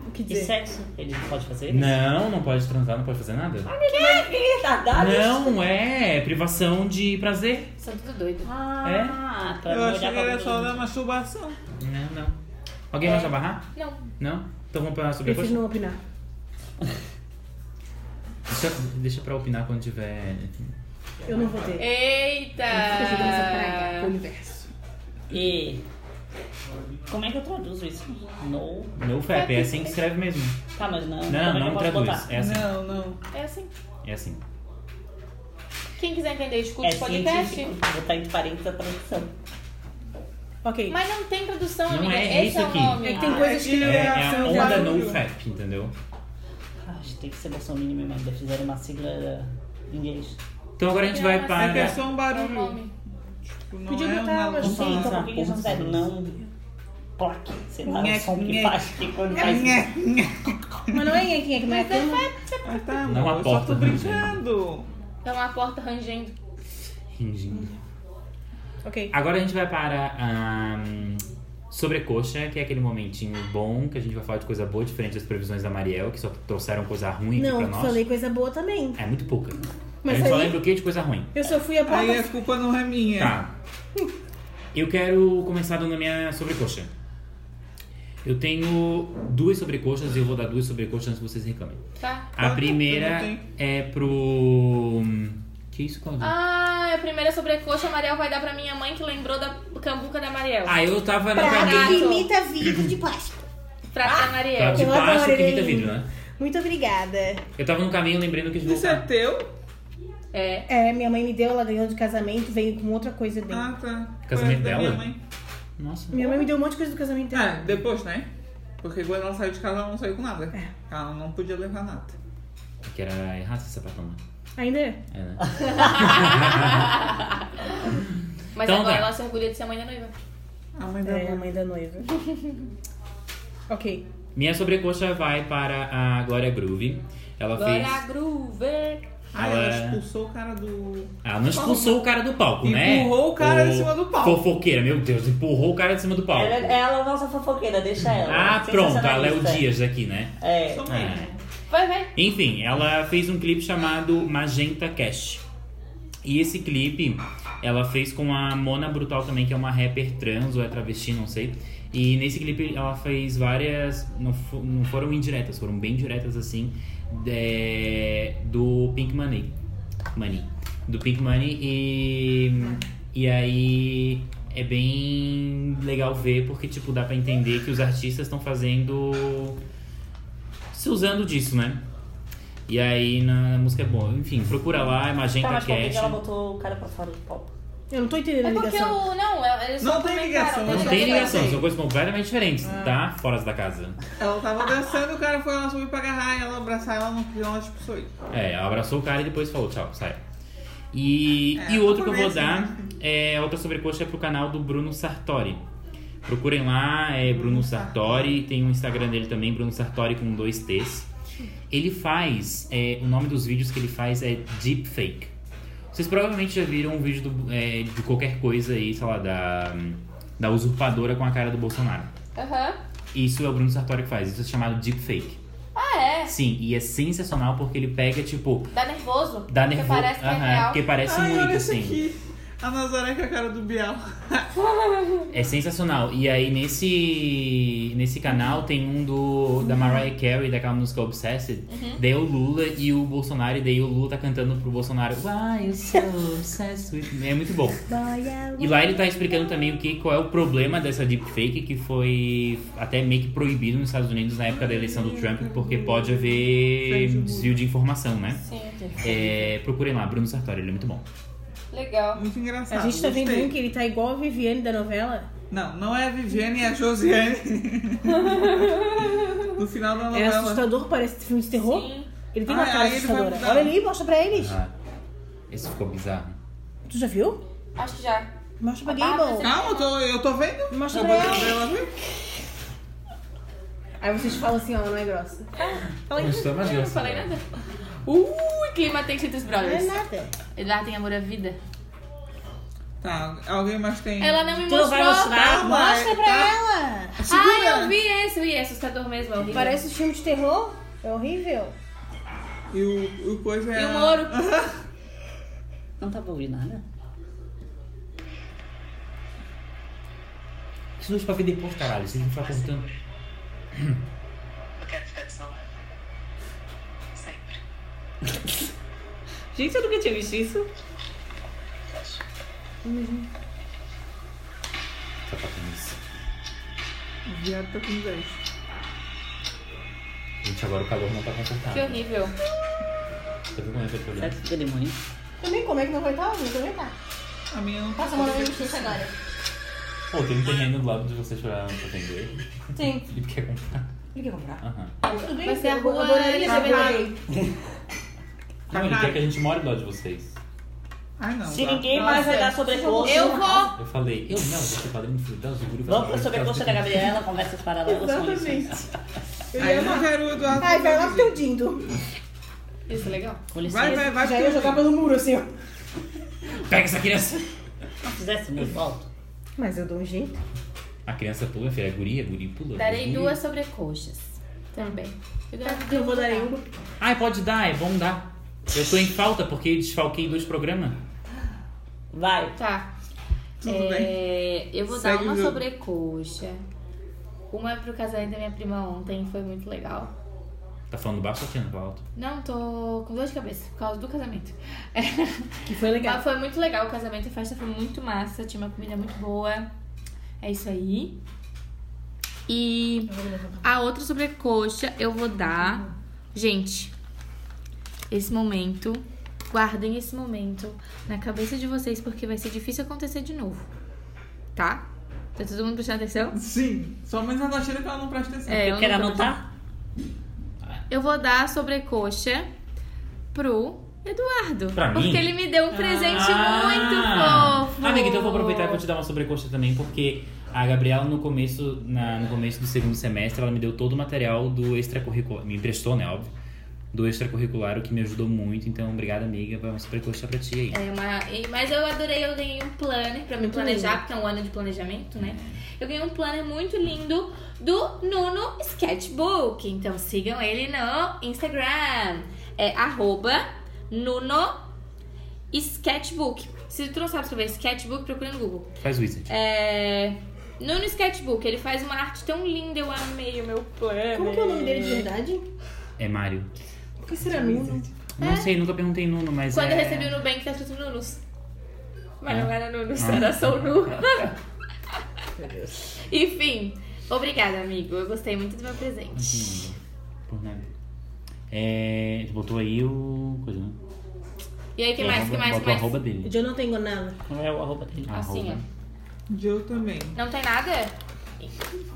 [SPEAKER 7] O que
[SPEAKER 6] E
[SPEAKER 7] dizer?
[SPEAKER 6] sexo? Ele não pode fazer? é
[SPEAKER 2] Não, não pode transar, não pode fazer nada.
[SPEAKER 6] Retardado?
[SPEAKER 2] Não, é privação de prazer.
[SPEAKER 4] São tudo doido.
[SPEAKER 2] É?
[SPEAKER 6] Ah, pra
[SPEAKER 5] Eu
[SPEAKER 6] não
[SPEAKER 5] achei
[SPEAKER 6] olhar
[SPEAKER 5] que era
[SPEAKER 6] pra
[SPEAKER 5] só da
[SPEAKER 6] todo
[SPEAKER 5] masturbação.
[SPEAKER 2] Não,
[SPEAKER 7] Ah,
[SPEAKER 2] não. Alguém mais vai barrar?
[SPEAKER 4] Não.
[SPEAKER 7] é-
[SPEAKER 2] Não? Então vamos pra sobre a
[SPEAKER 7] Prefiro
[SPEAKER 2] coxa?
[SPEAKER 7] não opinar.
[SPEAKER 2] Deixa, deixa pra opinar quando tiver.
[SPEAKER 7] Eu não vou ter. É.
[SPEAKER 4] Eita!
[SPEAKER 7] universo.
[SPEAKER 6] E. Como é que eu traduzo isso? No.
[SPEAKER 2] No FAP, é assim que escreve mesmo.
[SPEAKER 6] Tá, mas não. como é
[SPEAKER 2] Não,
[SPEAKER 6] que eu
[SPEAKER 2] não
[SPEAKER 6] posso
[SPEAKER 2] traduz.
[SPEAKER 6] botar?
[SPEAKER 2] É assim.
[SPEAKER 5] Não, não.
[SPEAKER 4] É assim.
[SPEAKER 2] É assim.
[SPEAKER 4] Quem quiser entender, escute
[SPEAKER 6] É
[SPEAKER 4] o podcast.
[SPEAKER 6] científico. Vou botar entre parênteses a tradução.
[SPEAKER 7] Ok.
[SPEAKER 4] Mas não tem tradução,
[SPEAKER 2] Não
[SPEAKER 4] amiga.
[SPEAKER 2] é
[SPEAKER 4] Esse
[SPEAKER 2] isso
[SPEAKER 4] é o
[SPEAKER 2] aqui.
[SPEAKER 4] nome.
[SPEAKER 7] É que tem coisas que
[SPEAKER 5] É,
[SPEAKER 7] não
[SPEAKER 2] É, é a
[SPEAKER 5] Não,
[SPEAKER 2] onda
[SPEAKER 5] barulho.
[SPEAKER 2] no FAP, entendeu?
[SPEAKER 6] Ah, Acho que tem que ser versão mínima, mas ainda fizeram uma sigla em inglês.
[SPEAKER 2] Então agora a gente vai
[SPEAKER 5] É que é
[SPEAKER 2] para.
[SPEAKER 5] só um
[SPEAKER 4] É o
[SPEAKER 5] barulho.
[SPEAKER 4] nome.
[SPEAKER 5] Tipo, não
[SPEAKER 7] Podia
[SPEAKER 5] é
[SPEAKER 7] botar
[SPEAKER 5] uma
[SPEAKER 7] umas
[SPEAKER 6] Não
[SPEAKER 5] luta.
[SPEAKER 6] sei, então por que eles não
[SPEAKER 2] Nossa,
[SPEAKER 6] fizeram? Não. Plaque, sei lá, o
[SPEAKER 5] Nheque,
[SPEAKER 6] som que
[SPEAKER 5] nheque.
[SPEAKER 6] faz, que
[SPEAKER 5] É
[SPEAKER 6] quando faz.
[SPEAKER 7] Mas não é quem é que não é tão...
[SPEAKER 5] Ah, tá,
[SPEAKER 2] Não
[SPEAKER 5] amor, eu só
[SPEAKER 2] aporta,
[SPEAKER 5] tô
[SPEAKER 2] né?
[SPEAKER 5] brincando.
[SPEAKER 4] É uma porta rangendo.
[SPEAKER 2] Ringindo.
[SPEAKER 7] Ok.
[SPEAKER 2] Agora a gente vai para a sobrecoxa, que é aquele momentinho bom que a gente vai falar de coisa boa, diferente das previsões da Mariel, que só trouxeram coisa ruim aqui
[SPEAKER 7] Não,
[SPEAKER 2] pra
[SPEAKER 7] eu
[SPEAKER 2] nós.
[SPEAKER 7] falei coisa boa também.
[SPEAKER 2] É muito pouca.
[SPEAKER 7] Mas
[SPEAKER 2] a gente só
[SPEAKER 7] aí-
[SPEAKER 2] lembra o quê de coisa ruim.
[SPEAKER 7] Eu só fui a porta...
[SPEAKER 5] Aí a culpa não é minha.
[SPEAKER 2] Tá. Eu quero começar dando a minha sobrecoxa. Eu tenho duas sobrecoxas e eu vou dar duas sobrecoxas antes que vocês reclamem.
[SPEAKER 4] Tá?
[SPEAKER 2] A primeira
[SPEAKER 5] Eu não
[SPEAKER 2] é pro. hum, Que isso, Claudio?
[SPEAKER 4] Ah, a primeira sobrecoxa, a Mariel vai dar pra minha mãe que lembrou da cambuca da Mariel.
[SPEAKER 2] Ah, eu tava na
[SPEAKER 4] Pra
[SPEAKER 2] cadeia.
[SPEAKER 4] Caraca.
[SPEAKER 7] Que imita vidro de plástico.
[SPEAKER 4] Prato da Mariel.
[SPEAKER 2] Claro, Tá de
[SPEAKER 7] Eu
[SPEAKER 2] plástico que
[SPEAKER 7] adorei.
[SPEAKER 2] imita vidro, né?
[SPEAKER 7] Muito obrigada.
[SPEAKER 2] Eu tava no caminho lembrando que a gente
[SPEAKER 5] Isso é teu?
[SPEAKER 4] É.
[SPEAKER 7] É, minha mãe me deu, ela ganhou de casamento, veio com outra coisa dentro.
[SPEAKER 5] Ah, tá.
[SPEAKER 2] Casamento
[SPEAKER 5] Foi da
[SPEAKER 2] dela?
[SPEAKER 5] Minha mãe. é
[SPEAKER 2] Nossa.
[SPEAKER 7] Minha mãe me deu um monte de coisa do casamento dela.
[SPEAKER 5] Ah, depois, né? Porque quando ela saiu de casa, ela não saiu com nada.
[SPEAKER 7] É.
[SPEAKER 5] Ela não podia levar nada.
[SPEAKER 2] Que era errado esse sapatão, né?
[SPEAKER 7] Ainda é?
[SPEAKER 2] É, né?
[SPEAKER 4] Mas
[SPEAKER 2] Então
[SPEAKER 4] agora
[SPEAKER 2] vai.
[SPEAKER 4] ela se orgulha de ser mãe da noiva.
[SPEAKER 5] A mãe dela.
[SPEAKER 7] É, a mãe da noiva. ok.
[SPEAKER 2] Minha sobrecoxa vai para a Glória Groove. Ela fez.
[SPEAKER 4] Glória Groover.
[SPEAKER 5] Ah,
[SPEAKER 2] Ela- é-
[SPEAKER 5] ela expulsou o cara do.
[SPEAKER 2] Ela Ah, não expulsou o cara do palco, né?
[SPEAKER 5] Empurrou o cara de cima do palco.
[SPEAKER 2] Fofoqueira, meu Deus, empurrou o cara de cima do palco.
[SPEAKER 6] Ela, ela é a nossa fofoqueira, deixa ela.
[SPEAKER 2] Ah, pronto, a Léo
[SPEAKER 6] Sensacionalista.
[SPEAKER 2] Dias aqui, né?
[SPEAKER 6] É.
[SPEAKER 5] Sou mãe.
[SPEAKER 2] É.
[SPEAKER 4] Vai, vai.
[SPEAKER 2] Enfim, ela fez um clipe chamado Magenta Cash. E esse clipe ela fez com a Mona Brutal também, que é uma rapper trans ou é travesti, não sei. E nesse clipe ela fez várias. Não, fo- não foram indiretas, foram bem diretas assim. de- do Pink Money. Money. Do Pink Money e. E aí. É bem legal ver, porque, tipo, dá pra entender que os artistas estão fazendo se usando disso, né? E aí na, na música é boa. Enfim, procura lá, é Magenta
[SPEAKER 6] Tá, mas por que que
[SPEAKER 2] Cash.
[SPEAKER 6] ela botou o cara pra fora do palco?
[SPEAKER 7] Eu não tô entendendo
[SPEAKER 4] É
[SPEAKER 7] a
[SPEAKER 4] porque
[SPEAKER 7] ligação.
[SPEAKER 4] o. Não, é, eles só
[SPEAKER 5] Não tem
[SPEAKER 4] comentaram,
[SPEAKER 5] ligação,
[SPEAKER 2] Não
[SPEAKER 5] ela
[SPEAKER 2] tem
[SPEAKER 5] faz
[SPEAKER 2] ligação,
[SPEAKER 5] aí.
[SPEAKER 2] são coisas completamente diferentes,
[SPEAKER 6] Ah.
[SPEAKER 2] tá? Fora da casa.
[SPEAKER 5] Ela tava dançando, o cara foi lá subir pra agarrar ela, abraçar ela, não quis, ela expulsou ele.
[SPEAKER 2] É, ela abraçou o cara e depois falou tchau, sai. E,
[SPEAKER 5] É,
[SPEAKER 2] e outro que eu vou
[SPEAKER 5] começa,
[SPEAKER 2] dar
[SPEAKER 5] né?
[SPEAKER 2] é outra sobrecoxa é pro canal do Bruno Sartori. Procurem lá, é Bruno
[SPEAKER 5] Bruno
[SPEAKER 2] Sartori, tem o Instagram dele também, Bruno Sartori com dois T's. Ele faz, é, o nome dos vídeos que ele faz é Deepfake. Vocês provavelmente já viram um vídeo do- é, de qualquer coisa aí, sei lá, da, da usurpadora com a cara do Bolsonaro.
[SPEAKER 4] Aham.
[SPEAKER 2] Isso é o Bruno Sartori que faz, isso é chamado Deepfake.
[SPEAKER 4] Ah, é.
[SPEAKER 2] Sim, e é sensacional porque ele pega, tipo,
[SPEAKER 4] Dá nervoso.
[SPEAKER 2] Dá
[SPEAKER 4] porque
[SPEAKER 2] nervoso.
[SPEAKER 4] Parece que é
[SPEAKER 2] Aham,
[SPEAKER 4] real.
[SPEAKER 2] Porque parece
[SPEAKER 5] Ai, olha
[SPEAKER 2] muito,
[SPEAKER 5] isso
[SPEAKER 2] assim.
[SPEAKER 5] aqui. A Nazaré com a cara do Biel.
[SPEAKER 2] É sensacional. E aí, nesse, nesse canal, tem um do da Mariah Carey, daquela música Obsessed.
[SPEAKER 4] Uhum.
[SPEAKER 2] Daí o Lula e o Bolsonaro. E daí o Lula tá cantando pro Bolsonaro. Why you so obsessed with me? É muito bom. E lá ele tá explicando também o que, qual é o problema dessa deepfake, que foi até meio que proibido nos Estados Unidos na época da eleição do Trump, porque pode haver
[SPEAKER 5] Fake news.
[SPEAKER 2] desvio de informação, né?
[SPEAKER 4] Sim.
[SPEAKER 2] É, procurem lá, Bruno Sartori, ele é muito bom.
[SPEAKER 4] Legal.
[SPEAKER 5] Muito engraçado.
[SPEAKER 7] A gente tá vendo
[SPEAKER 5] Ah, gostei.
[SPEAKER 7] um que ele tá igual a Viviane da novela.
[SPEAKER 5] Não, não é a Viviane, é a Josiane. no final da novela.
[SPEAKER 7] É assustador, parece filme de
[SPEAKER 3] Uhum.
[SPEAKER 7] terror.
[SPEAKER 4] Sim.
[SPEAKER 7] Ele tem
[SPEAKER 5] Ah,
[SPEAKER 7] uma cara
[SPEAKER 5] aí ele vai
[SPEAKER 7] assustadora.
[SPEAKER 5] mudar.
[SPEAKER 7] Olha ali, mostra pra eles.
[SPEAKER 2] Ah, esse ficou bizarro.
[SPEAKER 7] Tu já viu?
[SPEAKER 4] Acho que já.
[SPEAKER 7] Mostra pra
[SPEAKER 4] Ah,
[SPEAKER 7] Gable.
[SPEAKER 5] Calma, eu tô, eu tô vendo.
[SPEAKER 7] Mostra
[SPEAKER 5] Eu
[SPEAKER 7] pra
[SPEAKER 5] vou
[SPEAKER 7] ela.
[SPEAKER 5] ver ela ver.
[SPEAKER 7] Aí vocês falam assim, ó, não é grossa.
[SPEAKER 4] Falei
[SPEAKER 2] Mas tá mais
[SPEAKER 4] Eu não
[SPEAKER 2] graça,
[SPEAKER 4] falei
[SPEAKER 2] cara.
[SPEAKER 4] nada. Uh, clima tem entre os
[SPEAKER 7] Não é
[SPEAKER 4] brothers.
[SPEAKER 7] nada.
[SPEAKER 4] Lá tem amor à vida.
[SPEAKER 5] Tá, alguém mais tem.
[SPEAKER 4] Ela não me
[SPEAKER 6] Tu não vai
[SPEAKER 4] mostrou.
[SPEAKER 6] mostrar?
[SPEAKER 5] Mostra pra
[SPEAKER 7] Ela!
[SPEAKER 4] Ah, eu vi esse. Ui, é assustador mesmo. é horrível.
[SPEAKER 7] Parece filme de terror. É horrível.
[SPEAKER 5] E o, o coisa é.
[SPEAKER 4] E um o
[SPEAKER 5] ela.
[SPEAKER 4] Moro.
[SPEAKER 6] Não tava ouvindo nada?
[SPEAKER 2] Isso não é pra ver depois, caralho. Vocês vão ficar cortando.
[SPEAKER 8] Quero ficar desnudada. Sempre.
[SPEAKER 6] Gente, eu nunca tinha visto isso.
[SPEAKER 1] Tá faltando isso.
[SPEAKER 5] O viado tá com 10.
[SPEAKER 1] Gente, agora o calor não tá
[SPEAKER 4] Que
[SPEAKER 1] confortável.
[SPEAKER 4] horrível.
[SPEAKER 1] Tá vergonha pra
[SPEAKER 6] Será que
[SPEAKER 1] olhar.
[SPEAKER 6] isso é demônio?
[SPEAKER 7] Também como é que não vai estar? Não também tá.
[SPEAKER 5] A minha não
[SPEAKER 7] Passa a mão na minha justiça agora.
[SPEAKER 1] Pô, tem um terreno do lado de vocês pra, pra vender.
[SPEAKER 7] Sim.
[SPEAKER 1] O Felipe quer comprar.
[SPEAKER 7] Ele quer comprar.
[SPEAKER 1] Aham.
[SPEAKER 7] Tudo bem?
[SPEAKER 4] Vai ser a
[SPEAKER 7] eu vou- eu
[SPEAKER 4] rua
[SPEAKER 7] adoraria
[SPEAKER 4] Elizabeth.
[SPEAKER 7] saber dele.
[SPEAKER 1] Não, ele quer que a gente more do lado de vocês.
[SPEAKER 5] Ah, não.
[SPEAKER 6] Se
[SPEAKER 5] tá.
[SPEAKER 6] ninguém mais vai dar
[SPEAKER 5] Nossa,
[SPEAKER 6] sobrecoxa.
[SPEAKER 4] Eu vou!
[SPEAKER 1] Eu falei, eu não, vou ser padrinho do Felipe da Azul.
[SPEAKER 6] Vamos pra sobrecoxa da Gabriela, conversas paralelas com licença.
[SPEAKER 5] Aí eu não quero o Eduardo.
[SPEAKER 7] Ai, vai lá pro teu dindo.
[SPEAKER 4] Isso é legal.
[SPEAKER 6] Com
[SPEAKER 5] Vai,
[SPEAKER 6] licença.
[SPEAKER 5] vai, vai.
[SPEAKER 7] Já ia jogar pelo muro, assim, ó.
[SPEAKER 1] Pega essa criança!
[SPEAKER 6] Se fizesse muito volta.
[SPEAKER 7] Mas eu dou um jeito.
[SPEAKER 1] A criança pula, filha, é guria, guri pula.
[SPEAKER 4] Darei
[SPEAKER 1] guri.
[SPEAKER 4] duas sobrecoxas. Também. Tá,
[SPEAKER 7] Eu vou dar um. em uma.
[SPEAKER 2] Ai, pode dar, é bom dar. Eu tô em falta porque desfalquei dois programas.
[SPEAKER 6] Vai.
[SPEAKER 4] Tá.
[SPEAKER 5] Tudo
[SPEAKER 4] É,
[SPEAKER 5] bem.
[SPEAKER 4] Eu vou
[SPEAKER 5] Segue
[SPEAKER 4] dar uma
[SPEAKER 5] o jogo.
[SPEAKER 4] sobrecoxa. Uma é pro casamento da minha prima ontem, foi muito legal.
[SPEAKER 2] Tá falando baixo ou tirando alto?
[SPEAKER 4] Não, tô com dor de cabeça por causa do casamento.
[SPEAKER 7] Que foi legal.
[SPEAKER 4] Mas foi muito legal o casamento, a festa foi muito massa, tinha uma comida muito boa. É isso aí. E a outra sobrecoxa eu vou dar. Gente, esse momento, guardem esse momento na cabeça de vocês, porque vai ser difícil acontecer de novo. Tá? Tá todo mundo prestando atenção?
[SPEAKER 5] Sim. Só menos a Tatiana que ela não presta atenção.
[SPEAKER 4] É, eu não
[SPEAKER 6] Quer
[SPEAKER 4] tô
[SPEAKER 6] anotar?
[SPEAKER 4] Eu vou dar a sobrecoxa pro Eduardo.
[SPEAKER 2] Pra mim?
[SPEAKER 4] porque ele me deu um presente
[SPEAKER 2] Ah!
[SPEAKER 4] muito fofo.
[SPEAKER 2] Amiga, então eu vou aproveitar e vou te dar uma sobrecoxa também, porque a Gabriela, no começo, na- no começo do segundo semestre, ela me deu todo o material do extracurricular. Me emprestou, né, óbvio? Do extracurricular, o que me ajudou muito. Então, obrigada, amiga. Vai uma sobrecoxa pra ti aí.
[SPEAKER 4] É uma... e- Mas eu adorei, eu ganhei um planner pra me
[SPEAKER 7] Muito
[SPEAKER 4] planejar,
[SPEAKER 7] lindo.
[SPEAKER 4] porque é um ano de planejamento, né? Eu ganhei um planner muito lindo do Nuno Sketchbook. Então sigam ele no Instagram. É arroba Nuno Sketchbook. Se tu não sabe escrever Sketchbook, procura no Google.
[SPEAKER 2] Faz wizard.
[SPEAKER 4] É... Nuno Sketchbook, ele faz uma arte tão linda, eu amei o meu planner.
[SPEAKER 7] Como que é o nome dele de verdade?
[SPEAKER 2] É Mário.
[SPEAKER 7] Por que será Nuno?
[SPEAKER 2] Não sei, nunca perguntei Nuno, mas
[SPEAKER 4] É? Quando
[SPEAKER 2] é...
[SPEAKER 4] eu recebi o Nubank, tá escrito Nunos. Mas
[SPEAKER 2] Ah.
[SPEAKER 4] não era Nunos,
[SPEAKER 2] Ah.
[SPEAKER 4] era só o Nu. Enfim, obrigada, amigo. Eu gostei muito do meu presente.
[SPEAKER 2] Uhum. Por nada. É... Tu botou aí o... Coisa, né?
[SPEAKER 4] E aí, que
[SPEAKER 2] O
[SPEAKER 4] mais,
[SPEAKER 2] arroba-
[SPEAKER 4] que mais, que
[SPEAKER 2] Botou o
[SPEAKER 4] mais?
[SPEAKER 2] arroba dele.
[SPEAKER 7] Eu não tenho nada.
[SPEAKER 6] Não é o arroba dele.
[SPEAKER 4] Assim,
[SPEAKER 2] Arroba.
[SPEAKER 4] ó.
[SPEAKER 5] De eu também.
[SPEAKER 4] Não tem nada?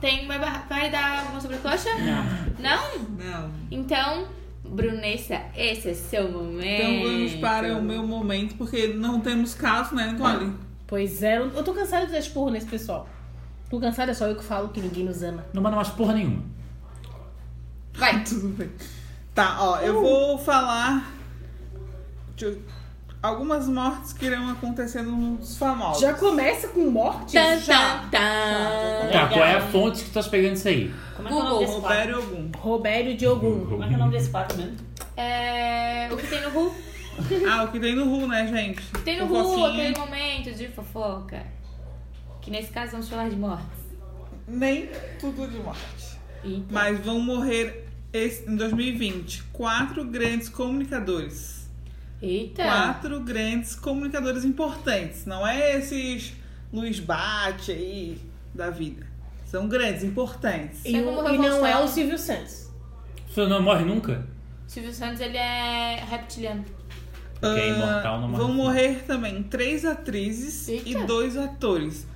[SPEAKER 4] Tem uma barra... Vai dar alguma sobrecoxa? Não. Não?
[SPEAKER 5] Não.
[SPEAKER 4] Então, Brunessa, esse é seu momento.
[SPEAKER 5] Então vamos para o meu momento, porque não temos caso, né, Nicole?
[SPEAKER 7] Pois é, eu tô cansada de dar esporro nesse pessoal. Tô cansada, é só eu que falo que ninguém nos ama.
[SPEAKER 2] Não manda mais porra nenhuma.
[SPEAKER 4] Vai.
[SPEAKER 5] Tudo bem. Tá, ó, eu vou falar de algumas mortes que irão acontecer nos famosos.
[SPEAKER 7] Já começa com morte?
[SPEAKER 4] Tan,
[SPEAKER 7] Já.
[SPEAKER 4] tan, tan.
[SPEAKER 2] Tá, qual é a fonte que tu tá pegando isso aí?
[SPEAKER 6] Como é que é o nome desse quadro?
[SPEAKER 5] Roberto algum.
[SPEAKER 7] Robério de Ogum.
[SPEAKER 6] Como é que é o nome desse quadro mesmo?
[SPEAKER 4] É, o que tem no Ru? O
[SPEAKER 5] Ah, o que tem no Ru, né, gente?
[SPEAKER 4] que tem no Ru, aquele momento de fofoca. Que nesse caso vamos falar de mortes.
[SPEAKER 5] Nem tudo de morte.
[SPEAKER 4] E
[SPEAKER 5] Mas vão morrer esse- em 2020 quatro grandes comunicadores.
[SPEAKER 4] Eita!
[SPEAKER 5] Quatro grandes comunicadores importantes. Não é esses Luiz Bate aí da vida. São grandes, importantes.
[SPEAKER 7] E, o- e não é o Silvio Santos.
[SPEAKER 2] Tu não morre nunca?
[SPEAKER 4] Silvio Santos, ele é reptiliano.
[SPEAKER 2] Porque é
[SPEAKER 5] Ah,
[SPEAKER 2] imortal, não morre.
[SPEAKER 5] Vão morrer também três atrizes
[SPEAKER 4] Eita.
[SPEAKER 5] e dois atores.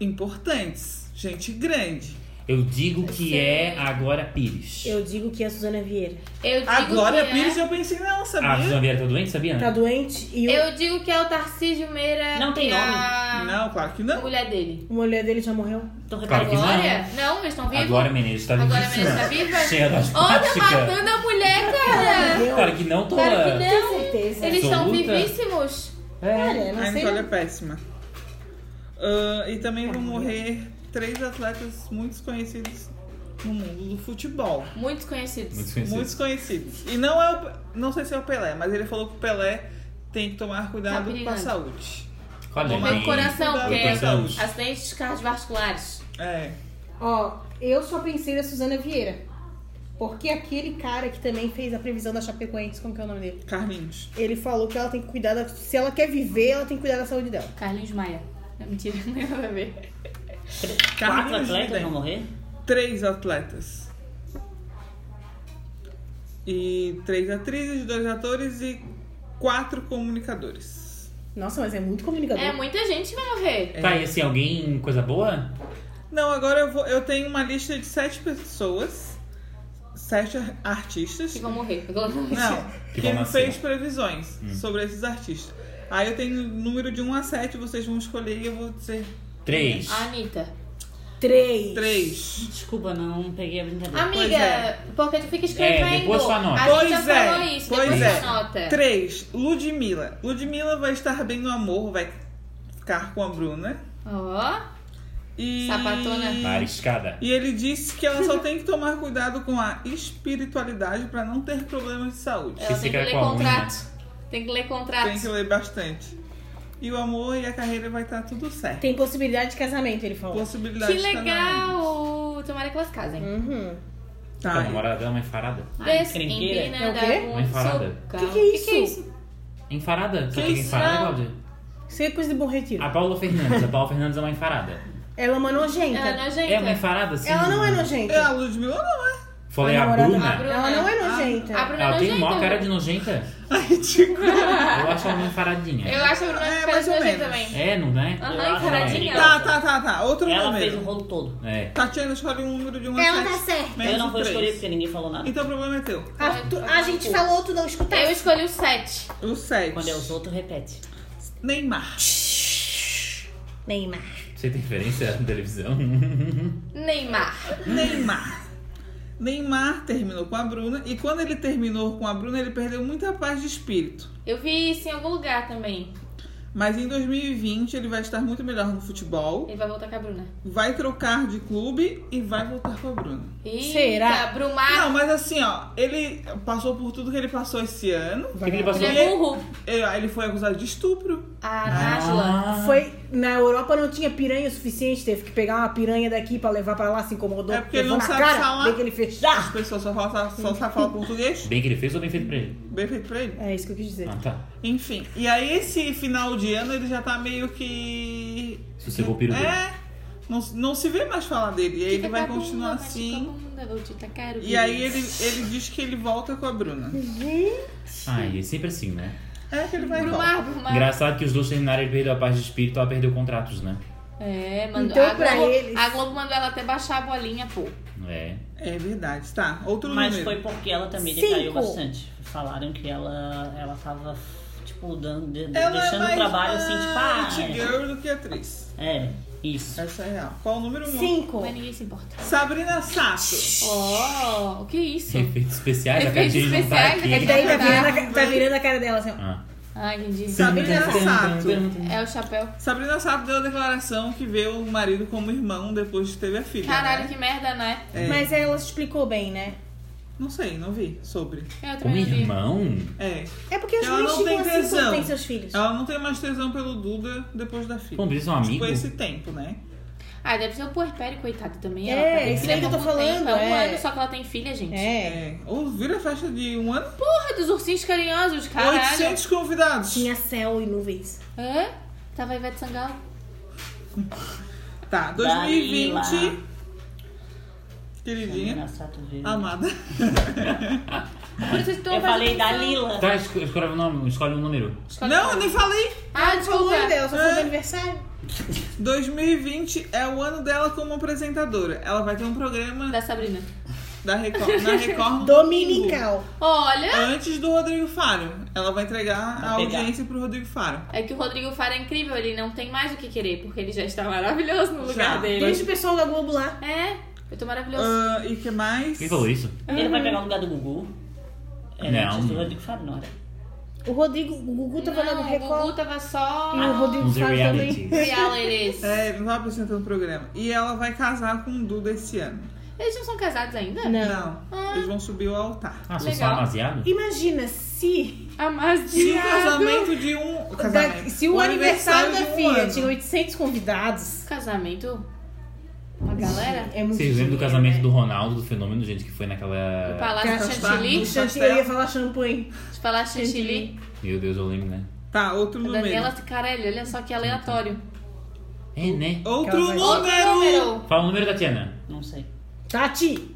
[SPEAKER 5] Importantes. Gente grande.
[SPEAKER 2] Eu digo que
[SPEAKER 4] Sim.
[SPEAKER 2] é agora Pires.
[SPEAKER 7] Eu digo que é a Suzana Vieira.
[SPEAKER 4] Eu digo
[SPEAKER 5] A Glória
[SPEAKER 4] que é-
[SPEAKER 5] Pires eu pensei nela,
[SPEAKER 2] Ah, a
[SPEAKER 5] sabia?
[SPEAKER 2] Suzana Vieira tá doente, sabia?
[SPEAKER 7] Tá doente e o-
[SPEAKER 4] Eu digo que é o Tarcísio Meira.
[SPEAKER 6] Não tem
[SPEAKER 4] e a...
[SPEAKER 5] Não, claro que
[SPEAKER 4] a
[SPEAKER 5] não.
[SPEAKER 4] mulher dele.
[SPEAKER 7] uma mulher dele já morreu.
[SPEAKER 6] Então,
[SPEAKER 2] Claro que
[SPEAKER 6] repete.
[SPEAKER 4] Glória? Não, eles estão vivos?
[SPEAKER 2] é Agora Menezes tá
[SPEAKER 4] A
[SPEAKER 2] vivíssima.
[SPEAKER 4] Glória Menezes tá viva?
[SPEAKER 2] Cheia das
[SPEAKER 4] Olha,
[SPEAKER 2] plásticas.
[SPEAKER 4] matando a mulher,
[SPEAKER 7] É.
[SPEAKER 4] cara!
[SPEAKER 2] Claro que não, Tola.
[SPEAKER 4] Claro que
[SPEAKER 7] Com
[SPEAKER 4] não!
[SPEAKER 7] certeza.
[SPEAKER 4] Eles estão
[SPEAKER 2] Absoluta.
[SPEAKER 4] vivíssimos!
[SPEAKER 7] Cara, eu
[SPEAKER 5] A
[SPEAKER 7] não sei.
[SPEAKER 5] Nicole é péssima. Ah, e também vão morrer três atletas muito conhecidos no mundo do futebol.
[SPEAKER 4] Muitos conhecidos.
[SPEAKER 2] Muito conhecido.
[SPEAKER 5] Muitos conhecidos. E não é o. Não sei se é o Pelé, mas ele falou que o Pelé tem que tomar
[SPEAKER 4] Tá
[SPEAKER 5] cuidado com a
[SPEAKER 4] brilhante.
[SPEAKER 5] saúde.
[SPEAKER 2] Olha,
[SPEAKER 5] Uma
[SPEAKER 4] Meu
[SPEAKER 2] gente.
[SPEAKER 4] coração,
[SPEAKER 5] Cuidado
[SPEAKER 4] porque
[SPEAKER 5] com a saúde.
[SPEAKER 4] acidentes cardiovasculares.
[SPEAKER 5] É.
[SPEAKER 7] Ó, eu só pensei na Suzana Vieira.
[SPEAKER 3] Porque aquele cara que também fez a previsão da Chapecoense, como que é o nome dele?
[SPEAKER 5] Carlinhos.
[SPEAKER 3] Ele falou que ela tem que cuidar da... Se ela quer viver, ela tem que cuidar da saúde dela.
[SPEAKER 4] Carlinhos Maia. É mentira, não tem nada a ver.
[SPEAKER 6] Quatro
[SPEAKER 5] Carlinhos
[SPEAKER 6] atletas
[SPEAKER 5] Vidente.
[SPEAKER 6] vão morrer?
[SPEAKER 5] Três atletas. E três atrizes, dois atores e quatro comunicadores.
[SPEAKER 3] Nossa, mas é muito comunicador.
[SPEAKER 4] É, muita gente vai morrer.
[SPEAKER 2] Tá, e assim, alguém coisa boa?
[SPEAKER 5] Não, agora eu, vou, eu tenho uma lista de sete pessoas, sete ar- artistas.
[SPEAKER 4] Que vão morrer.
[SPEAKER 5] Não,
[SPEAKER 1] Que
[SPEAKER 5] que,
[SPEAKER 1] vão nascer. Hum.
[SPEAKER 5] fez previsões sobre esses artistas. Aí eu tenho número de 1 a 7, vocês vão escolher e eu vou dizer
[SPEAKER 2] Três.
[SPEAKER 4] A Anitta.
[SPEAKER 3] Três.
[SPEAKER 5] três.
[SPEAKER 6] Desculpa, não peguei a brincadeira.
[SPEAKER 4] Amiga,
[SPEAKER 5] é.
[SPEAKER 4] porque tu fica escrevendo.
[SPEAKER 2] É, depois tu anota.
[SPEAKER 4] A gente
[SPEAKER 5] Pois
[SPEAKER 4] já
[SPEAKER 5] é,
[SPEAKER 4] falou isso,
[SPEAKER 5] pois
[SPEAKER 4] depois
[SPEAKER 5] é.
[SPEAKER 4] tu anota.
[SPEAKER 5] Três, Ludmilla. Ludmilla vai estar bem no amor, vai ficar com a Bruna.
[SPEAKER 4] Ó,
[SPEAKER 5] E...
[SPEAKER 4] Sapatona.
[SPEAKER 2] Mariscada.
[SPEAKER 5] E ele disse que ela só tem que tomar cuidado com a espiritualidade pra não ter problemas de
[SPEAKER 3] É.
[SPEAKER 5] saúde.
[SPEAKER 4] ela tem
[SPEAKER 2] Pensei que
[SPEAKER 4] que
[SPEAKER 2] era
[SPEAKER 4] ler
[SPEAKER 2] com a unha.
[SPEAKER 4] contrato. Tem que ler
[SPEAKER 5] Tem que
[SPEAKER 4] contrato.
[SPEAKER 5] ler bastante. E o amor e a carreira vai estar tudo certo.
[SPEAKER 3] Tem possibilidade de casamento, ele falou.
[SPEAKER 5] Possibilidade tá
[SPEAKER 4] Que
[SPEAKER 5] de casamento.
[SPEAKER 4] legal! Tomara que elas
[SPEAKER 5] Hum.
[SPEAKER 4] casem.
[SPEAKER 3] Uhum.
[SPEAKER 2] Tá.
[SPEAKER 5] Tá,
[SPEAKER 2] namorada dela é uma enfarada.
[SPEAKER 4] Des
[SPEAKER 6] crenqueira.
[SPEAKER 4] empina
[SPEAKER 3] É o
[SPEAKER 4] da
[SPEAKER 3] quê?
[SPEAKER 4] mão,
[SPEAKER 2] Uma enfarada.
[SPEAKER 4] soca.
[SPEAKER 3] Que que é
[SPEAKER 4] Que que é
[SPEAKER 3] isso?
[SPEAKER 4] isso?
[SPEAKER 2] Enfarada? Sabe o que é
[SPEAKER 5] isso?
[SPEAKER 2] enfarada, Cláudia?
[SPEAKER 3] Isso é coisa de bom retiro.
[SPEAKER 2] A Paula Fernandes. A Paula Fernandes é uma enfarada.
[SPEAKER 3] Ela é uma nojenta.
[SPEAKER 4] Ela é nojenta.
[SPEAKER 2] É uma enfarada, sim.
[SPEAKER 3] Ela não é
[SPEAKER 5] É a
[SPEAKER 3] nojenta.
[SPEAKER 5] Ludmilla não é?
[SPEAKER 2] Falei
[SPEAKER 3] A
[SPEAKER 2] a
[SPEAKER 3] namorada-
[SPEAKER 2] Bruna.
[SPEAKER 4] A Bruna.
[SPEAKER 3] Ela não é nojenta.
[SPEAKER 4] A Bruna
[SPEAKER 2] Ela
[SPEAKER 4] é
[SPEAKER 2] tem Ah, maior
[SPEAKER 4] nojenta.
[SPEAKER 2] cara de nojenta. Eu acho ela uma enfaradinha.
[SPEAKER 4] Eu acho a Bruna
[SPEAKER 5] É,
[SPEAKER 4] é,
[SPEAKER 5] mais ou
[SPEAKER 4] nojenta
[SPEAKER 5] menos.
[SPEAKER 4] também.
[SPEAKER 2] É, não é?
[SPEAKER 4] Aham,
[SPEAKER 6] Eu acho ela
[SPEAKER 4] encaradinha.
[SPEAKER 5] Tá, tá, tá, tá. Outro
[SPEAKER 6] Ela fez um
[SPEAKER 5] número.
[SPEAKER 6] o rolo todo.
[SPEAKER 2] É.
[SPEAKER 5] Tatiana escolhe um número de uma
[SPEAKER 3] Ela
[SPEAKER 5] a
[SPEAKER 3] tá
[SPEAKER 5] sete.
[SPEAKER 3] certa.
[SPEAKER 5] Menos um
[SPEAKER 6] eu não vou
[SPEAKER 5] três.
[SPEAKER 6] escolher porque ninguém falou nada.
[SPEAKER 5] Então o problema é teu.
[SPEAKER 3] Ah, tu- a gente falou, tu não escutou.
[SPEAKER 4] Tá, Eu escolhi o 7.
[SPEAKER 5] O 7.
[SPEAKER 6] Quando é os outros, repete.
[SPEAKER 5] Neymar.
[SPEAKER 3] Neymar.
[SPEAKER 2] Você tem referência na televisão?
[SPEAKER 4] Neymar.
[SPEAKER 5] Neymar. Neymar terminou com a Bruna e quando ele terminou com a Bruna, ele perdeu muita paz de espírito.
[SPEAKER 4] Eu vi isso em algum lugar também.
[SPEAKER 5] Mas em 2020 ele vai estar muito melhor no futebol,
[SPEAKER 4] Ele vai voltar com a Bruna.
[SPEAKER 5] vai trocar de clube e vai voltar com a Bruna.
[SPEAKER 4] Eita,
[SPEAKER 3] Será?
[SPEAKER 4] Brumar.
[SPEAKER 5] Não, mas assim, ó, ele passou por tudo que ele passou esse ano.
[SPEAKER 2] O que que ele passou?
[SPEAKER 4] Ele é burro.
[SPEAKER 5] Ele ele foi acusado de estupro.
[SPEAKER 4] A
[SPEAKER 5] Ah.
[SPEAKER 4] Nájila.
[SPEAKER 2] Ah.
[SPEAKER 3] Foi na Europa não tinha piranha o suficiente, teve que pegar uma piranha daqui pra levar pra lá, se incomodou.
[SPEAKER 5] É porque ele
[SPEAKER 3] levou
[SPEAKER 5] não
[SPEAKER 3] na
[SPEAKER 5] sabe
[SPEAKER 3] cara,
[SPEAKER 5] falar.
[SPEAKER 3] bem que ele fez.
[SPEAKER 5] As pessoas só falam, só sabem falar português.
[SPEAKER 2] Bem que ele fez ou bem feito pra ele?
[SPEAKER 5] Bem feito pra ele.
[SPEAKER 3] É isso que eu quis dizer.
[SPEAKER 2] Ah, tá.
[SPEAKER 5] Enfim, e aí esse final de ano ele já tá meio que.
[SPEAKER 2] Sossegou o peru dele.
[SPEAKER 5] É, não, não se vê mais falar dele. E aí ele
[SPEAKER 4] tá
[SPEAKER 5] vai continuar
[SPEAKER 4] né?
[SPEAKER 5] assim. E aí ele, ele diz que ele volta com a Bruna.
[SPEAKER 2] Ai, é sempre assim, né?
[SPEAKER 5] É que ele
[SPEAKER 4] Tá
[SPEAKER 5] vai voltar.
[SPEAKER 4] Brumar, Brumar.
[SPEAKER 2] Engraçado que os dois terminaram, ele perdeu a parte de espírito, ela perdeu contratos, né?
[SPEAKER 4] É, mandou.
[SPEAKER 3] Então,
[SPEAKER 4] a,
[SPEAKER 3] pra
[SPEAKER 4] Globo,
[SPEAKER 3] eles-
[SPEAKER 4] a Globo mandou ela até baixar a bolinha, pô.
[SPEAKER 2] É.
[SPEAKER 5] É verdade, tá. Outro
[SPEAKER 6] Mas
[SPEAKER 5] número.
[SPEAKER 6] foi porque ela também
[SPEAKER 3] Cinco.
[SPEAKER 6] decaiu bastante. Falaram que ela, ela tava, tipo, dando, de-
[SPEAKER 5] Ela é
[SPEAKER 6] deixando
[SPEAKER 5] mais
[SPEAKER 6] o trabalho assim, tipo,
[SPEAKER 5] night
[SPEAKER 6] ah,
[SPEAKER 5] girl do que atriz.
[SPEAKER 6] é. é, isso.
[SPEAKER 5] Essa é real. Qual o número um?
[SPEAKER 3] Cinco.
[SPEAKER 4] Mas ninguém se importa.
[SPEAKER 5] Sabrina Sato.
[SPEAKER 4] Oh, o que é isso?
[SPEAKER 2] Efeitos especiais,
[SPEAKER 4] Efeitos
[SPEAKER 2] a Cadinha não tá
[SPEAKER 4] especiais,
[SPEAKER 2] aqui.
[SPEAKER 4] a
[SPEAKER 3] E daí tá
[SPEAKER 4] Tá.
[SPEAKER 3] virando, a, ca-
[SPEAKER 5] É.
[SPEAKER 3] tá virando a cara dela assim. ó.
[SPEAKER 2] Ah.
[SPEAKER 4] Ai, entendi.
[SPEAKER 5] Sabrina Sato.
[SPEAKER 4] É o chapéu.
[SPEAKER 5] Sabrina Sato deu a declaração que vê o marido como irmão depois que teve a filha.
[SPEAKER 4] Caralho,
[SPEAKER 5] né?
[SPEAKER 4] que merda, né?
[SPEAKER 5] É.
[SPEAKER 3] Mas ela se explicou bem, né?
[SPEAKER 5] Não sei, não vi sobre.
[SPEAKER 4] Eu
[SPEAKER 2] Como
[SPEAKER 4] também não vi.
[SPEAKER 2] irmão?
[SPEAKER 5] É.
[SPEAKER 3] É porque os
[SPEAKER 5] Ela
[SPEAKER 3] dois
[SPEAKER 5] não
[SPEAKER 3] ficam
[SPEAKER 5] tem
[SPEAKER 3] assim quando
[SPEAKER 5] tesão.
[SPEAKER 3] tem seus filhos.
[SPEAKER 5] Ela não tem mais tesão pelo Duda depois da filha.
[SPEAKER 2] Quando eles são
[SPEAKER 5] Tipo,
[SPEAKER 2] amigos?
[SPEAKER 5] esse tempo, né?
[SPEAKER 4] Ah, deve ser o puerpério, coitado também.
[SPEAKER 3] É,
[SPEAKER 4] ela vai ter
[SPEAKER 3] isso
[SPEAKER 4] filha
[SPEAKER 3] aí que eu tô
[SPEAKER 4] há pouco
[SPEAKER 3] falando,
[SPEAKER 4] tempo, É um
[SPEAKER 3] é.
[SPEAKER 4] ano só que ela tem filha, gente.
[SPEAKER 3] É.
[SPEAKER 5] É. Ou vira festa de um ano,
[SPEAKER 4] Porra, dos ursinhos carinhosos, caralho.
[SPEAKER 5] 800 convidados.
[SPEAKER 3] Tinha céu e nuvens.
[SPEAKER 4] Hã? Tava Ivete Sangalo.
[SPEAKER 5] Tá, 2020.
[SPEAKER 6] Dalila.
[SPEAKER 5] Queridinha,
[SPEAKER 6] Engraçado ver.
[SPEAKER 5] amada.
[SPEAKER 4] Por isso que tu
[SPEAKER 6] Eu
[SPEAKER 4] Então faz
[SPEAKER 6] falei da
[SPEAKER 4] atenção.
[SPEAKER 6] Lila.
[SPEAKER 2] Tá, esco- escolhe um nome, escolhe um número.
[SPEAKER 4] Escolhe
[SPEAKER 5] Não,
[SPEAKER 4] pra
[SPEAKER 5] eu
[SPEAKER 4] ela. tá-
[SPEAKER 5] nem falei.
[SPEAKER 4] Ah,
[SPEAKER 3] Pelo amor de
[SPEAKER 4] desculpa.
[SPEAKER 3] Deus, só
[SPEAKER 5] É.
[SPEAKER 3] foi do aniversário.
[SPEAKER 5] 2020 é o ano dela como apresentadora. Ela vai ter um programa
[SPEAKER 4] Da Sabrina.
[SPEAKER 5] da Record, na Record no
[SPEAKER 3] Dominical.
[SPEAKER 4] Olha,
[SPEAKER 5] domingo, Antes do Rodrigo Faro. Ela vai entregar
[SPEAKER 6] Vai
[SPEAKER 5] a
[SPEAKER 6] pegar.
[SPEAKER 5] audiência pro Rodrigo Faro.
[SPEAKER 4] é que o Rodrigo Faro é incrível. Ele não tem mais o que querer, porque ele já está maravilhoso no lugar
[SPEAKER 5] Já,
[SPEAKER 4] dele.
[SPEAKER 3] Deixa o pessoal da Globo lá.
[SPEAKER 4] É, eu tô maravilhoso.
[SPEAKER 5] Ah, e que mais?
[SPEAKER 2] Quem falou isso?
[SPEAKER 6] Ele vai pegar o lugar do Gugu. É,
[SPEAKER 2] Não.
[SPEAKER 6] antes do Rodrigo Faro, não é? era.
[SPEAKER 3] O Rodrigo, o Gugu tava
[SPEAKER 4] não,
[SPEAKER 3] dando
[SPEAKER 4] o Gugu tá
[SPEAKER 3] Record.
[SPEAKER 4] tava só...
[SPEAKER 3] E o Rodrigo
[SPEAKER 2] Uns
[SPEAKER 3] Faro também.
[SPEAKER 2] realities.
[SPEAKER 4] realities.
[SPEAKER 5] É, ele não vai apresentando o programa. E ela vai casar com o Duda esse ano.
[SPEAKER 4] Eles não são casados ainda?
[SPEAKER 5] Não. Eles vão subir o altar.
[SPEAKER 2] Ah, sou só
[SPEAKER 4] Legal.
[SPEAKER 2] amasiado?
[SPEAKER 3] Imagina se,
[SPEAKER 5] Se o
[SPEAKER 4] Amasiado.
[SPEAKER 5] casamento de um. o
[SPEAKER 3] da-
[SPEAKER 5] Casamento.
[SPEAKER 3] se o, aniversário,
[SPEAKER 5] de
[SPEAKER 3] da
[SPEAKER 5] um
[SPEAKER 3] filha tipo,
[SPEAKER 5] ano.
[SPEAKER 3] tinha 800 convidados.
[SPEAKER 4] Casamento? Uma galera?
[SPEAKER 7] É muito
[SPEAKER 2] Vocês lembram do
[SPEAKER 7] dinheiro,
[SPEAKER 2] casamento
[SPEAKER 7] né?
[SPEAKER 2] do Ronaldo, do fenômeno, gente, que foi
[SPEAKER 4] O
[SPEAKER 2] naquela.
[SPEAKER 4] Palácio
[SPEAKER 5] Gastar.
[SPEAKER 4] Chantilly.
[SPEAKER 7] Chantilly, eu ia falar champanhe.
[SPEAKER 4] Palácio Chantilly.
[SPEAKER 2] Meu Deus, eu lembro, né?
[SPEAKER 5] Tá, outro
[SPEAKER 4] A
[SPEAKER 5] número.
[SPEAKER 4] é Daniela Carelli, olha só que aleatório.
[SPEAKER 2] É, né?
[SPEAKER 5] Outro
[SPEAKER 7] Ela vai-
[SPEAKER 5] número!
[SPEAKER 4] Outro número!
[SPEAKER 2] Fala o número, Tatiana.
[SPEAKER 6] Não sei.
[SPEAKER 7] Tati!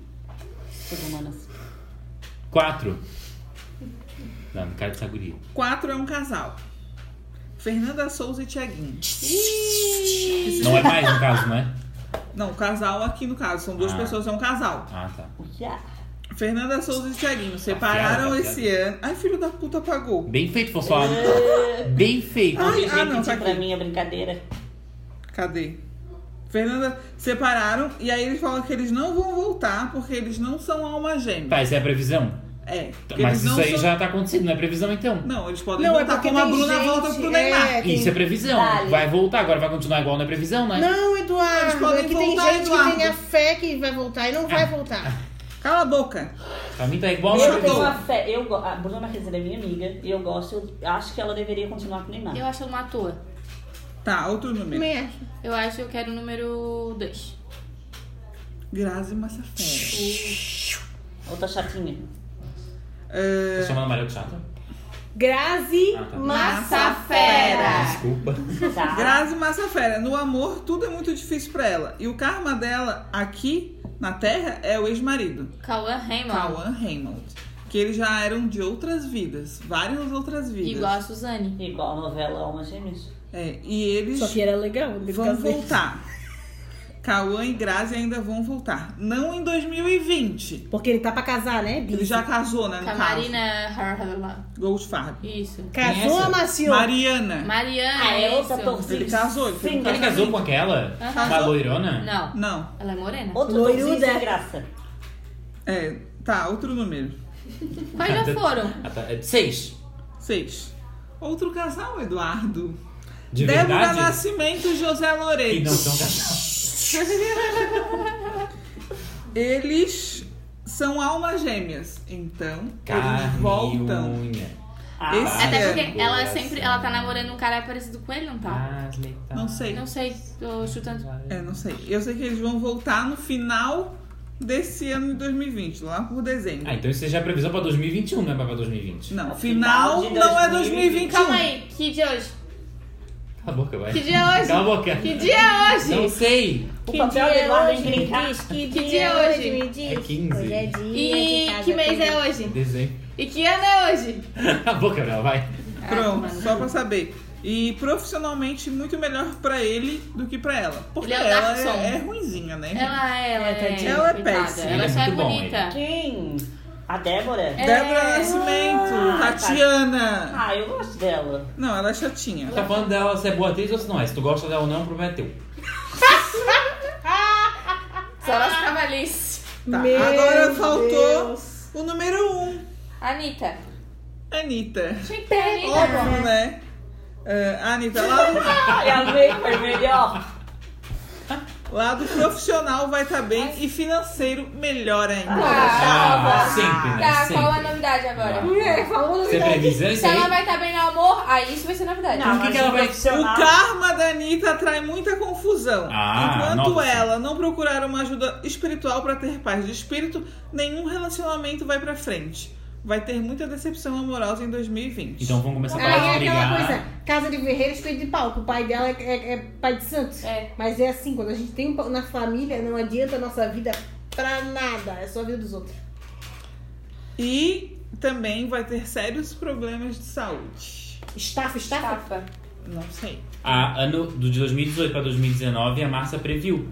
[SPEAKER 6] Sou humana assim.
[SPEAKER 2] Quatro. Não, cara de saguria.
[SPEAKER 5] Quatro é um casal. Fernanda Souza e Tiaguinho.
[SPEAKER 2] Não é mais, no caso, não é?
[SPEAKER 5] Não, casal aqui no caso. São duas
[SPEAKER 2] Ah.
[SPEAKER 5] pessoas, é um casal.
[SPEAKER 2] Ah, tá.
[SPEAKER 6] O que é?
[SPEAKER 5] Fernanda Souza e Tiaguinho separaram
[SPEAKER 2] Afiada,
[SPEAKER 5] esse ano. Ai, filho da puta apagou.
[SPEAKER 2] Bem feito, pessoal. Bem feito.
[SPEAKER 5] Ai,
[SPEAKER 6] Gente,
[SPEAKER 5] ah, não, tá
[SPEAKER 6] pra
[SPEAKER 5] aqui.
[SPEAKER 6] mim é brincadeira.
[SPEAKER 5] Cadê? Fernanda, separaram e aí eles falam que eles não vão voltar porque eles não são alma gêmea.
[SPEAKER 2] Tá, essa é a previsão?
[SPEAKER 5] É. porque eles
[SPEAKER 2] Mas
[SPEAKER 5] não
[SPEAKER 2] isso aí
[SPEAKER 5] são-
[SPEAKER 2] já tá acontecendo, não é previsão então?
[SPEAKER 5] Não, eles podem
[SPEAKER 7] Não, é
[SPEAKER 5] voltar
[SPEAKER 7] porque
[SPEAKER 5] como a
[SPEAKER 7] tem
[SPEAKER 5] Bruna
[SPEAKER 7] gente-
[SPEAKER 5] volta pro Neymar.
[SPEAKER 7] é, tem-
[SPEAKER 2] Isso é previsão.
[SPEAKER 6] Vale.
[SPEAKER 2] Vai voltar, agora vai continuar igual na previsão, né?
[SPEAKER 7] Não,
[SPEAKER 5] Eles
[SPEAKER 7] Eduardo,
[SPEAKER 5] podem
[SPEAKER 7] é que tem
[SPEAKER 5] voltar,
[SPEAKER 7] gente
[SPEAKER 5] Eduardo.
[SPEAKER 7] que tem a fé que vai voltar e não
[SPEAKER 2] Ah.
[SPEAKER 7] vai voltar.
[SPEAKER 2] tá.
[SPEAKER 5] Cala a boca.
[SPEAKER 2] Pra mim tá igual na
[SPEAKER 6] Eu tenho
[SPEAKER 2] previsão.
[SPEAKER 6] uma fé. Eu, go- a Bruna Marquezine é minha amiga e eu gosto, eu acho que ela deveria continuar com o
[SPEAKER 5] Ah.
[SPEAKER 6] Neymar.
[SPEAKER 4] Eu acho que ela não atua.
[SPEAKER 5] Tá, outro número.
[SPEAKER 7] Também acho.
[SPEAKER 4] Eu acho que eu quero o número 2.
[SPEAKER 5] Grazi Massafera.
[SPEAKER 6] Outra chatinha.
[SPEAKER 2] Tá chamando a Maria de chata?
[SPEAKER 7] Grazi
[SPEAKER 2] Ah, tá.
[SPEAKER 5] Ah.
[SPEAKER 4] Massafera!
[SPEAKER 1] Desculpa.
[SPEAKER 6] Tá.
[SPEAKER 5] Grazi Massafera, no amor tudo é muito difícil pra ela. E o karma dela aqui na Terra é o ex-marido,
[SPEAKER 4] Cauã Raymond.
[SPEAKER 5] Cauã Raymond. Que eles já eram de outras vidas, várias outras vidas.
[SPEAKER 4] Igual a Suzane.
[SPEAKER 6] Igual a novela Almas Gêmeas.
[SPEAKER 5] É, e eles
[SPEAKER 7] Só que era legal. ele
[SPEAKER 5] vão
[SPEAKER 7] casou.
[SPEAKER 5] voltar. Cauã e Grazi ainda vão voltar. Não em 2020.
[SPEAKER 7] Porque ele tá pra casar, né, Bi?
[SPEAKER 5] Ele já casou, né?
[SPEAKER 4] Com a
[SPEAKER 5] No caso.
[SPEAKER 4] Tá, Marina Harhala.
[SPEAKER 5] Goldfarb.
[SPEAKER 4] Isso.
[SPEAKER 7] Casou
[SPEAKER 2] Essa?
[SPEAKER 7] a Macio.
[SPEAKER 5] Mariana.
[SPEAKER 4] Mariana.
[SPEAKER 6] Ah, é outra
[SPEAKER 4] isso.
[SPEAKER 6] torcida.
[SPEAKER 5] Ele casou, ele foi
[SPEAKER 6] Sim,
[SPEAKER 2] Ela casou com aquela? Da loirona?
[SPEAKER 4] Não.
[SPEAKER 5] Não.
[SPEAKER 4] Ela é morena.
[SPEAKER 6] Outro
[SPEAKER 7] Loiruda.
[SPEAKER 6] torcida sem graça.
[SPEAKER 5] É, tá, outro número.
[SPEAKER 4] Quais já foram?
[SPEAKER 2] Ah, tá. É de Seis.
[SPEAKER 5] Seis. Outro casal, Eduardo.
[SPEAKER 2] De
[SPEAKER 5] Débora
[SPEAKER 2] verdade?
[SPEAKER 5] Nascimento e José
[SPEAKER 2] E
[SPEAKER 5] Loreto.
[SPEAKER 2] não são casados.
[SPEAKER 5] Eles são almas gêmeas. Então, eles
[SPEAKER 2] Carne
[SPEAKER 5] voltam.
[SPEAKER 2] e unha.
[SPEAKER 6] Ah,
[SPEAKER 5] Esse-
[SPEAKER 2] Ah,
[SPEAKER 5] é,
[SPEAKER 4] Até porque ela
[SPEAKER 2] boa, Ah.
[SPEAKER 4] sempre.
[SPEAKER 2] sim.
[SPEAKER 4] Ela tá namorando um cara parecido com ele, não tá?
[SPEAKER 2] As metades.
[SPEAKER 5] Não sei.
[SPEAKER 4] Não sei, tô chutando.
[SPEAKER 5] É, não sei. Eu sei que eles vão voltar no final desse ano de 2020, lá por dezembro.
[SPEAKER 2] Ah, então isso já é previsão pra 2021, não é pra 2020.
[SPEAKER 5] Não,
[SPEAKER 6] No
[SPEAKER 5] final,
[SPEAKER 6] final de
[SPEAKER 5] não é
[SPEAKER 6] 2021.
[SPEAKER 5] 2021.
[SPEAKER 4] Calma aí, que dia é hoje?
[SPEAKER 2] Cala a boca, vai.
[SPEAKER 4] Que dia é hoje?
[SPEAKER 2] Cala a boca.
[SPEAKER 4] Que dia é
[SPEAKER 2] Não
[SPEAKER 4] hoje?
[SPEAKER 2] sei.
[SPEAKER 6] O papel de Eduardo é encrencar.
[SPEAKER 7] Que,
[SPEAKER 4] dia é hoje?
[SPEAKER 7] Me diz.
[SPEAKER 2] É 15.
[SPEAKER 7] Hoje é dia de
[SPEAKER 4] E
[SPEAKER 7] casa
[SPEAKER 4] que mês
[SPEAKER 7] com-
[SPEAKER 4] é hoje?
[SPEAKER 2] Desenho.
[SPEAKER 4] E que ano é hoje?
[SPEAKER 2] Cala a boca, Gabriela, vai.
[SPEAKER 5] um. Pronto,
[SPEAKER 4] É, mano.
[SPEAKER 5] só pra saber. E profissionalmente, muito melhor pra ele do que pra ela. Porque
[SPEAKER 4] Ele é o
[SPEAKER 5] ela
[SPEAKER 4] Dark Soul.
[SPEAKER 5] é, é ruinzinha, né?
[SPEAKER 4] Ela é, ela
[SPEAKER 7] É,
[SPEAKER 4] é.
[SPEAKER 7] tadinha.
[SPEAKER 5] Ela é
[SPEAKER 4] coitada.
[SPEAKER 5] péssima.
[SPEAKER 4] Ela só é
[SPEAKER 2] Muito bom,
[SPEAKER 4] bonita.
[SPEAKER 6] Quem? A Débora?
[SPEAKER 5] Débora
[SPEAKER 4] É. tá.
[SPEAKER 5] Nascimento,
[SPEAKER 6] Ah,
[SPEAKER 5] Tatiana.
[SPEAKER 6] Ah, eu gosto dela.
[SPEAKER 5] Não, ela é chatinha.
[SPEAKER 2] Tá falando dela se é boa atriz ou se não é. Se tu gosta dela ou não, o problema é teu.
[SPEAKER 4] Só ela ficava alice.
[SPEAKER 5] Tá,
[SPEAKER 7] Meu
[SPEAKER 5] agora faltou
[SPEAKER 7] Deus.
[SPEAKER 5] o número 1, um,
[SPEAKER 4] Anitta.
[SPEAKER 5] Anitta.
[SPEAKER 4] Tinha que ter Anitta.
[SPEAKER 5] Óbvio, né? Ah, a Anitta, lá do,
[SPEAKER 6] Ai, amei, foi melhor.
[SPEAKER 5] lá do profissional vai estar bem e financeiro melhor ainda.
[SPEAKER 4] Ah,
[SPEAKER 2] Ah, sempre, né?
[SPEAKER 4] tá,
[SPEAKER 2] Sempre.
[SPEAKER 4] qual é a novidade agora?
[SPEAKER 7] É,
[SPEAKER 2] Você é previsão
[SPEAKER 4] Se
[SPEAKER 2] isso
[SPEAKER 4] ela
[SPEAKER 2] aí?
[SPEAKER 4] vai estar bem no amor, aí isso vai ser novidade.
[SPEAKER 6] Não,
[SPEAKER 2] Por que
[SPEAKER 6] mas
[SPEAKER 2] que ela
[SPEAKER 6] o
[SPEAKER 2] vai-
[SPEAKER 5] O
[SPEAKER 6] profissional-
[SPEAKER 5] karma da Anitta atrai muita confusão.
[SPEAKER 2] Ah,
[SPEAKER 5] Enquanto
[SPEAKER 2] nossa.
[SPEAKER 5] ela não procurar uma ajuda espiritual pra ter paz de espírito, nenhum relacionamento vai pra frente. Vai ter muita decepção amorosa em 2020.
[SPEAKER 2] Então vamos começar a
[SPEAKER 7] Aí
[SPEAKER 2] parar
[SPEAKER 7] é
[SPEAKER 2] de
[SPEAKER 7] aquela
[SPEAKER 2] brigar.
[SPEAKER 7] coisa, casa de guerreiro, espelho de palco. O pai dela é, é- é pai de santo.
[SPEAKER 4] É.
[SPEAKER 7] Mas é assim, quando a gente tem um pa- na família, não adianta a nossa vida pra nada. É só a vida dos outros.
[SPEAKER 5] E também vai ter sérios problemas de saúde.
[SPEAKER 7] Estafa, estafa.
[SPEAKER 4] Tapa.
[SPEAKER 5] Não sei.
[SPEAKER 2] A ano do- de 2018 pra 2019, a Márcia previu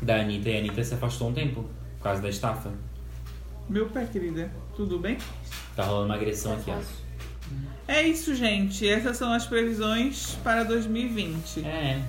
[SPEAKER 2] da Anitta e a Anitta se afastou um tempo por causa da estafa.
[SPEAKER 5] Meu pé, querida, tudo bem?
[SPEAKER 2] Tá rolando uma agressão aqui, ó.
[SPEAKER 5] É isso, gente. Essas são as previsões para 2020.
[SPEAKER 2] É.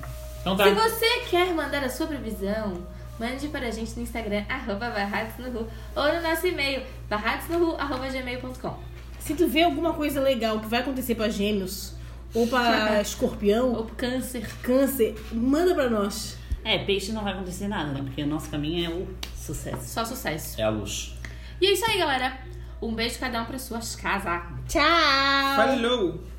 [SPEAKER 2] Então tá.
[SPEAKER 4] Se você quer mandar a sua previsão, mande para a gente no Instagram, arroba barradosnohu, ou no nosso e-mail, barradosnohu.gmail.com.
[SPEAKER 7] Se tu vê alguma coisa legal que vai acontecer pra gêmeos, ou pra escorpião,
[SPEAKER 4] Ou câncer.
[SPEAKER 7] câncer, manda pra nós.
[SPEAKER 6] É, peixe não vai acontecer nada, né? Porque o nosso caminho é o sucesso.
[SPEAKER 4] Só sucesso.
[SPEAKER 2] É a luz.
[SPEAKER 4] E é isso aí, galera. Um beijo cada um para suas casas.
[SPEAKER 7] Tchau!
[SPEAKER 5] Falhou!